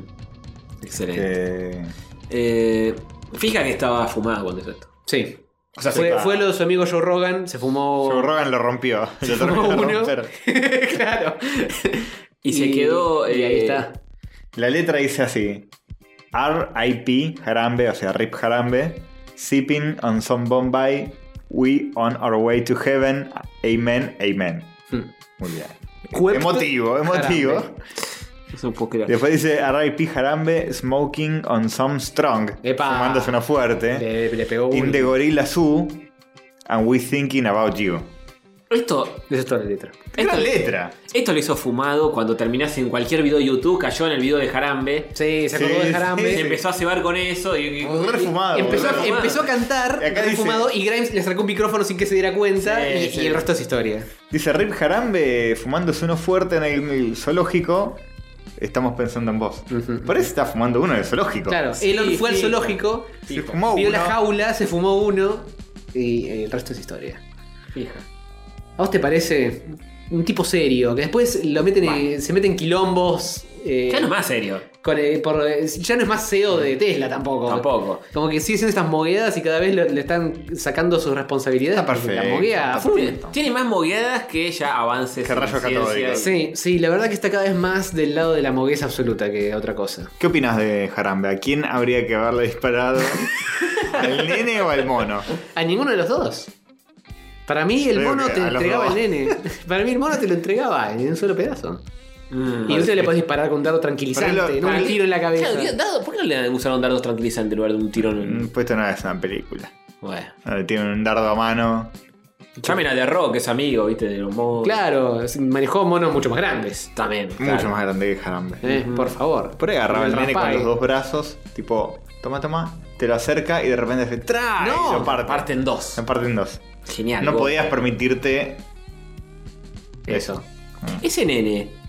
Excelente. Eh, Eh, fija que estaba fumado cuando hizo esto. Sí. O sea, fue, se- fue lo de su amigo Joe Rogan, se fumó. Joe Rogan lo rompió. Lo terminó de uno. romper. claro. Y, se quedó. Y ahí eh, está. La letra dice así: R.I.P. Harambe, o sea, Rip Harambe, sipping on some Bombay, we on our way to heaven, amen, amen. Hmm. Muy bien. Juep- Emotivo, emotivo. Harambe. Eso no puedo creer. Después dice R.I.P. Harambe, smoking on some strong, Epa. fumándose uno fuerte, Le, le pegó in un. the gorilla zoo, and we thinking about you. Esto, Esa es toda la letra. Gran esto, letra. esto lo hizo fumado cuando terminás en cualquier video de YouTube, cayó en el video de Jarambe. Sí, se acordó Sí, de sí. Se Jarambe. empezó a cebar con eso y. y- Re fumado, Empezó, boludo. re fumado. empezó a cantar, Y acá re dice- fumado, y Grimes le sacó un micrófono sin que se diera cuenta, Sí, y, sí. y el resto es historia. Dice Rip Harambe fumándose uno fuerte en el zoológico. Estamos pensando en vos. Parece que está fumando uno en el zoológico. Claro, Sí, Elon fue al sí. zoológico, Se fumó vio uno. la jaula, se fumó uno, y eh, el resto es historia. Fija. ¿A vos te parece un tipo serio? Que después lo meten en- se meten quilombos. eh, Ya no es más serio. con, eh, por, eh, ya no es más CEO de Tesla tampoco. Tampoco. Como que sigue siendo estas mogueadas y cada vez lo- le están sacando sus responsabilidades. Está porque La perfecto, moguea a está full. perfecto. Tiene más mogueadas que ya avances. Que en rayos ciencia. catódicos. Sí, sí, la verdad que está cada vez más del lado de la mogueza absoluta que otra cosa. ¿Qué opinas de Harambe? ¿A quién habría que haberle disparado? ¿Al nene o al mono? A ninguno de los dos. Para mí el Creo mono que te a los entregaba el dos. nene. Para mí el mono te lo entregaba en un solo pedazo. Mm. Y usted le podés disparar con un dardo Para tranquilizante, él lo- no para un él- tiro en la cabeza. Claro, tío, dado- ¿Por qué no le usaron dardos tranquilizantes en lugar de un tirón? Mm, Pues esto no es una película. Bueno. Donde tienen un dardo a mano. Llamen a The Rock, que es amigo, viste, de los modos. Claro, manejó monos mucho más grandes. También. Mucho más grande que Harambe. Eh, Por favor. Por ahí agarraba el Como el nene con Rapai. los dos brazos. Tipo, toma, toma. Te lo acerca y de repente hace ¡Tra! y No, lo parte. parte en dos. Lo parte en dos. Genial. No vos. podías permitirte Eso. Ese nene.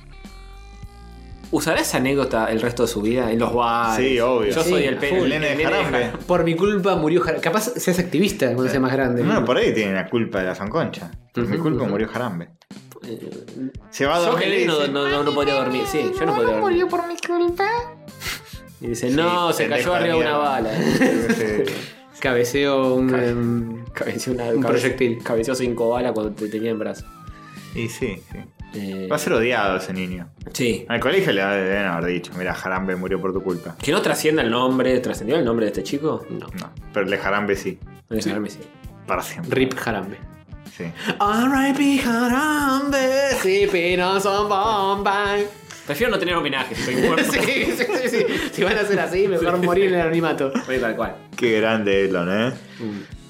¿Usará esa anécdota el resto de su vida? En los bares. Sí, obvio. Yo soy Sí, el, pe- full. el nene de Jarambe. Jarambe. Por mi culpa murió Jar- Capaz seas activista cuando seas más grande. No, por ahí tiene la culpa de la sanconcha. Por mi culpa murió Jarambe. Se va a Eh, Yo dormir que y leí no, dice, no, no, no podría dormir. Sí, yo no podría dormir. por mi culpa. Y dice, no, Sí, se cayó arriba pendejo de de una mierda. bala. Sí. Cabeceo un. em, Cabeció una, Un cabe- proyectil. Cabeció cinco balas cuando te tenía en brazo. Y sí, sí. Eh, Va a ser odiado ese niño. Sí. Al colegio le deben haber dicho, mira, Jarambe murió por tu culpa. Que no trascienda el nombre. ¿Trascendió el nombre de este chico? No. No, pero el de Jarambe sí. No es Jarambe, sí. Para siempre. Rip Harambe. Sí. R.I.P. Harambe, sipping on some Bombay. Prefiero no tener homenaje. Estoy muerto. Sí, sí, sí, sí. Si van a hacer así, mejor morir en el anonimato. Soy tal cual. Qué grande Elon, ¿eh?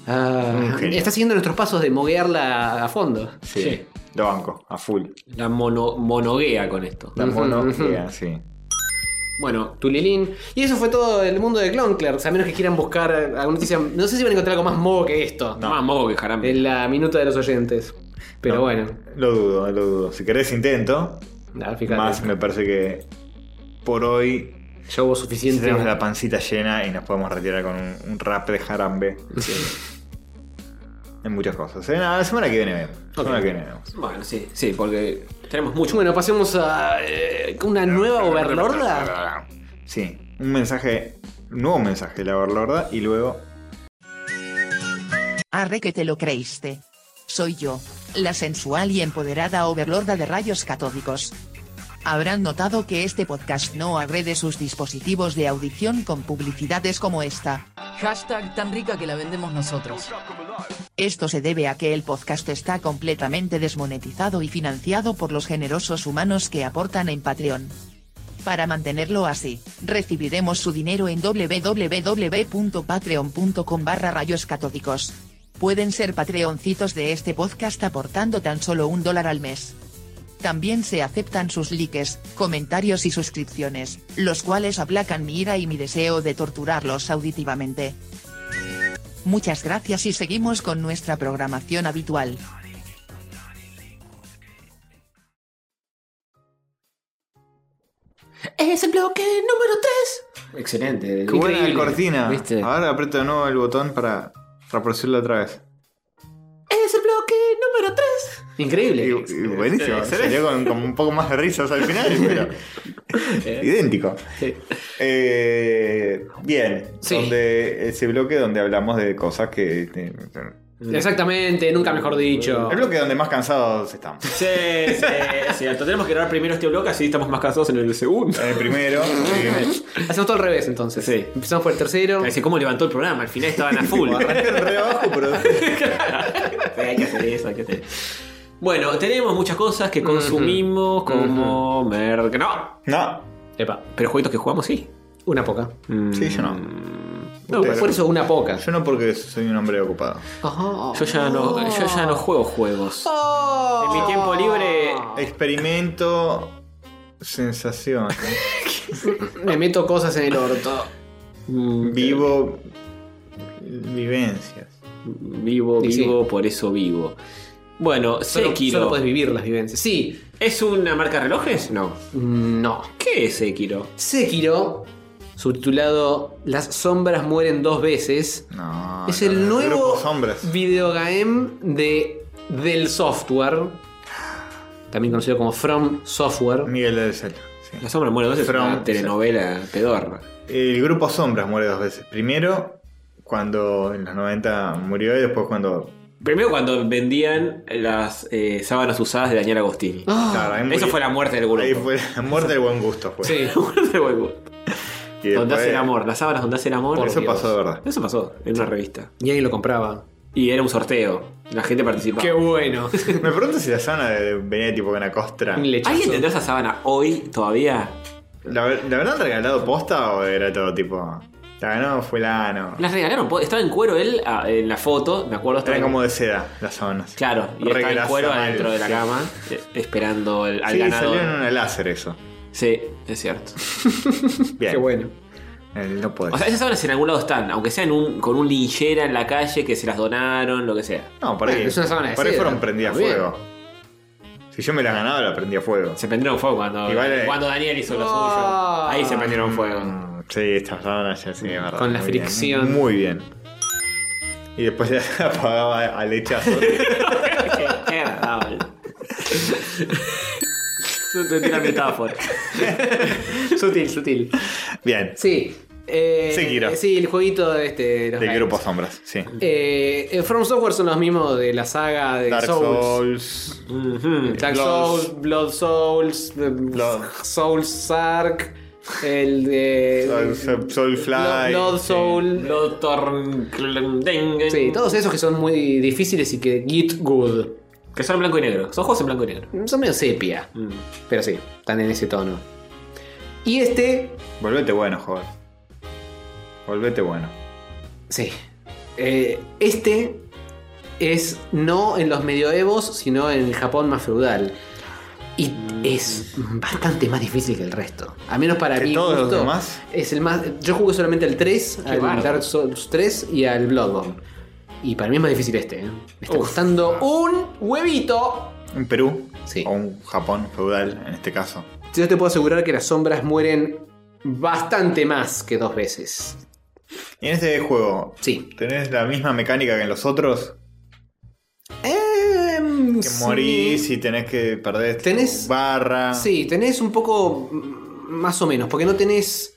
Ah, Un genio. está siguiendo nuestros pasos de moguearla a fondo. Sí. Sí. Lo banco, a full. La mono, monoguea con esto. La Ujú, mono, ujú. yeah, sí. Bueno, Tulilín. Y eso fue todo el mundo de Clonclerks. A menos que quieran buscar alguna noticia. No sé si van a encontrar algo más mogo que esto. No. Más mogo que Jarambe. En la minuta de los oyentes. Pero No, bueno. Lo dudo, lo dudo. Si querés intento, Ah, fíjate. Más me parece que por hoy Ya hubo suficiente. tenemos la pancita llena y nos podemos retirar con un, un rap de jarambe en muchas cosas. Eh, nada, la semana que viene vemos. La semana que viene vemos. Bueno, sí, sí, porque tenemos mucho. Bueno, pasemos a eh, una nueva overlorda. Sí, un mensaje, un nuevo mensaje de la Overlorda y luego Arre que te lo creíste. Soy yo, la sensual y empoderada overlorda de rayos catódicos. Habrán notado que este podcast no agrede sus dispositivos de audición con publicidades como esta. Hashtag tan rica que la vendemos nosotros. Esto se debe a que el podcast está completamente desmonetizado y financiado por los generosos humanos que aportan en Patreon. Para mantenerlo así, recibiremos su dinero en www.patreon.com barra rayos catódicos. Pueden ser patreoncitos de este podcast aportando tan solo un dólar al mes. También se aceptan sus likes, comentarios y suscripciones, los cuales aplacan mi ira y mi deseo de torturarlos auditivamente. Muchas gracias y seguimos con nuestra programación habitual. Es el bloque número 3. Excelente. Qué buena Increíble, cortina. ¿viste? Ahora aprieto de nuevo el botón para reproducirlo otra vez. Es el bloque número 3. Y, Increíble. y buenísimo. este. Salió con, con un poco más de risas al final, pero. idéntico. Eh, bien. Sí. Donde ese bloque donde hablamos de cosas que. de- de- Exactamente, nunca mejor dicho. el bloque donde más cansados estamos. Sí, sí, es cierto. Tenemos que grabar primero este bloque, así estamos más cansados en el segundo. Eh, El primero. sí. Hacemos todo al revés entonces. Sí. Empezamos por el tercero. Parece cómo levantó el programa, al final estaban a full. Arrancaron re abajo, pero. Sí, hay que hacer eso, hay que hacer eso. Bueno, tenemos muchas cosas que consumimos como merca. No, No. Epa, pero jueguitos que jugamos sí. una poca. Sí, yo no. Mm. No, Pero- por eso una poca. Yo no porque soy un hombre ocupado. Ajá. Oh. Yo ya no, yo ya no juego juegos. En mi tiempo libre. Experimento. Sensación. Me meto cosas en el orto. Mm, Vivo. Vivencias. Vivo, Y sí. vivo, por eso vivo. Bueno, Solo, Sekiro. solo puedes vivir las vivencias. Sí. mm, ¿Es una marca de relojes? No. No. ¿Qué es Sekiro? Sekiro, subtitulado Las sombras mueren dos veces, No. es no, el no, nuevo grupos hombres. videogame de del software, también conocido como From Software. Miguel del Celo. sí. La sombra muere dos es From- una telenovela pedorra. El grupo Sombras muere dos veces. Primero, cuando en los 90 murió y después cuando. Primero cuando vendían las eh, sábanas usadas de Daniel Agostini. Claro, ahí Ah, Eso murió- fue la muerte del grupo. Ahí fue la muerte del buen gusto. Fue. Sí. La muerte del grupo. Y después- Donde hace el amor, las sábanas donde hace el amor. Eso Dios. pasó de verdad. Eso pasó en una revista. Y alguien lo compraba. Y era un sorteo. La gente participaba. Qué bueno. Me pregunto si la sábana de- venía tipo con la costra. Un lechazo. ¿Alguien tendrá esa sábana hoy todavía? ¿La, ver- la habrán regalado posta o era todo tipo.? La ganó Fulano. Las regalaron. po- Estaba en cuero él ah, en la foto, me acuerdo. Estaba Eran en- como de seda las sábanas. Claro, y él estaba en Regrasa cuero mal, adentro de la sí. cama, eh, esperando el- al Sí, ganador. salió en una láser eso. Sí, es cierto. Bien. Qué bueno. El- no puede O sea, ser. esas sábanas en algún lado están, aunque sean un, con un linchera en la calle que se las donaron, lo que sea. No, por ahí. Bueno, es una sábana de por ahí seda. fueron prendidas a Está bien. fuego. Si yo me las ganaba, la prendía a fuego. Se prendieron fuego cuando, Igual, eh. cuando Daniel hizo lo Ah. suyo. Ahí se prendieron fuego. Mm, Sí, estas sábanas ya sí, es verdad. Con la Muy bien, fricción. muy bien. Y después se apagaba al lechazo. Qué raro. No entendí la metáfora. Sutil, sutil. bien. Sí. Eh, Sekiro. Sí, el jueguito de este. de los De games. grupo sombras, sí. Eh, eh, From Software son los mismos de la saga de Dark Souls. Souls. Ujú. Dark Blood- Souls, Blood Souls, eh, Blood. Souls Sark, el de. Soul, Soulfly. Blood Soul. Doctor Clendengen. Sí, todos esos que son muy difíciles y que Git Good. Que son en blanco y negro. Son juegos en blanco y negro. Son medio sepia, Mm. pero sí, están en ese tono. Y este, Volvete bueno, joven. Volvete bueno. sí. eh, este es no en los medioevos, sino en el Japón más feudal. Y Mm. es bastante más difícil que el resto. A menos para ¿Que mí. todos los demás? Es el más. Yo jugué solamente al 3, al bárbaro. Dark Souls 3 y al Bloodborne. Y para mí es más difícil este. ¿eh? Me está costando un huevito. Un Perú o un Japón feudal en este caso. Yo te puedo asegurar que las sombras mueren bastante más que dos veces. Y en este juego, ¿tenés la misma mecánica que en los otros? que Em, sí. morís y tenés que perder tu Tenés- barra. Sí, tenés un poco mm, más o menos, porque no tenés.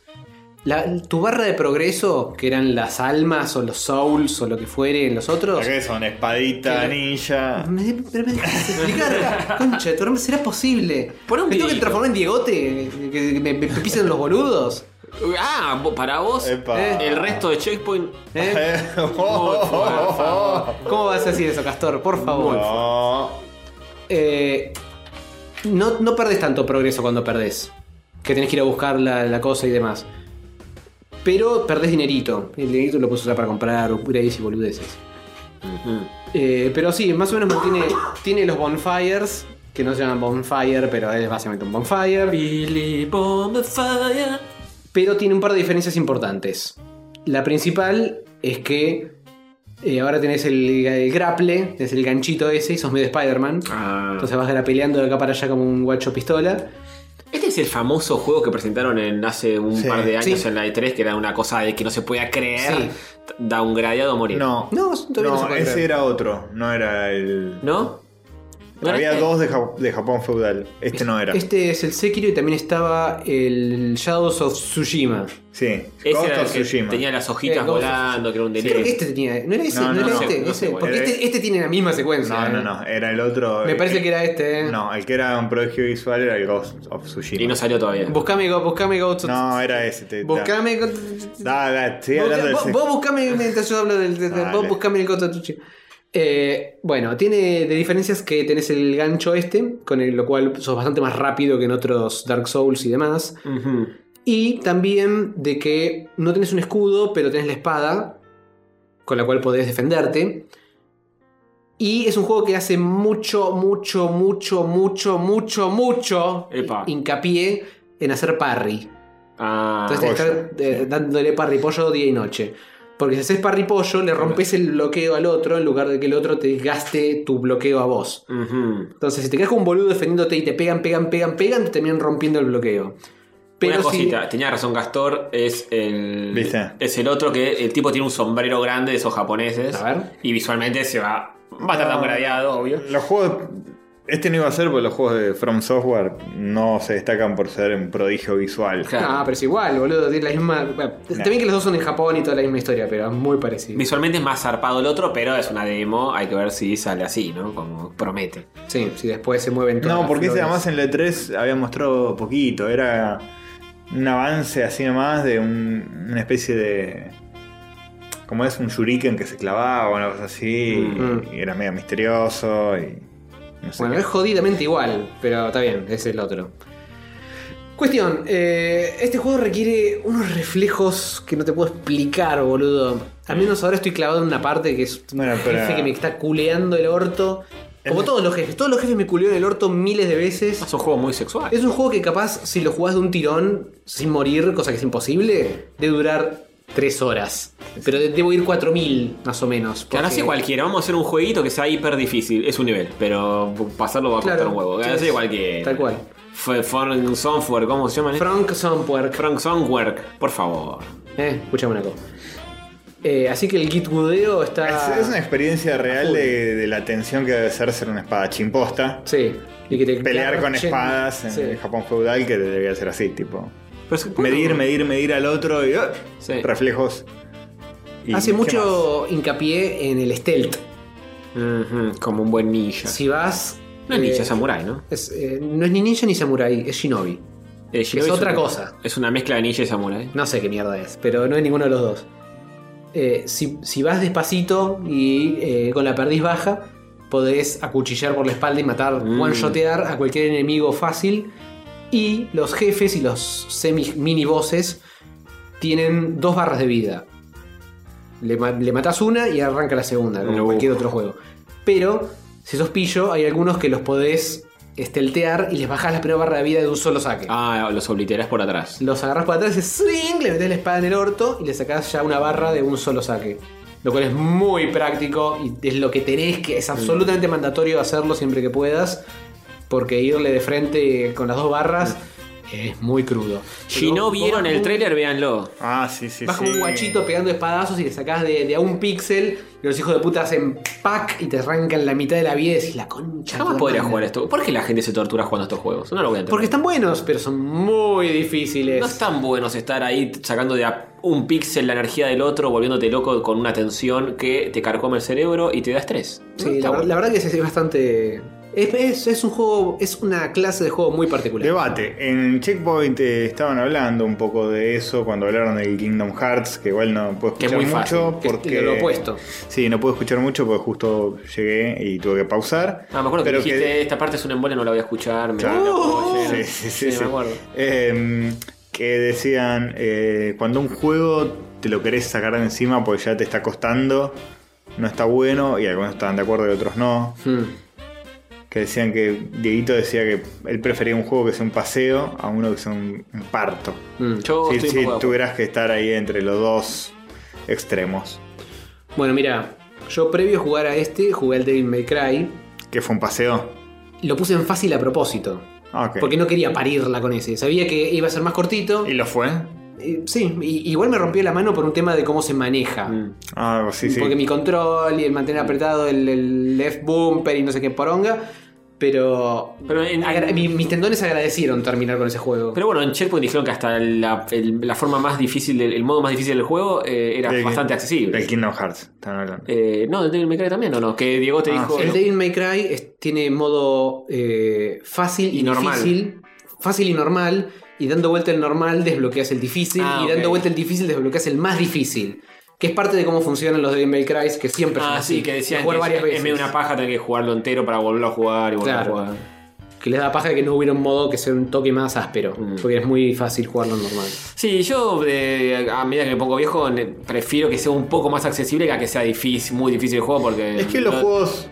la- tu barra de progreso, que eran las almas o los souls o lo que fuere en los otros. ¿Qué son? Espadita, Pero- anilla. Me, Ah, pero me dejas explicar, concha, tu hermano, será posible. Por un ¿Me tengo que videíto. transformar en Diegote? ¿Que- ¿Que me, me pisen los boludos? Ah, vo- para vos, Epa. el resto de Checkpoint. ¿Eh? ¿Cómo vas a decir eso, Castor? Por favor. No. Eh, no, no perdés tanto progreso cuando perdés. Que tenés que ir a buscar la, la cosa y demás. Pero perdés dinerito. El dinerito lo puedes usar para comprar upgrades y boludeces. Eh, pero sí, más o menos mantiene. Tiene los bonfires. Que no se llaman bonfire, pero es básicamente un bonfire. Billy Bomb Fire. Pero tiene un par de diferencias importantes. La principal es que eh, ahora tenés el, el grapple, tenés el ganchito ese, y sos medio Spider-Man. Ah, Entonces vas grapeleando de acá para allá como un guacho pistola. Este es el famoso juego que presentaron en hace un Sí. par de años Sí. en la E3, que era una cosa de que no se podía creer. Sí. Downgradeado a morir. No, No, todavía no, se no, puede ese creer. era otro. No era el. ¿No? ¿No era Había este? dos de, Ja- de Japón feudal. Este no era. Este es el Sekiro y también estaba el Shadows of Tsushima. Sí, Ese Ghost era of el que Tsushima. tenía las hojitas Eh, Ghost of volando, que era un Creo delirio. que este tenía. No era ese, No, no, no, era no. este, No ese, sé cuál porque era. este, este tiene la misma secuencia. No, no, eh. no. Era el otro. Me parece eh, que era este, eh. No, el que era un prodigio visual era el Ghost of Tsushima. Y no salió todavía. Buscame, go- buscame, go- No, era ese. te- Buscame. go- Da, da, estoy Vos, hablando del vos, sec- vos buscame mientras yo hablo del. del- del- Dale. vos buscame el Goto Tsushima. Eh, bueno, tiene de diferencias que tenés el gancho este, con el, lo cual sos bastante más rápido que en otros Dark Souls y demás. Ujú. Y también de que no tenés un escudo, pero tenés la espada, con la cual podés defenderte. Y es un juego que hace mucho, mucho, mucho, mucho, mucho, mucho Eh. Epa. hincapié en hacer parry. Ah, Entonces tenés que pollo, estar eh, dándole parry pollo día y noche. Porque si haces parry pollo, le rompes el bloqueo al otro en lugar de que el otro te gaste tu bloqueo a vos. ujú. Entonces, si te quedas con un boludo defendiéndote y te pegan, pegan, pegan, pegan, te terminan rompiendo el bloqueo. Pero Una si- cosita, tenía razón Gastor, es el. ¿Viste? Es el otro que el tipo tiene un sombrero grande de esos japoneses. A ver. Y visualmente se va. Va a estar No. downgradeado, obvio. Los juegos. Este no iba a ser porque los juegos de From Software no se destacan por ser un prodigio visual. Claro. No, pero es igual, boludo. Tiene la misma. bueno, También que los dos son en Japón y toda la misma historia, pero es muy parecido. Visualmente es más zarpado el otro, pero es una demo. Hay que ver si sale así, ¿no? Como promete. Sí, si después se mueven todas No, las porque ese flores. además en la 3 había mostrado poquito. Era un avance así nomás de un- una especie de. Como es un shuriken que se clavaba o una cosa así. Mm. Y era medio misterioso. Y no sé Bueno, qué. es jodidamente igual, pero está bien, es el otro. Cuestión, eh, este juego requiere unos reflejos que no te puedo explicar, boludo. Al menos ahora estoy clavado en una parte que es un Bueno, pero- jefe que me está culeando el orto. Como Es- todos los jefes, todos los jefes me culearon el orto miles de veces. Es un juego muy sexual. Es un juego que capaz, si lo jugás de un tirón, sin morir, cosa que es imposible, de durar 3 horas. Pero de- debo ir 4000, más o menos. Que ahora porque- sí cualquiera, vamos a hacer un jueguito que sea hiper difícil, es un nivel, pero pasarlo va a costar Claro, un huevo. Ahora sí, sí sí, cualquiera. tal cual. Fue Fun Software, ¿cómo se llaman? eh? Frank Soundwork. Frank Software, por favor. Eh, escuchame una cosa. Eh, así que el gitgudeo está. Es- es una experiencia real de, de la tensión que debe ser ser una espadachín posta. Sí. Y que te Pelear con garchen. espadas en Sí. el Japón feudal que debía ser así, tipo. Pero se- Medir, medir, medir al otro y. ¡ah! Sí. Reflejos. Y Hace ¿qué más? mucho hincapié en el stealth. Ujú, como un buen ninja. Si vas. No es ninja, eh, es samurai, ¿no? es, eh, no es ni ninja ni samurai, es shinobi. Eh, Shinobi otra un- cosa. Es una mezcla de ninja y samurai. No sé qué mierda es, pero no es ninguno de los dos. Eh, si, si vas despacito y eh, con la perdiz baja, podés acuchillar por la espalda y matar, Mm. one-shotear a cualquier enemigo fácil. Y los jefes y los semi-mini bosses tienen dos barras de vida. Le, ma- le matás una y arranca la segunda, como Uf. cualquier otro juego. Pero, si sos pillo, hay algunos que los podés esteltear y les bajás la primera barra de vida de un solo saque. Ah, los obliteras por atrás. Los agarras para atrás y swing, le metes la espada en el orto y le sacás ya una barra de un solo saque. lo cual es muy práctico y es lo que tenés que, es absolutamente mandatorio hacerlo siempre que puedas, porque irle de frente con las dos barras es muy crudo. Si Pero no vos vieron vas el como- tráiler, véanlo. Ah, sí, sí, Vas como un guachito pegando espadazos y le sacás de, de a un píxel y los hijos de puta hacen pack y te arrancan la mitad de la vida y decís la concha. Jamás de tu podría madre". jugar esto. ¿Por qué la gente se tortura jugando estos juegos? No lo voy a entender. Porque están buenos, pero son muy difíciles. no están buenos estar ahí sacando de a un píxel la energía del otro, volviéndote loco con una tensión que te carcome el cerebro y te da estrés. No Sí, está la, bueno. la verdad que es, es bastante. Es, es- es un juego, es una clase de juego muy particular. Debate. En Checkpoint eh, estaban hablando un poco de eso cuando hablaron del Kingdom Hearts, que igual no puedo Que es escuchar muy fácil, mucho que es porque lo opuesto. Sí, no puedo escuchar mucho porque justo llegué y tuve que pausar. Ah, me acuerdo que Pero dijiste, esta parte es un embole, no la voy a escuchar. Me Claro. no, Sí, oye. sí, sí, sí. me acuerdo. Eh, que decían, eh, cuando un juego te lo querés sacar de encima porque ya te está costando, no está bueno, y algunos estaban de acuerdo y otros no. Hmm. Que decían que Dieguito decía que él prefería un juego que sea un paseo a uno que sea un, un parto. Mm. Yo Oh, Si estoy un si poco de acuerdo. tuvieras que estar ahí entre los dos extremos. Bueno, mira, yo previo a jugar a este, jugué al Devil May Cry. Que fue un paseo. Lo puse en fácil a propósito. Ah, ok. Porque no quería parirla con ese. Sabía que iba a ser más cortito. ¿Y lo fue? Eh, sí, y- igual me rompió la mano por un tema de cómo se maneja. Ah, sí, Mm. sí. Porque mi control y el mantener apretado el, el left bumper y no sé qué poronga. Pero. Pero en- agra- mi- mis tendones agradecieron terminar con ese juego. Pero bueno, en Checkpoint dijeron que hasta la, el- la forma más difícil, del- el, modo más difícil del juego eh, era Del- bastante accesible. Del Kingdom Hearts. estaban hablando. Eh, no, del Devil May Cry también, ¿o no? Que Diego te Ah, dijo... El Devil May Cry es- tiene modo eh, fácil y, Y normal. difícil. Fácil y normal. Y dando vuelta el normal desbloqueas el difícil. Ah, y ok. dando vuelta el difícil desbloqueas el más difícil. Que es parte de cómo funcionan los Devil May Cry, que siempre son Ah, así. sí, que decían jugar que varias es, veces. es medio una paja tener que jugarlo entero para volverlo a jugar y volver Claro. a jugar. Que les da paja que no hubiera un modo que sea un toque más áspero. Mm. Porque es muy fácil jugarlo normal. Sí, yo eh, a medida que me pongo viejo ne- prefiero que sea un poco más accesible que a que sea difícil, muy difícil el juego porque... Es que los no- juegos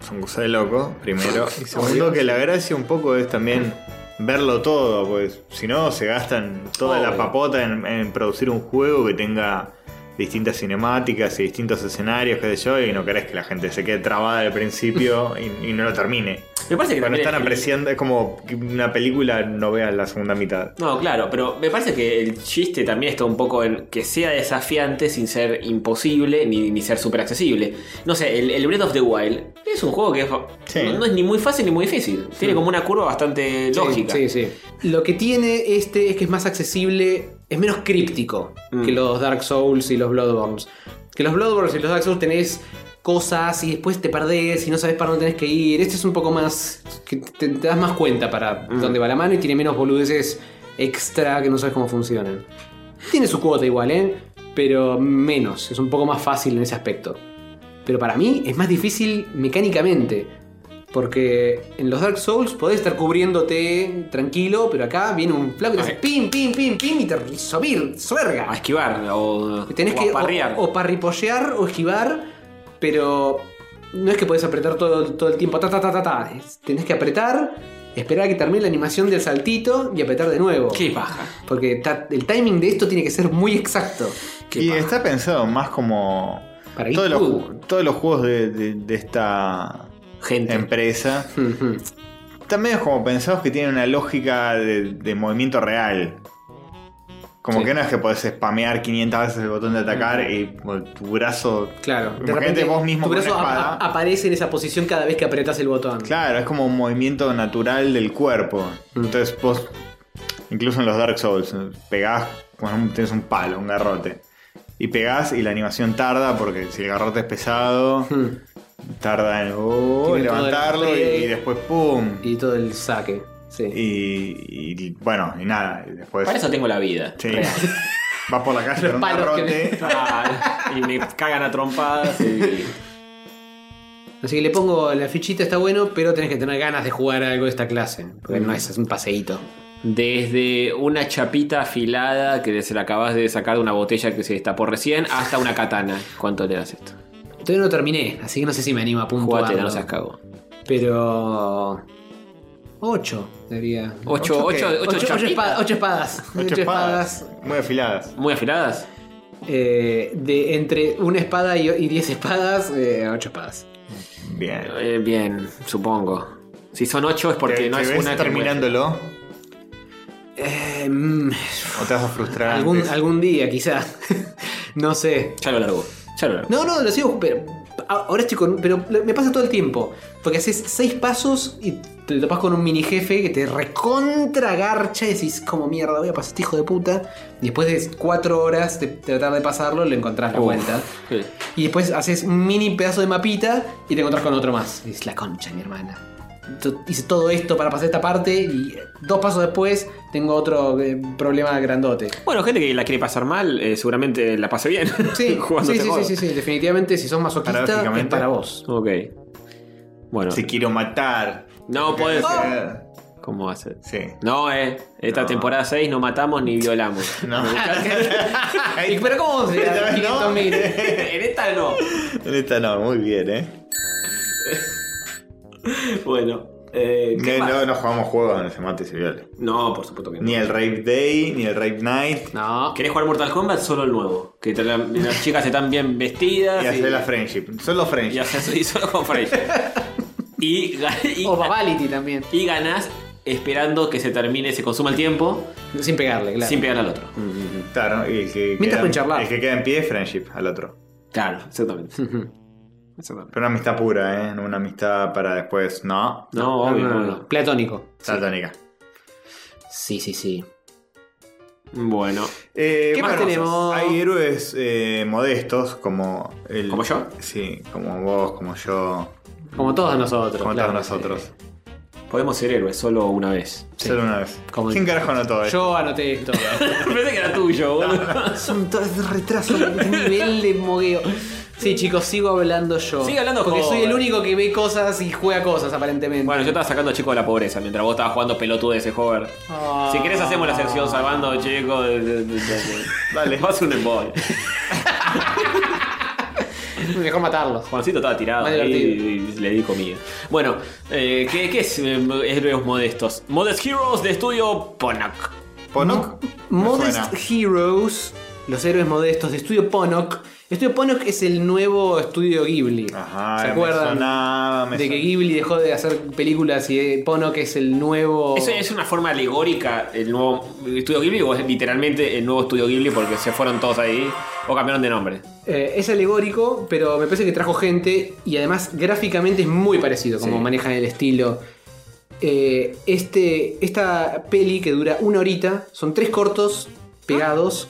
son cosas de loco, primero. Y segundo, que la gracia un poco es también verlo todo, pues si no, se gastan toda la Obvio. papota en, en producir un juego que tenga distintas cinemáticas y distintos escenarios, qué sé yo, y no querés que la gente se quede trabada al principio y, y no lo termine. Me parece que Cuando también están el- apreciando, es como que una película no veas la segunda mitad. No, claro, pero me parece que el chiste también está un poco en que sea desafiante sin ser imposible ni, ni ser súper accesible. No sé, el, el Breath of the Wild es un juego que es- Sí. no, no es ni muy fácil ni muy difícil. Tiene como una curva bastante Sí, lógica. Sí, sí. Lo que tiene este es que es más accesible, es menos críptico Mm. que los Dark Souls y los Bloodborns. Que los Bloodborns y los Dark Souls tenés cosas y después te perdés y no sabes para dónde tenés que ir. Este es un poco más. que te, te das más cuenta para dónde va la mano y tiene menos boludeces extra que no sabes cómo funcionan. Tiene su cuota igual, ¿eh? Pero menos. Es un poco más fácil en ese aspecto. Pero para mí es más difícil mecánicamente. Porque en los Dark Souls podés estar cubriéndote tranquilo, pero acá viene un flaco y te hace Ay. pim, pim, pim, pim y te subir, A suerga. esquivar o, Tenés o a que parrear. o, o parripollear o esquivar, pero no es que podés apretar todo, todo el tiempo. Ta, ta, ta, ta, ta. Es- Tenés que apretar, esperar a que termine la animación del saltito y apretar de nuevo. Qué paja. Porque ta- el timing de esto tiene que ser muy exacto. Qué Y paja. está pensado más como Para uh, todos los, YouTube. ju- todos los juegos de- de- de esta Gente. empresa. Ujú. También es como pensados que tienen una lógica de, de movimiento real. Como Sí. que no es que podés spamear 500 veces el botón de atacar y bueno, tu brazo. Claro, de Imagínate repente vos mismo tu con brazo una a- espada. a- aparece en esa posición cada vez que apretas el botón. Claro, es como un movimiento natural del cuerpo. Mm. Entonces vos, incluso en los Dark Souls, eh, pegás, con un- tenés un palo, un garrote. Y pegás y la animación tarda porque si el garrote es pesado, Hmm. tarda en oh, Tiene todo el levantarlo y, play. y después ¡pum! Y todo el saque. Sí. Y, y, bueno, y nada, y después... Para eso tengo la vida. Sí. real. Vas por la calle con un palos que garrote. Ah, y me cagan a trompadas. y- Así que le pongo la fichita, está bueno, pero tenés que tener ganas de jugar algo de esta clase. Porque no es, es un paseíto. Desde una chapita afilada que se la acabas de sacar de una botella que se destapó recién hasta una katana. ¿Cuánto le das esto? Todavía no terminé, así que no sé si me animo a puntuarlo. Jugate, no seas cago. Pero... 8, debería. Ocho, ¿Ocho qué? ocho, ocho Ocho- ocho chapitas. espa- ocho espadas. Ocho espadas. Muy afiladas. Muy afiladas. eh, de entre una espada y, y diez espadas eh, a ocho espadas. Bien. Eh, bien, supongo. Si son ocho es porque ¿Te- no te es ves una que terminándolo? Eh, mm, ¿O te vas a frustrar? algún, antes? algún día, quizá. no sé. muere. Ya lo largo. Ya lo largo. No, no, lo sigo. Pero, a- ahora estoy con. Pero lo- me pasa todo el tiempo. Porque haces seis pasos y te topas con un mini jefe que te recontra garcha y decís, como mierda, voy a pasar este hijo de puta. Y después de cuatro horas de tratar de pasarlo, lo encontrás la Uf. vuelta. Sí. Y después haces un mini pedazo de mapita y te encontrás con otro más. Y dices, la concha, mi hermana. To- Hice todo esto para pasar esta parte y dos pasos después tengo otro eh, problema grandote. Bueno, gente que la quiere pasar mal, eh, seguramente la pase bien. Sí, jugando este sí, sí, sí, juego. sí, sí, definitivamente si sos masoquista es Paradójicamente. para vos. Ok. Bueno. Te quiero matar. No puede Oh. ser. Eh, ¿Cómo hacer? Sí. Oh. No, eh. Esta No. temporada 6 no matamos ni violamos. No. Y, pero ¿cómo se Esta vez no. 500.000? en esta no. En esta no, muy bien, ¿eh? Bueno. Eh, ¿qué No, más? no, no jugamos juegos donde se mate y se viole. No, por supuesto que no. Ni el Rape Day, ni el Rape Night. No. ¿Querés jugar Mortal Kombat? Solo el nuevo. Que te la- las chicas están bien Ah, vestidas. Y hacer la friendship. Solo y friendship. haces- y solo con Frey. y, ga- y- O Babality también. y ganás esperando que se termine, se consuma el tiempo, Sin pegarle, claro. sin pegar al otro. Claro, y el que, Mientras queda, pueden charlar. el que queda en pie es friendship al otro. Claro, exactamente. Exactamente. Pero una amistad pura, ¿eh? No una amistad para después. No. No, No, obvio, no, no, obvio. no. Platónico. Saltónica. Sí, sí, sí. Bueno, Eh, ¿Qué más bueno, tenemos? Hay héroes eh, modestos como el. ¿Como yo? Sí, como vos, como yo. Como todos nosotros. Como claro. todos nosotros. podemos ser héroes solo una vez. Sí. Solo una vez. Como el- ¿Quién carajo anotó esto? Yo anoté esto. Pensé que era tuyo, boludo. Son todo ese retraso, ese nivel de mogueo. Sí, chicos, sigo hablando yo. Sigue hablando, Porque soy joder. el único que ve cosas y juega cosas, aparentemente. Bueno, yo estaba sacando a chicos de la pobreza mientras vos estabas jugando pelotudo de ese hover. Ah. Si querés hacemos la sección salvando chicos. de- de- de- de- Dale. Vas a un embole. Mejor matarlos. Juancito estaba tirado Más ahí divertido. y, le di comida. Bueno, eh, ¿qué, qué es eh, héroes modestos? Modest Heroes de estudio Ponak. ¿Ponok? Me Modest suena. Heroes, los héroes modestos de Estudio Ponok. Estudio Ponok es el nuevo estudio Ghibli. Ajá, ¿Se me acuerdan? sonaba, me de que son- Ghibli dejó de hacer películas y eh, Ponok es el nuevo. ¿Eso es una forma alegórica el nuevo estudio Ghibli o es literalmente el nuevo estudio Ghibli porque se fueron todos ahí o cambiaron de nombre? Eh, es alegórico, pero me parece que trajo gente y además gráficamente es muy parecido como Sí. manejan el estilo. Eh, este, esta peli que dura una horita, son tres cortos pegados.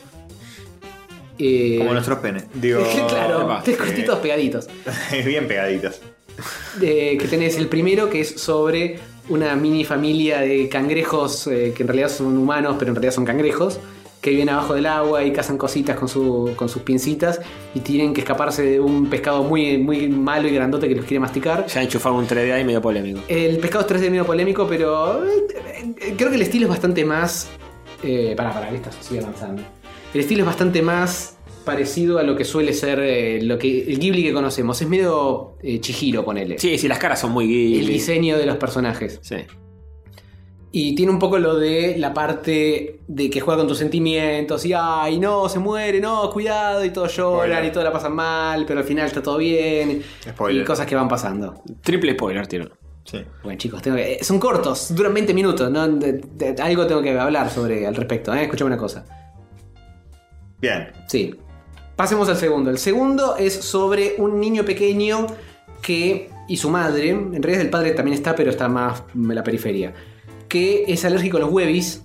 Eh, Como nuestros penes. Digo. claro, Epa, tres sí. cortitos pegaditos. Bien pegaditas. de- que tenés el primero que es sobre una mini familia de cangrejos eh, que en realidad son humanos pero en realidad son cangrejos que viven abajo del agua y cazan cositas con, su- con sus pincitas y tienen que escaparse de un pescado muy, muy malo y grandote que los quiere masticar. Ya enchufaron un 3D ahí medio polémico. El pescado es 3D medio polémico, pero eh, eh, creo que el estilo es bastante más... Eh, para, para, listo, sigue avanzando. El estilo es bastante más parecido a lo que suele ser eh, lo que el Ghibli que conocemos. Es medio eh, Chihiro, ponele. Sí, sí, las caras son muy El Ghibli. diseño de los personajes. Sí. Y tiene un poco lo de la parte de que juega con tus sentimientos y ay, no, se muere, no, cuidado, y todos lloran Spoiler. y todo la pasan mal, pero al final está todo bien. Spoiler. Y cosas que van pasando. Triple spoiler, tiro. Sí. Bueno, chicos, tengo que- eh, son cortos, duran 20 minutos, ¿no? De- de- algo tengo que hablar sobre al respecto, ¿eh? Escuchame una cosa. Bien. Sí. Pasemos al segundo. El segundo es sobre un niño pequeño que. y su madre. En realidad el padre también está, pero está más en la periferia. Que es alérgico a los huevis.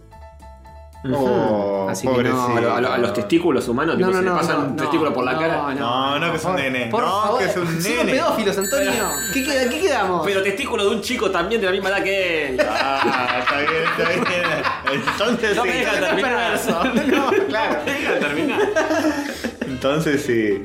Oh, Así que pobrecito. no, A, lo- a lo- a los testículos humanos, tipo, se le pasan un testículo por la no, cara. No, no, que es un por- nene. por No, favor, que es un somos nene. pedófilos, Antonio. ¿Qué, queda- qué quedamos? Pero testículo de un chico también de la misma edad que él. Ah, está bien, está bien. Entonces No sí. me dejan No es terminar. perverso. No, claro. Deja terminar. Entonces sí.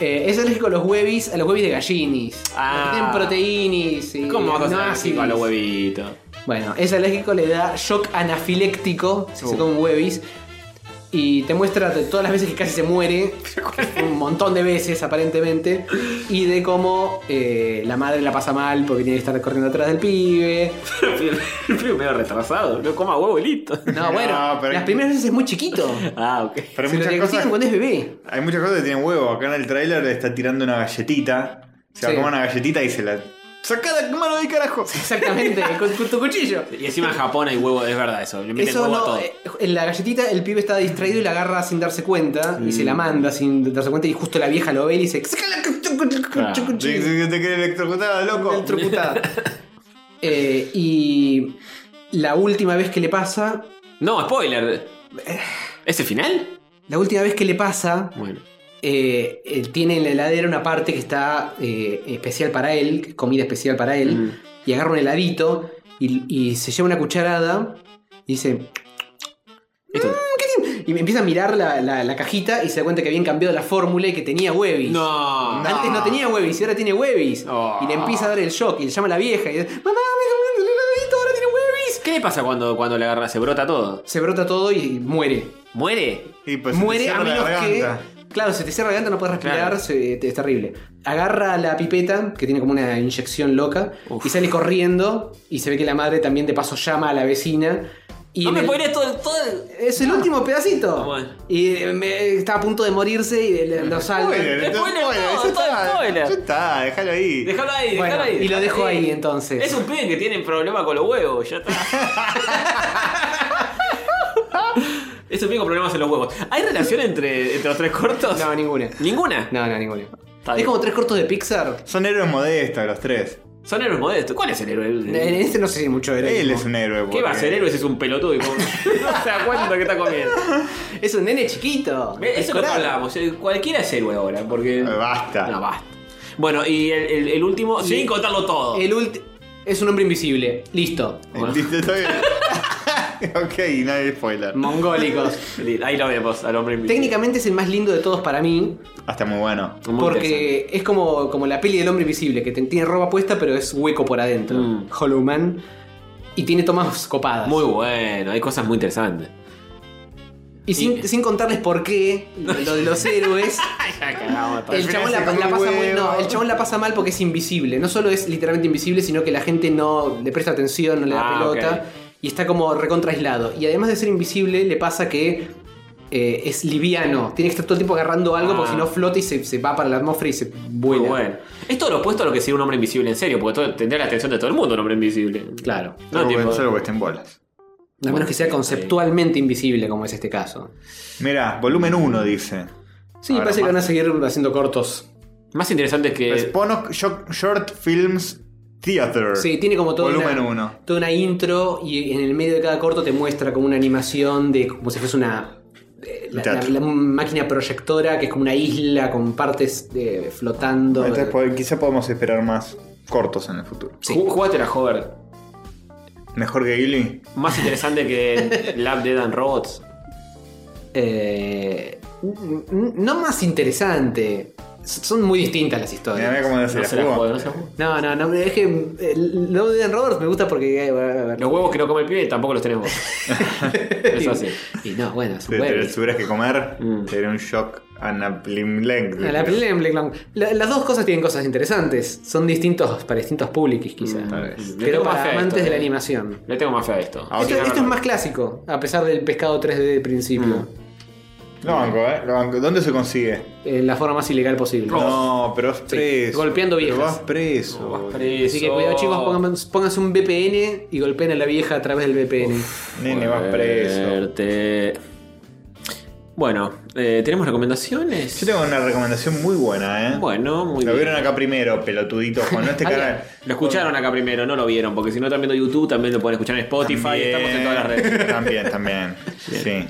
Eh, es alérgico a los huevis, a los huevis de gallinis. Ah. Los que tienen proteínis y ¿Cómo vas a ser aminoácidos. alérgico a los huevitos? Uh. Bueno, es alérgico, le da shock anafiléctico si se come huevis. Y te muestra de todas las veces que casi se muere, un montón de veces aparentemente, y de cómo eh, la madre la pasa mal porque tiene que estar corriendo atrás del pibe. El pibe medio retrasado, no coma huevo y listo. No, bueno, pero- las primeras veces es muy chiquito. Ah, ok. Pero hay Se lo muchas diagnostican cosas- cuando es bebé. Hay muchas cosas que tienen huevo. Acá en el tráiler le está tirando una galletita. Se va Sí. a comer una galletita y se la. ¡Sacá la mano de carajo! Exactamente, con, con tu cuchillo. Y encima en Japón hay huevo, es verdad eso. Le meten Eso huevo a no, todo. eh, en la galletita el pibe está distraído y la agarra sin darse cuenta y se Mm. la manda sin darse cuenta y justo la vieja lo ve y dice "Sácala, cuchu, cuchu, cuchu, Ah, cuchu". Sí, sí, que te quedé electrocutado, loco. Electrocutada. Eh, y la última vez que le pasa, No, spoiler. ¿Es el final? la última vez que le pasa, Bueno. eh, él tiene en la heladera una parte que está eh, especial para él, que es comida especial para él, Mm. y agarra un heladito y, y se lleva una cucharada y dice "Mm, Esto- y me empieza a mirar la, la- la cajita y se da cuenta que habían cambiado la fórmula y que tenía huevis. No. Antes no tenía huevis y ahora tiene huevis. Oh. Y le empieza a dar el shock y le llama a la vieja y dice, mamá, me cambiaron el heladito, ahora tiene huevis. ¿Qué le pasa cuando, cuando le agarra? ¿Se brota todo? Se brota todo y muere. ¿Muere? Y pues se te muere a cierra la menos que... garganta. Claro, se te cierra la garganta, no puedes respirar, Claro. se- te- es terrible. Agarra la pipeta, que tiene como una inyección loca, Uf. y sale corriendo y se ve que la madre también de paso llama a la vecina. Y no en me el- spoilees todo, el- todo el- Es el último pedacito. Bueno. Y eh, me- está a punto de morirse y le- lo salva. Spoiler, Spoiler, entonces, todo, spoiler, todo ya está, spoiler. Ya está, déjalo ahí. Déjalo ahí, déjalo Bueno, ahí. y déjalo lo dejo ahí entonces. Es un pibe que tiene problema con los huevos, ya está. es un pibe con problemas en los huevos. ¿Hay relación entre, entre los tres cortos? No, ninguna. ¿Ninguna? No, no, ninguna. Está Es bien. como tres cortos de Pixar. Son héroes modestos los tres. Son héroes modestos. ¿Cuál es el héroe? En Eh, este no sé si mucho heroísmo. Él es un héroe. ¿Qué porque- va a ser héroe si es un pelotudo? y como- no se da cuenta que está comiendo. Es un nene chiquito. Ve, Eso es lo que Escolar. hablábamos. eh, Cualquiera es héroe ahora, porque. Eh, Basta. No, basta. Bueno, y el, el- el último, sin contarlo todo. El ulti- Es un hombre invisible. Listo. Listo, está bien. ok, no hay spoiler. Mongólicos. Ahí lo vemos al hombre invisible. Técnicamente es el más lindo de todos para mí. Hasta muy bueno. Muy interesante. porque es como, como la peli del hombre invisible, que te- tiene ropa puesta, pero es hueco por adentro. Mm. Hollow Man. Y tiene tomas copadas. Muy bueno, hay cosas muy interesantes. Y sin, sin contarles por qué, lo lo de los héroes. El Al chabón, final se la, la come pasa muy- huevo. no, el chabón la pasa mal porque es invisible. No solo es literalmente invisible, sino que la gente no le presta atención, no le da Ah, pelota. Y está como recontra aislado. Y además de ser invisible, le pasa que eh, es liviano. Tiene que estar todo el tiempo agarrando algo Ah. porque si no flota y se, se va para la atmósfera y se Muy vuela. bueno. Es todo lo opuesto a lo que sería un hombre invisible en serio, porque todo- tendría la atención de todo el mundo un hombre invisible. Claro. No, Solo que- tipo- solo que estén bolas. A menos que sea conceptualmente invisible, como es este caso. Mira, volumen 1 dice. Sí, Ahora parece que más. van a seguir haciendo cortos. Más interesante Eh, que. Respondo Short, Short Films Theater. Sí, tiene como todo Volumen una, 1. toda una intro y en el medio de cada corto te muestra como una animación de como si fuese una eh, la- Teatro. la- la máquina proyectora que es como una isla con partes eh, flotando. Entonces, po- quizá podemos esperar más cortos en el futuro. Sí. Ju- Jugátela, Hover. Mejor que Ghibli. Más interesante que Lab Dead and Robots. Eh, n- n- no más interesante. S- Son muy distintas las Mira, mira historias. cómo No se se la la jugó. juego, no se la juego. No, no, no, es que eh, Love Dead and Robots me gusta porque eh, Los huevos que no come el pibe tampoco los tenemos. Eso sí. y no, bueno, es Si un te huevo. lo tuvieras que comer, Mm. sería un shock anaplimlenc. A la Blem, Blem, Blem. La- las dos cosas tienen cosas interesantes. Son distintos para distintos públicos, quizás. Tal vez. Le pero tengo más para fe a esto, amantes de la eh. animación. Le tengo más fe a esto. Ah, ok. esto esto es más clásico, a pesar del pescado 3D del principio. Mm. Lo banco, ¿eh? Lo banco. ¿Dónde se consigue? Eh, la forma más ilegal posible. No, pero vas preso. Oh. golpeando Pero viejas. vas preso. Así que cuidado, chicos, pongan- pónganse un VPN y golpeen a la vieja a través del VPN. Nene, vas preso. Fuerte. Bueno, eh, ¿tenemos recomendaciones? Yo tengo una recomendación muy buena, ¿eh? Bueno, muy lo bien. vieron acá primero, pelotudito, con este canal. Lo escucharon acá primero, no lo vieron, porque si no están viendo YouTube también lo pueden escuchar en Spotify, También, estamos en todas las redes. También, también. Sí.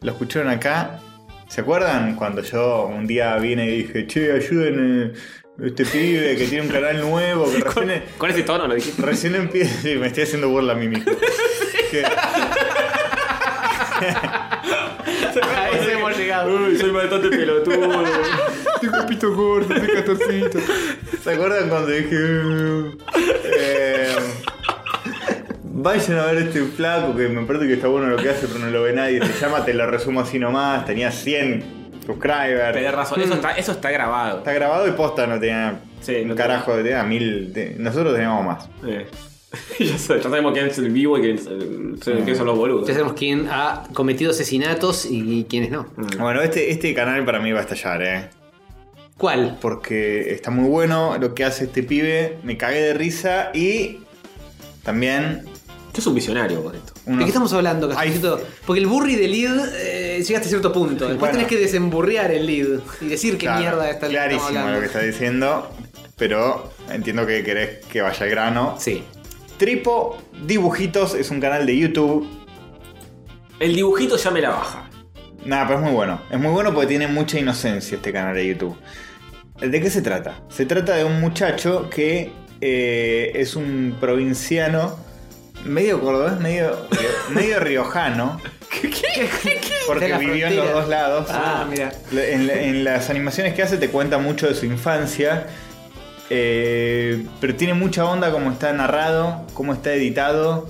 Lo escucharon acá. ¿Se acuerdan cuando yo un día vine y dije, che, ayuden a este pibe que tiene un canal nuevo, que Con, recién, con ese tono lo dijiste. recién empieza. Sí, me estoy haciendo burla a mí mismo. Que- a ese hemos llegado. Uy, soy bastante pelotudo. Tengo pito corto, soy catorcito. ¿Se acuerdan cuando dije.? eh, "Em, Vayan a ver este flaco que me parece que está bueno lo que hace, pero no lo ve nadie. Te llama, te lo resumo así nomás. Tenía 100 subscribers. Tenés razón, eso, está, eso está grabado. Está grabado y posta no tenía Sí, un no tenía. carajo, tenía mil. te- nosotros teníamos más. Eh. ya, sé, ya sabemos quién es el vivo y quién, es el- quién son los boludos. Ya sabemos quién ha cometido asesinatos y, quiénes no. Bueno, este, este canal para mí va a estallar, eh. ¿Cuál? Porque está muy bueno lo que hace este pibe. Me cagué de risa y. También. Yo soy un visionario con esto. unos- ¿De qué estamos hablando, Castorcito? Porque el burry de lead eh, llega hasta cierto punto. Después Bueno. tenés que desemburrear el lead y decir qué Claro, mierda está el Clarísimo lo que está diciendo. Pero entiendo que querés que vaya al grano. Sí. Tripo Dibujitos es un canal de YouTube. El dibujito ya me la baja. Nada, pero es muy bueno. Es muy bueno porque tiene mucha inocencia este canal de YouTube. ¿De qué se trata? Se trata de un muchacho que eh, es un provinciano, medio cordobés, medio, medio riojano. De Porque la vivió en frontera. los dos lados. Ah, mira. En, la- en las animaciones que hace te cuenta mucho de su infancia. eh, pero tiene mucha onda cómo está narrado, cómo está editado.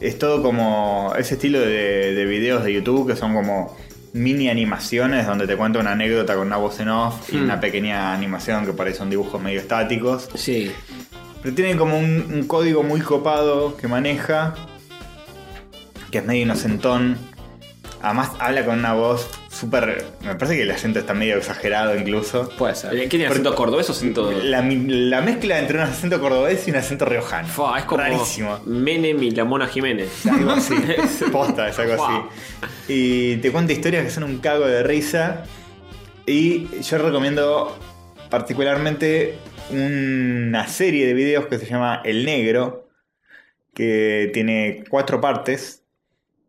Es todo como ese estilo de, de videos de YouTube que son como mini animaciones donde te cuenta una anécdota con una voz en off y Hmm. una pequeña animación que parece un dibujo medio estáticos. Sí. Pero tiene como un, un código muy copado que maneja, que es medio inocentón. Además habla con una voz súper... Me parece que el acento está medio exagerado incluso. Puede ser. ¿Quién tiene Porque- acento cordobés o acento.? La, mi- la mezcla entre un acento cordobés y un acento riojano. Fua, es como. Rarísimo. Menem y la Mona Jiménez. Algo así. Posta, es algo así. Fua. Y te cuenta historias que son un cago de risa. Y yo recomiendo particularmente una serie de videos que se llama El Negro, que tiene cuatro partes,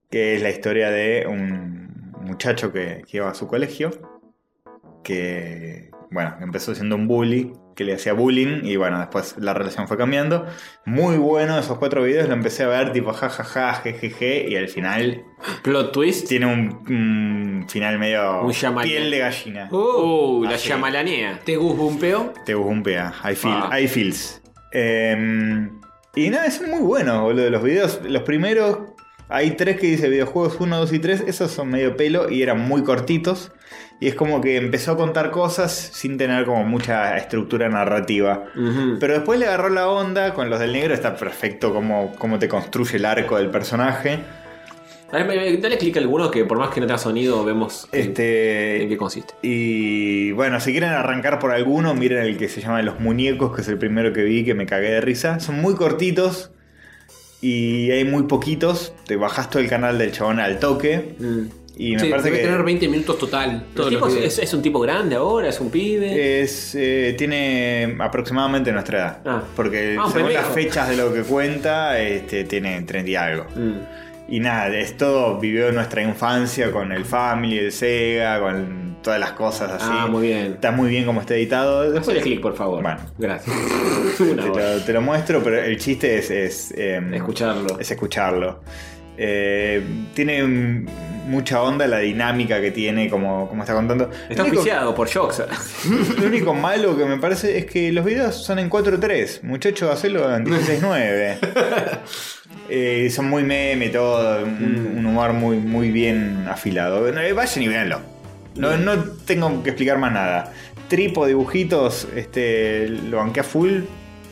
que es la historia de un muchacho que, que iba a su colegio, que, bueno, empezó siendo un bully, que le hacía bullying, y bueno, después la relación fue cambiando. Muy bueno esos cuatro videos, lo empecé a ver tipo jajaja, jejeje, y al final Plot twist. tiene un, un final medio Un llaman- piel de gallina. Uh, la así. yamalanea. ¿Te gusbumpeo? Te bumpea. I feel, Ah. I feels. Em, y nada, es muy bueno, boludo. Los videos, los primeros, hay tres que dice videojuegos 1, 2 y 3. Esos son medio pelo y eran muy cortitos. Y es como que empezó a contar cosas sin tener como mucha estructura narrativa. Ujú. Pero después le agarró la onda, con los del negro está perfecto cómo, cómo te construye el arco del personaje. A ver, eh, Dale clic a alguno que por más que no tenga sonido, vemos en- en, Este, qué consiste. Y bueno, si quieren arrancar por alguno, miren el que se llama Los Muñecos, que es el primero que vi que me cagué de risa. Son muy cortitos y hay muy poquitos. Te bajas todo el canal del chabón al toque. Y me Mm. Sí, parece debe que tener 20 minutos total. Todos El tipo los es, videos. es- es un tipo grande ahora, es un pibe. es, eh, tiene aproximadamente nuestra edad. Ah. Porque Ah, un según las pendejo. fechas de lo que cuenta, este, tiene 30 y algo. Mm. Y nada, es todo, vivió nuestra infancia con el Family, el Sega, con todas las cosas así. Ah, muy bien. Está muy bien como está editado. Hazle clic, por favor. Bueno. Gracias. Te Una hora. lo, te lo muestro, pero el chiste es, es, em, Escucharlo. es escucharlo. Eh, tiene mm, mucha onda la dinámica que tiene, como, como está contando. Está Lo único- auspiciado por Shoxa. Lo único malo que me parece es que los videos son en 4.3. Muchachos, hacelo en 16.9. Eh, son muy meme, todo. Un, un humor muy, muy bien afilado. Eh, vayan y véanlo. No, no tengo que explicar más nada. Tripo, dibujitos, este, lo banqué a full.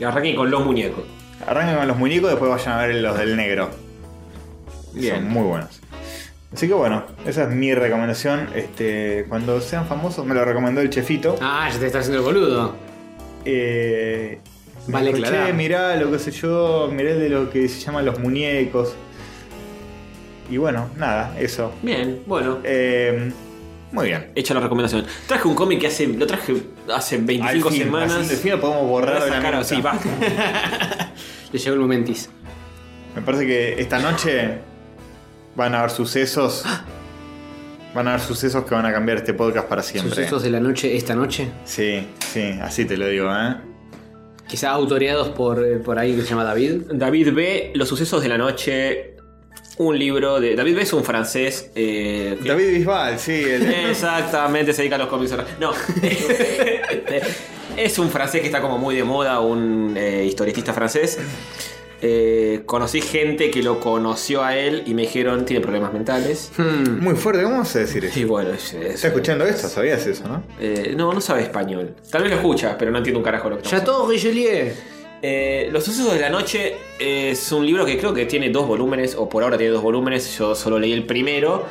Y arranquen con los muñecos. Arranquen con los muñecos, después vayan a ver los del negro. Bien. Son muy buenos. Así que bueno, esa es mi recomendación. Este, cuando sean famosos, me lo recomendó el chefito. Ah, ya te está haciendo el boludo. Eh, me Vale dijo, aclarar. "Che, mirá lo que sé yo, mirá el de lo que se llaman los muñecos. Y bueno, nada, eso. Bien, bueno. Eh, muy bien. Hecha la recomendación. Traje un cómic que hace, lo traje hace 25 Al fin, semanas. así, al fin lo podemos borrar de la Sacaron, nota. sí, basta. Le llegó el momentis. Me parece que esta noche van a haber sucesos. Van a haber sucesos que van a cambiar este podcast para siempre. Sucesos de la noche, esta noche. Sí, sí, así te lo digo, ¿eh? Quizá autoreados por, eh, por alguien que se llama David. David B., Los sucesos de la noche. Un libro de. David B. es un francés. eh, que- David Bisbal, sí. el- Exactamente, se dedica a los cómics. No. es un francés que está como muy de moda, un eh, historietista francés. eh, conocí gente que lo conoció a él y me dijeron tiene problemas mentales. Muy fuerte, ¿cómo vas a decir eso? Y bueno, es- es- ¿Estás escuchando esto? Sabías eso, ¿no? eh, no, no sabe español. Tal vez lo escucha, pero no entiende un carajo lo que estamos Chateau Richelieu. Eh, Los sucesos de la noche es un libro que creo que tiene dos volúmenes, o por ahora tiene dos volúmenes, yo solo leí el primero.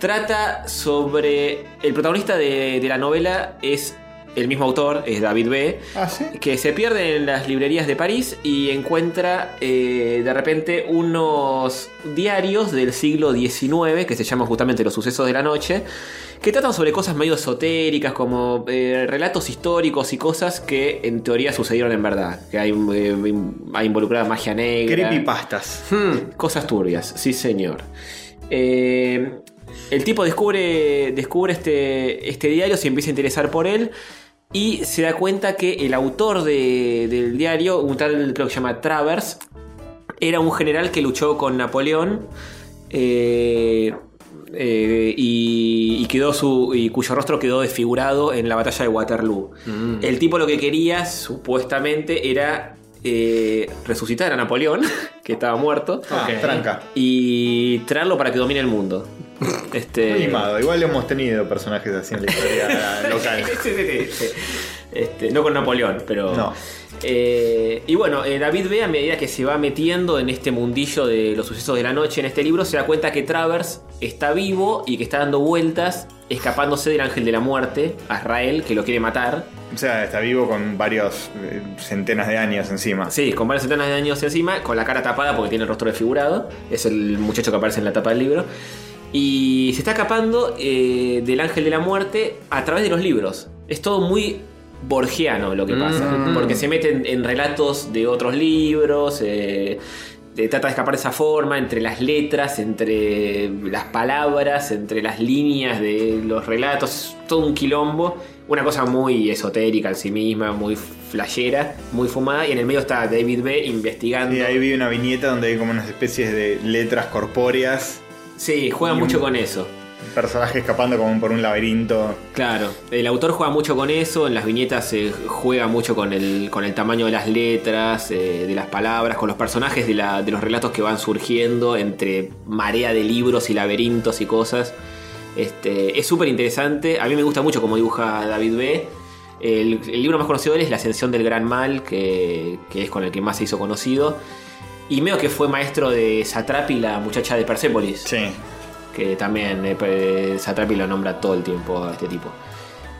Trata sobre... El protagonista de, de la novela es el mismo autor, es David B., Ah, sí. que se pierde en las librerías de París y encuentra eh, de repente unos diarios del siglo XIX que se llaman justamente Los Sucesos de la Noche, que tratan sobre cosas medio esotéricas, como eh, relatos históricos y cosas que en teoría sucedieron en verdad, que hay, eh, hay involucrada magia negra. Creepypastas. Hmm, cosas turbias, sí señor. Eh, el tipo descubre, descubre este, este diario, se empieza a interesar por él y se da cuenta que el autor de- del diario, un tal creo que se llama Travers, era un general que luchó con Napoleón eh, eh, y, y quedó su, y cuyo rostro quedó desfigurado en la batalla de Waterloo. El tipo lo que quería supuestamente era eh, resucitar a Napoleón, que estaba muerto, Ah, tranca. y traerlo para que domine el mundo. Este, Eh, Animado. Igual hemos tenido personajes así en la historia local. Sí, sí, sí, sí. Este, no con Napoleón, pero. No. Eh, y bueno, eh, David ve a medida que se va metiendo en este mundillo de los sucesos de la noche en este libro, se da cuenta que Travers está vivo y que está dando vueltas, escapándose del ángel de la muerte, Azrael, que lo quiere matar. O sea, está vivo con varios eh, centenas de años encima. Sí, con varias centenas de años encima, con la cara tapada porque tiene el rostro desfigurado. Es el muchacho que aparece en la tapa del libro. Y se está escapando eh, del ángel de la muerte a través de los libros. Es todo muy borgiano lo que pasa. Mm. Porque se mete en, en relatos de otros libros. eh, eh, Trata de escapar de esa forma, entre las letras, entre las palabras, entre las líneas de los relatos, es todo un quilombo. Una cosa muy esotérica en sí misma, muy flashera, muy fumada. Y en el medio está David B. investigando. Y ahí vi una viñeta donde hay como unas especies de letras corpóreas. Sí, juega mucho con eso. Personajes escapando como por un laberinto. Claro, el autor juega mucho con eso, en las viñetas se juega mucho con el, con el tamaño de las letras, eh, de las palabras, con los personajes de, la- de los relatos que van surgiendo entre marea de libros y laberintos y cosas. Este, es súper interesante, a mí me gusta mucho cómo dibuja David B. El, el libro más conocido de él es La Ascensión del Gran Mal, que, que es con el que más se hizo conocido. Y medio que fue maestro de Satrapi, la muchacha de Persepolis Sí. que también eh, pe- Satrapi lo nombra todo el tiempo a este tipo.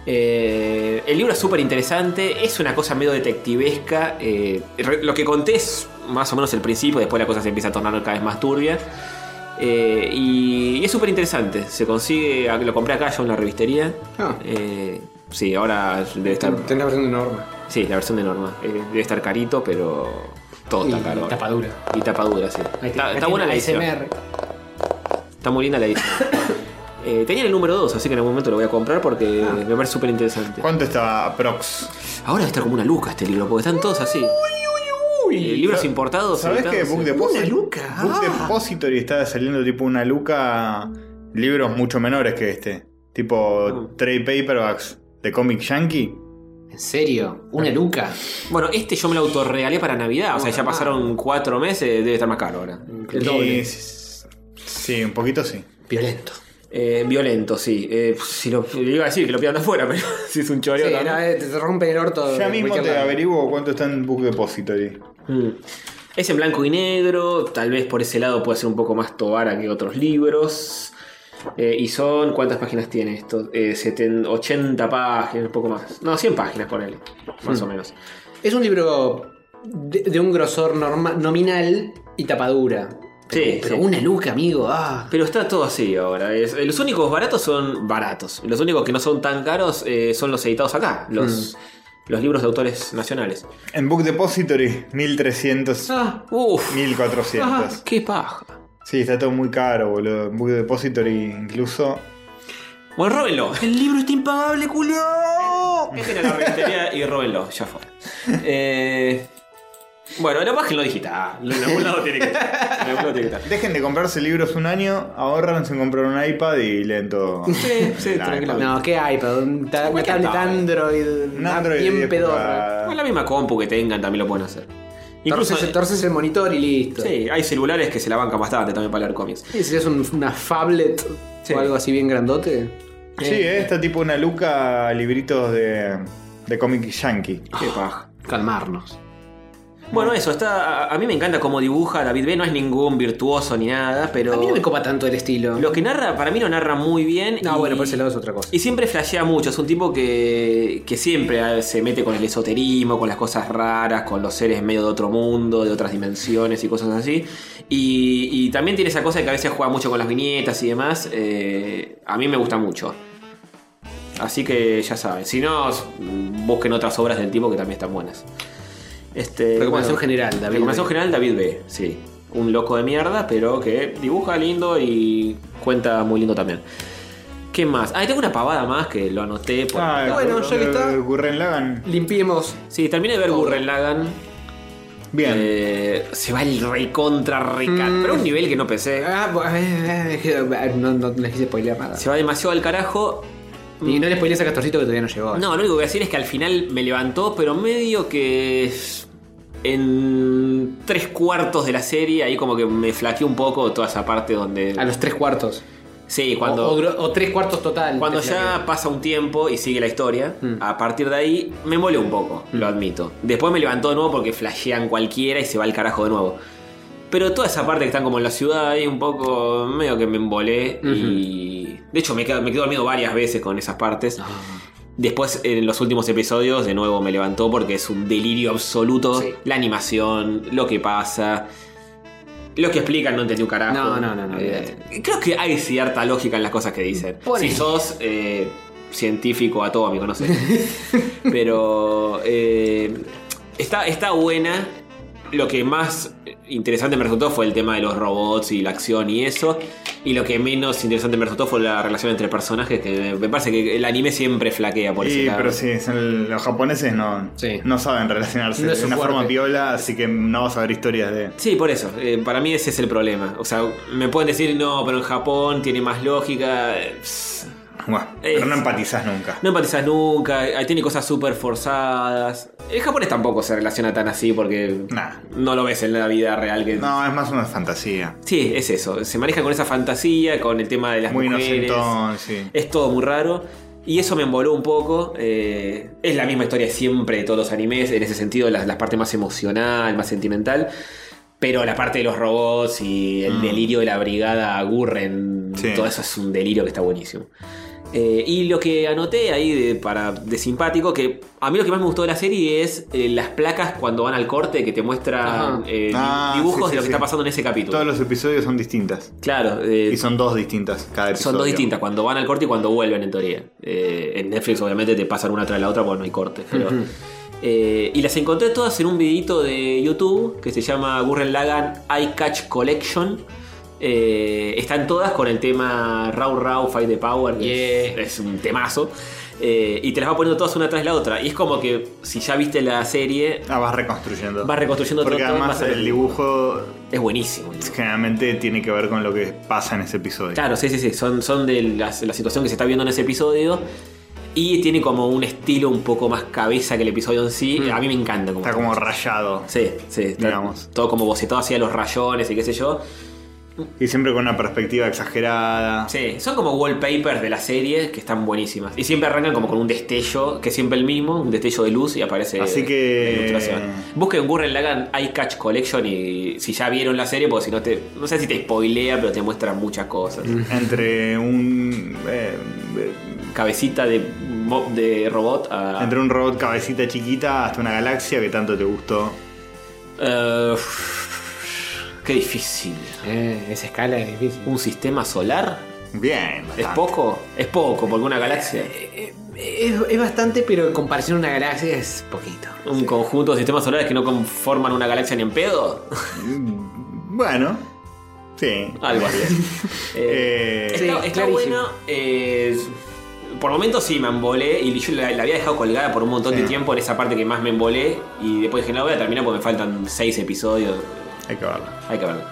Eh, el libro es súper interesante, es una cosa medio detectivesca. eh, re- lo que conté es más o menos el principio, después la cosa se empieza a tornar cada vez más turbia. Eh, y, y es súper interesante, se consigue, a- lo compré acá yo en la revistería. Ah. Eh, sí, ahora debe estar... Tenés la versión de Norma. Sí, la versión de Norma. Eh, debe estar carito, pero todo está caro. ahora. tapadura. Y tapadura, sí. Ahí Está, tiene- está ahí buena la tiene edición. ASMR. Está muy linda la edición. Eh, tenía el número 2, así que en algún momento lo voy a comprar porque me parece súper interesante. ¿Cuánto estaba Prox? Ahora debe estar como una luca este libro, porque están todos así. Eh, libros importados. ¿Sabes editados, qué? sí. Book Depository. luca, Book ah. Depository estaba saliendo tipo una luca. Libros mucho menores que este. Tipo Mm. trade paperbacks de Comic Yankee. ¿En serio? ¿Una luca? Bueno, este yo me lo autorregalé para Navidad, o sea, ya pasaron 4 meses, debe estar más caro ahora. Eh, El Y- doble. Sí, un poquito sí. Violento. Eh, violento, sí. Eh, si lo, le iba a decir que lo pidan de afuera, pero si es un choreo Sí, también. no, eh, te rompen el orto. Ya de mismo te cualquier lado. averiguo cuánto está en Book Depository. Mm. Es en blanco y negro, tal vez por ese lado puede ser un poco más tobara que otros libros. Eh, y son, ¿cuántas páginas tiene esto? Eh, seten- 80 páginas, un poco más. No, 100 páginas, ponele, más o menos. Es un libro de, de un grosor norma- nominal y tapadura. Pero, Sí, pero sí. una luca, amigo. Ah. Pero está todo así ahora. es- eh, los únicos baratos son baratos. Los únicos que no son tan caros eh, son los editados acá, los, los libros de autores nacionales. En Book Depository, 1300, Ah, uff. 1400. qué paja. Sí, está todo muy caro, boludo. En Book Depository incluso. Bueno, róbenlo. El libro está impagable, Julio. Este Dejen a la revistería y róbenlo, ya fue. Eh, bueno, lo bajen lo digital. En algún lado tiene que estar. En algún lado tiene que estar. Dejen de comprarse libros un año, ahorranse en comprar un iPad y leen todo. Sí, sí, El tranquilo. iPad. No, qué iPad. Un ta- una Cincuenta tablet tablet. Android. Un Android bien de pedorra. época. Con la misma compu que tengan también lo pueden hacer. Incluso- Torces, torces el monitor y listo. Sí, hay celulares que se la bancan bastante también para leer cómics. Sí, si es un- una phablet o algo así bien grandote. Sí, eh, está tipo una luca libritos de, de cómic yankee. Qué Ah. paja. Calmarnos. Bueno, eso, está. A, a mí me encanta cómo dibuja David B. No es ningún virtuoso ni nada, pero. A mí no me copa tanto el estilo. Lo que narra, para mí lo narra muy bien. No, y- bueno, por ese lado es otra cosa. Y siempre flashea mucho, es un tipo que, que siempre eh, se mete con el esoterismo, con las cosas raras, con los seres medio de otro mundo, de otras dimensiones y cosas así. Y, y también tiene esa cosa de que a veces juega mucho con las viñetas y demás. eh, a mí me gusta mucho. Así que ya saben, si no, s- busquen otras obras del tipo que también están buenas. Este, Recomendación bueno, general, David. Recomendación B. general David B, sí. Un loco de mierda, pero que dibuja lindo y cuenta muy lindo también. ¿Qué más? Ah, y tengo una pavada más que lo anoté. por- Ah, Bueno, el- ya que está. el Gurren Lagann. Limpiemos. Sí, terminé de ver Gurren Lagann. Bien. Eh, se va el rey contra reca. Pero a un nivel que no pensé. Ah, bo- eh, eh, no, no les quise spoilear nada. Se va demasiado al carajo. Y no les spoilees a Castorcito que todavía no llegó. No, lo único que voy a decir es que al final me levantó, pero medio que. En tres cuartos de la serie, ahí como que me flaqueó un poco toda esa parte donde. A los tres cuartos. Sí, Cuando, cuando. o, gro- o tres cuartos total. Cuando Es ya la pasa un tiempo y sigue la historia, Mm. a partir de ahí me mole un poco, lo admito. Después me levantó de nuevo porque flashean cualquiera y se va al carajo de nuevo. Pero toda esa parte que están como en la ciudad ahí un poco medio que me embolé y... De hecho me quedo, me quedo dormido varias veces con esas partes. Después en los últimos episodios de nuevo me levantó porque es un delirio absoluto. Sí. La animación, lo que pasa. Lo que explican no entendí un carajo. No, no, no, no, Eh, creo que hay cierta lógica en las cosas que dicen. Ponele. Si sos eh, científico atómico, no sé. Pero eh, está, está buena. Lo que más interesante me resultó fue el tema de los robots y la acción y eso. Y lo que menos interesante me resultó fue la relación entre personajes, que me parece que el anime siempre flaquea por ese Sí, lado. pero sí, son- los japoneses no, Sí. no saben relacionarse No es de su una fuerte. forma piola, así que no vas a ver historias de... Sí, por eso. Eh, para mí ese es el problema. O sea, me pueden decir, no, pero en Japón tiene más lógica. Eh, pss, Bueno, Eh, pero no empatizás nunca. No empatizas nunca, ahí tiene cosas súper forzadas. El japonés tampoco se relaciona tan así porque Nah. no lo ves en la vida real. Que... No, es más una fantasía. Sí, es eso. Se maneja con esa fantasía, con el tema de las Muy mujeres. inocentón, sí. Es todo muy raro. Y eso me emboló un poco. eh, es la misma historia siempre de todos los animes. En ese sentido, la, la parte más emocional, más sentimental. Pero la parte de los robots y el delirio de la brigada Gurren. Mm. Sí. Todo eso es un delirio que está buenísimo. Eh, y lo que anoté ahí de, para, de simpático, que a mí lo que más me gustó de la serie es eh, las placas cuando van al corte que te Ajá. muestran eh, di- Ah, sí, sí, dibujos de lo que sí. está pasando en ese capítulo. Todos los episodios son distintas. Claro, eh, Y son dos distintas cada episodio. son dos distintas, cuando van al corte y cuando vuelven, en teoría. Eh, en Netflix, obviamente, te pasan una tras la otra porque no hay corte. Pero, eh, y las encontré todas en un videito de YouTube que se llama Gurren Lagan Eye Catch Collection. Eh, están todas con el tema Raw Raw Fight the Power, que es, es un temazo. Eh, y te las va poniendo todas una tras la otra. Y es como que si ya viste la serie, Ah, vas reconstruyendo. vas reconstruyendo Porque todo, todo, además vas a- el dibujo Es buenísimo. el dibujo. generalmente tiene que ver con lo que pasa en ese episodio. Claro, sí, sí, sí. Son, son de las- la, situación que se está viendo en ese episodio. Y tiene como un estilo un poco más cabeza que el episodio en sí. A mí me encanta. Como Mm. Está como rayado. Sí, sí. está Digamos. Todo como bocetado hacia los rayones y qué sé yo. Y siempre con una perspectiva exagerada. Sí, son como wallpapers de la serie que están buenísimas. Y siempre arrancan como con un destello, que es siempre el mismo, un destello de luz y aparece Ah, Así que- la ilustración. Busquen Gurren Lagan Eye Catch Collection y si ya vieron la serie, porque si no te. No sé si te spoilea, pero te muestran muchas cosas. Mm. Entre un. eh, eh, Cabecita de, mo- de robot a. entre un robot cabecita chiquita hasta una galaxia que tanto te gustó. Eh, qué difícil. Eh, esa escala es difícil. ¿Un sistema solar? Bien. ¿Es bastante. poco? Es poco, porque una galaxia. Eh, eh, Es, es bastante, pero en comparación a una galaxia es poquito. ¿Un conjunto de sistemas solares que no conforman una galaxia ni en pedo? Mm, Bueno. Sí. Algo así. Ah. Eh, Eh, está Sí, está clarísimo. bueno. eh, por momentos sí me embolé y yo la, la había dejado colgada por un montón de Sí. tiempo en esa parte que más me embolé. Y después dije, no, voy a terminar porque me faltan seis episodios. hay que verlo. Hay que verlo.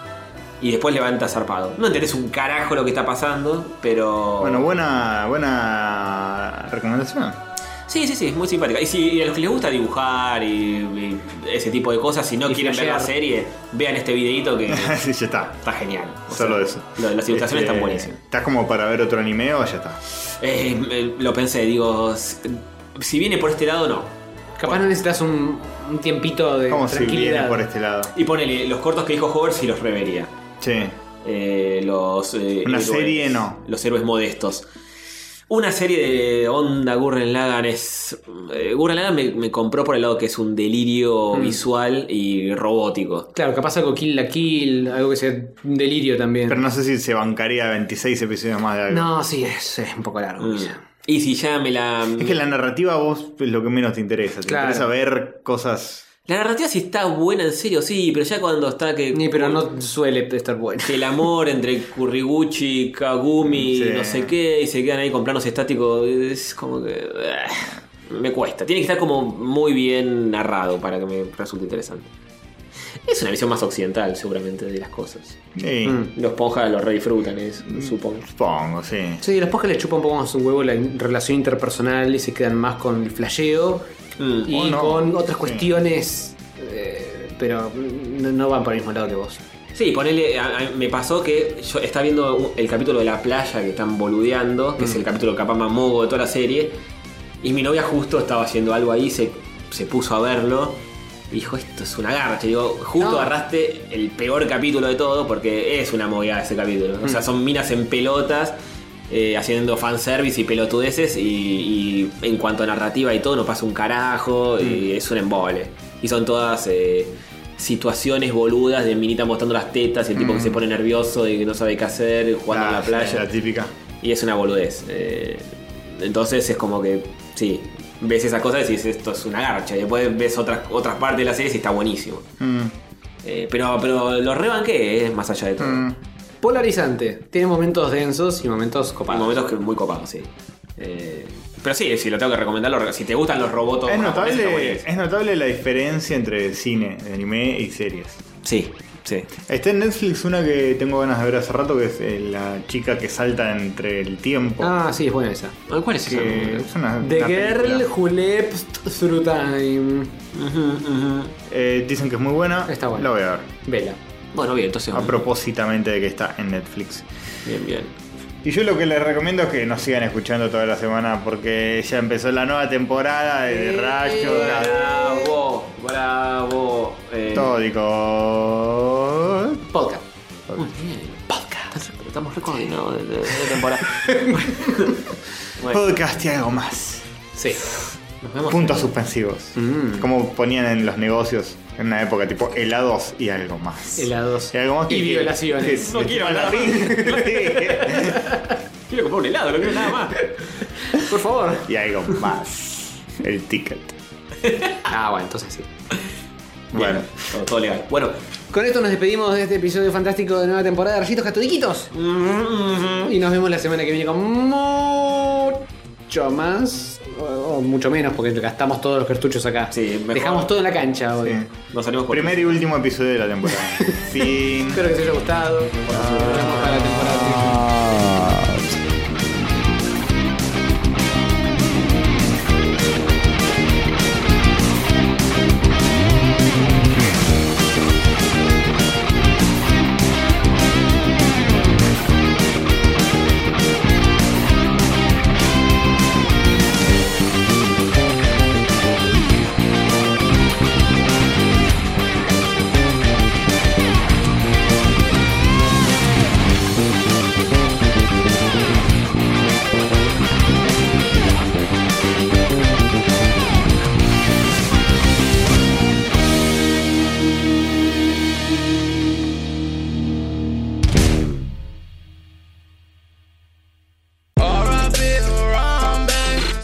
Y después levanta zarpado. No entendés un carajo lo que está pasando, pero. Bueno, buena, buena recomendación. Sí, sí, sí, muy simpática. Y si y a los que les gusta dibujar y, y ese tipo de cosas, si no Y quieren ver la flashear. serie, vean este videito que sí, ya está. está genial. O Solo sea, eso. lo- las Este, ilustraciones están buenísimas. ¿Estás como para ver otro anime o ya está? Eh, eh, lo pensé, digo, s- si viene por este lado, no. Capaz no necesitas un, un tiempito de ¿Cómo si viene Eh, tranquilidad. por este lado? Y ponele, los cortos que dijo Hover si los revería. Sí. Eh, los eh, Una serie, no. Los héroes modestos. Una serie de onda Gurren Lagan es. eh, Gurren Lagan me, me compró por el lado que es un delirio Mm. visual y robótico. Claro, capaz algo kill la kill, algo que sea un delirio también. Pero no sé si se bancaría 26 episodios más de algo. No, sí, es, es un poco largo. Mm. Y si ya me la. Es que la narrativa a vos es lo que menos te interesa. Te Claro. interesa ver cosas. La narrativa si está buena, en serio, sí, pero ya cuando está que. Ni, pero no suele estar bueno. que el amor entre Kuriguchi, Kagumi, Sí. no sé qué, y se quedan ahí con planos estáticos, es como que... ah, Me cuesta. Tiene que estar como muy bien narrado para que me resulte interesante. Es una visión más occidental, seguramente, de las cosas. Sí, Mm. Los ponjas lo redisfrutan, es- supongo. Supongo, sí. Sí, los podcasts le chupa un poco más un huevo la in- relación interpersonal y se quedan más con el flasheo Mm. y O Oh, no. con otras Sí. cuestiones, eh, pero no, no van por el mismo lado que vos. Sí, ponele. a- a- me pasó que yo estaba viendo un- el capítulo de la playa que están boludeando, que es el capítulo capaz más mogo de toda la serie. Y mi novia justo estaba haciendo algo ahí, se, se puso a verlo. Y dijo, esto es una garcha. Digo, justo No. agarraste el peor capítulo de todo, porque es una movida ese capítulo. O sea, son minas en pelotas, eh, haciendo fanservice y pelotudeces. Y, y en cuanto a narrativa y todo, no pasa un carajo. Y es un embole. Y son todas. eh, situaciones boludas de minita mostrando las tetas y el tipo que se pone nervioso y que no sabe qué hacer jugando en la playa Ah, La típica. y es una boludez. Eh, entonces es como que, sí, ves esas cosas y dices, esto es una garcha. Y después ves otras, otras partes de la serie y está buenísimo. Mm, Eh, pero, pero lo rebanqué, es más allá de todo. mm. Polarizante, tiene momentos densos y momentos Hay copados. momentos que- muy copados, sí. Eh, pero sí, si lo tengo que recomendar, lo re- si te gustan los robots, Es japoneses, está notable, buenísimo. es notable la diferencia entre cine, anime y series. Sí, sí. Está en Netflix una que tengo ganas de ver hace rato, que es eh, la chica que salta entre el tiempo. Ah, sí, es buena esa. Ah, ¿Cuál es esa? que es una- The una Girl película. Who Leapt Through Time. Ujú, ujú. Eh, dicen que es muy buena. Está buena. La voy a ver. Vela. Bueno, bien, entonces. Ah, A propósitamente de que está en Netflix. Bien, bien. Y yo lo que les recomiendo es que nos sigan escuchando toda la semana porque ya empezó la nueva temporada de Rayo Bravo, bravo. Eh, Catódico. Podcast. Muy bien. Podcast. Estamos recoordinados de, de- de temporada. Bueno, Podcast y algo más. Sí. nos vemos. Puntos suspensivos. Como ponían en los negocios en una época, tipo helados y algo más. Helados. Y algo más que- Y que- violaciones. que- No que- quiero que- hablar. Sí. Quiero comprar un helado, no quiero nada más. Por favor. y algo más. El ticket. Ah, bueno, entonces sí. Bueno. Todo, todo legal. Bueno. Con esto nos despedimos de este episodio fantástico de nueva temporada de Rayitos Catodiquitos. Y nos vemos la semana que viene con mucho más. O, o mucho menos, porque gastamos todos los cartuchos acá. Sí, mejor. Dejamos todo en la cancha hoy. sí. Nos salimos con Primer y último episodio de la temporada. fin. Espero que os haya gustado. Nos vemos para la temporada. siguiente. Ah.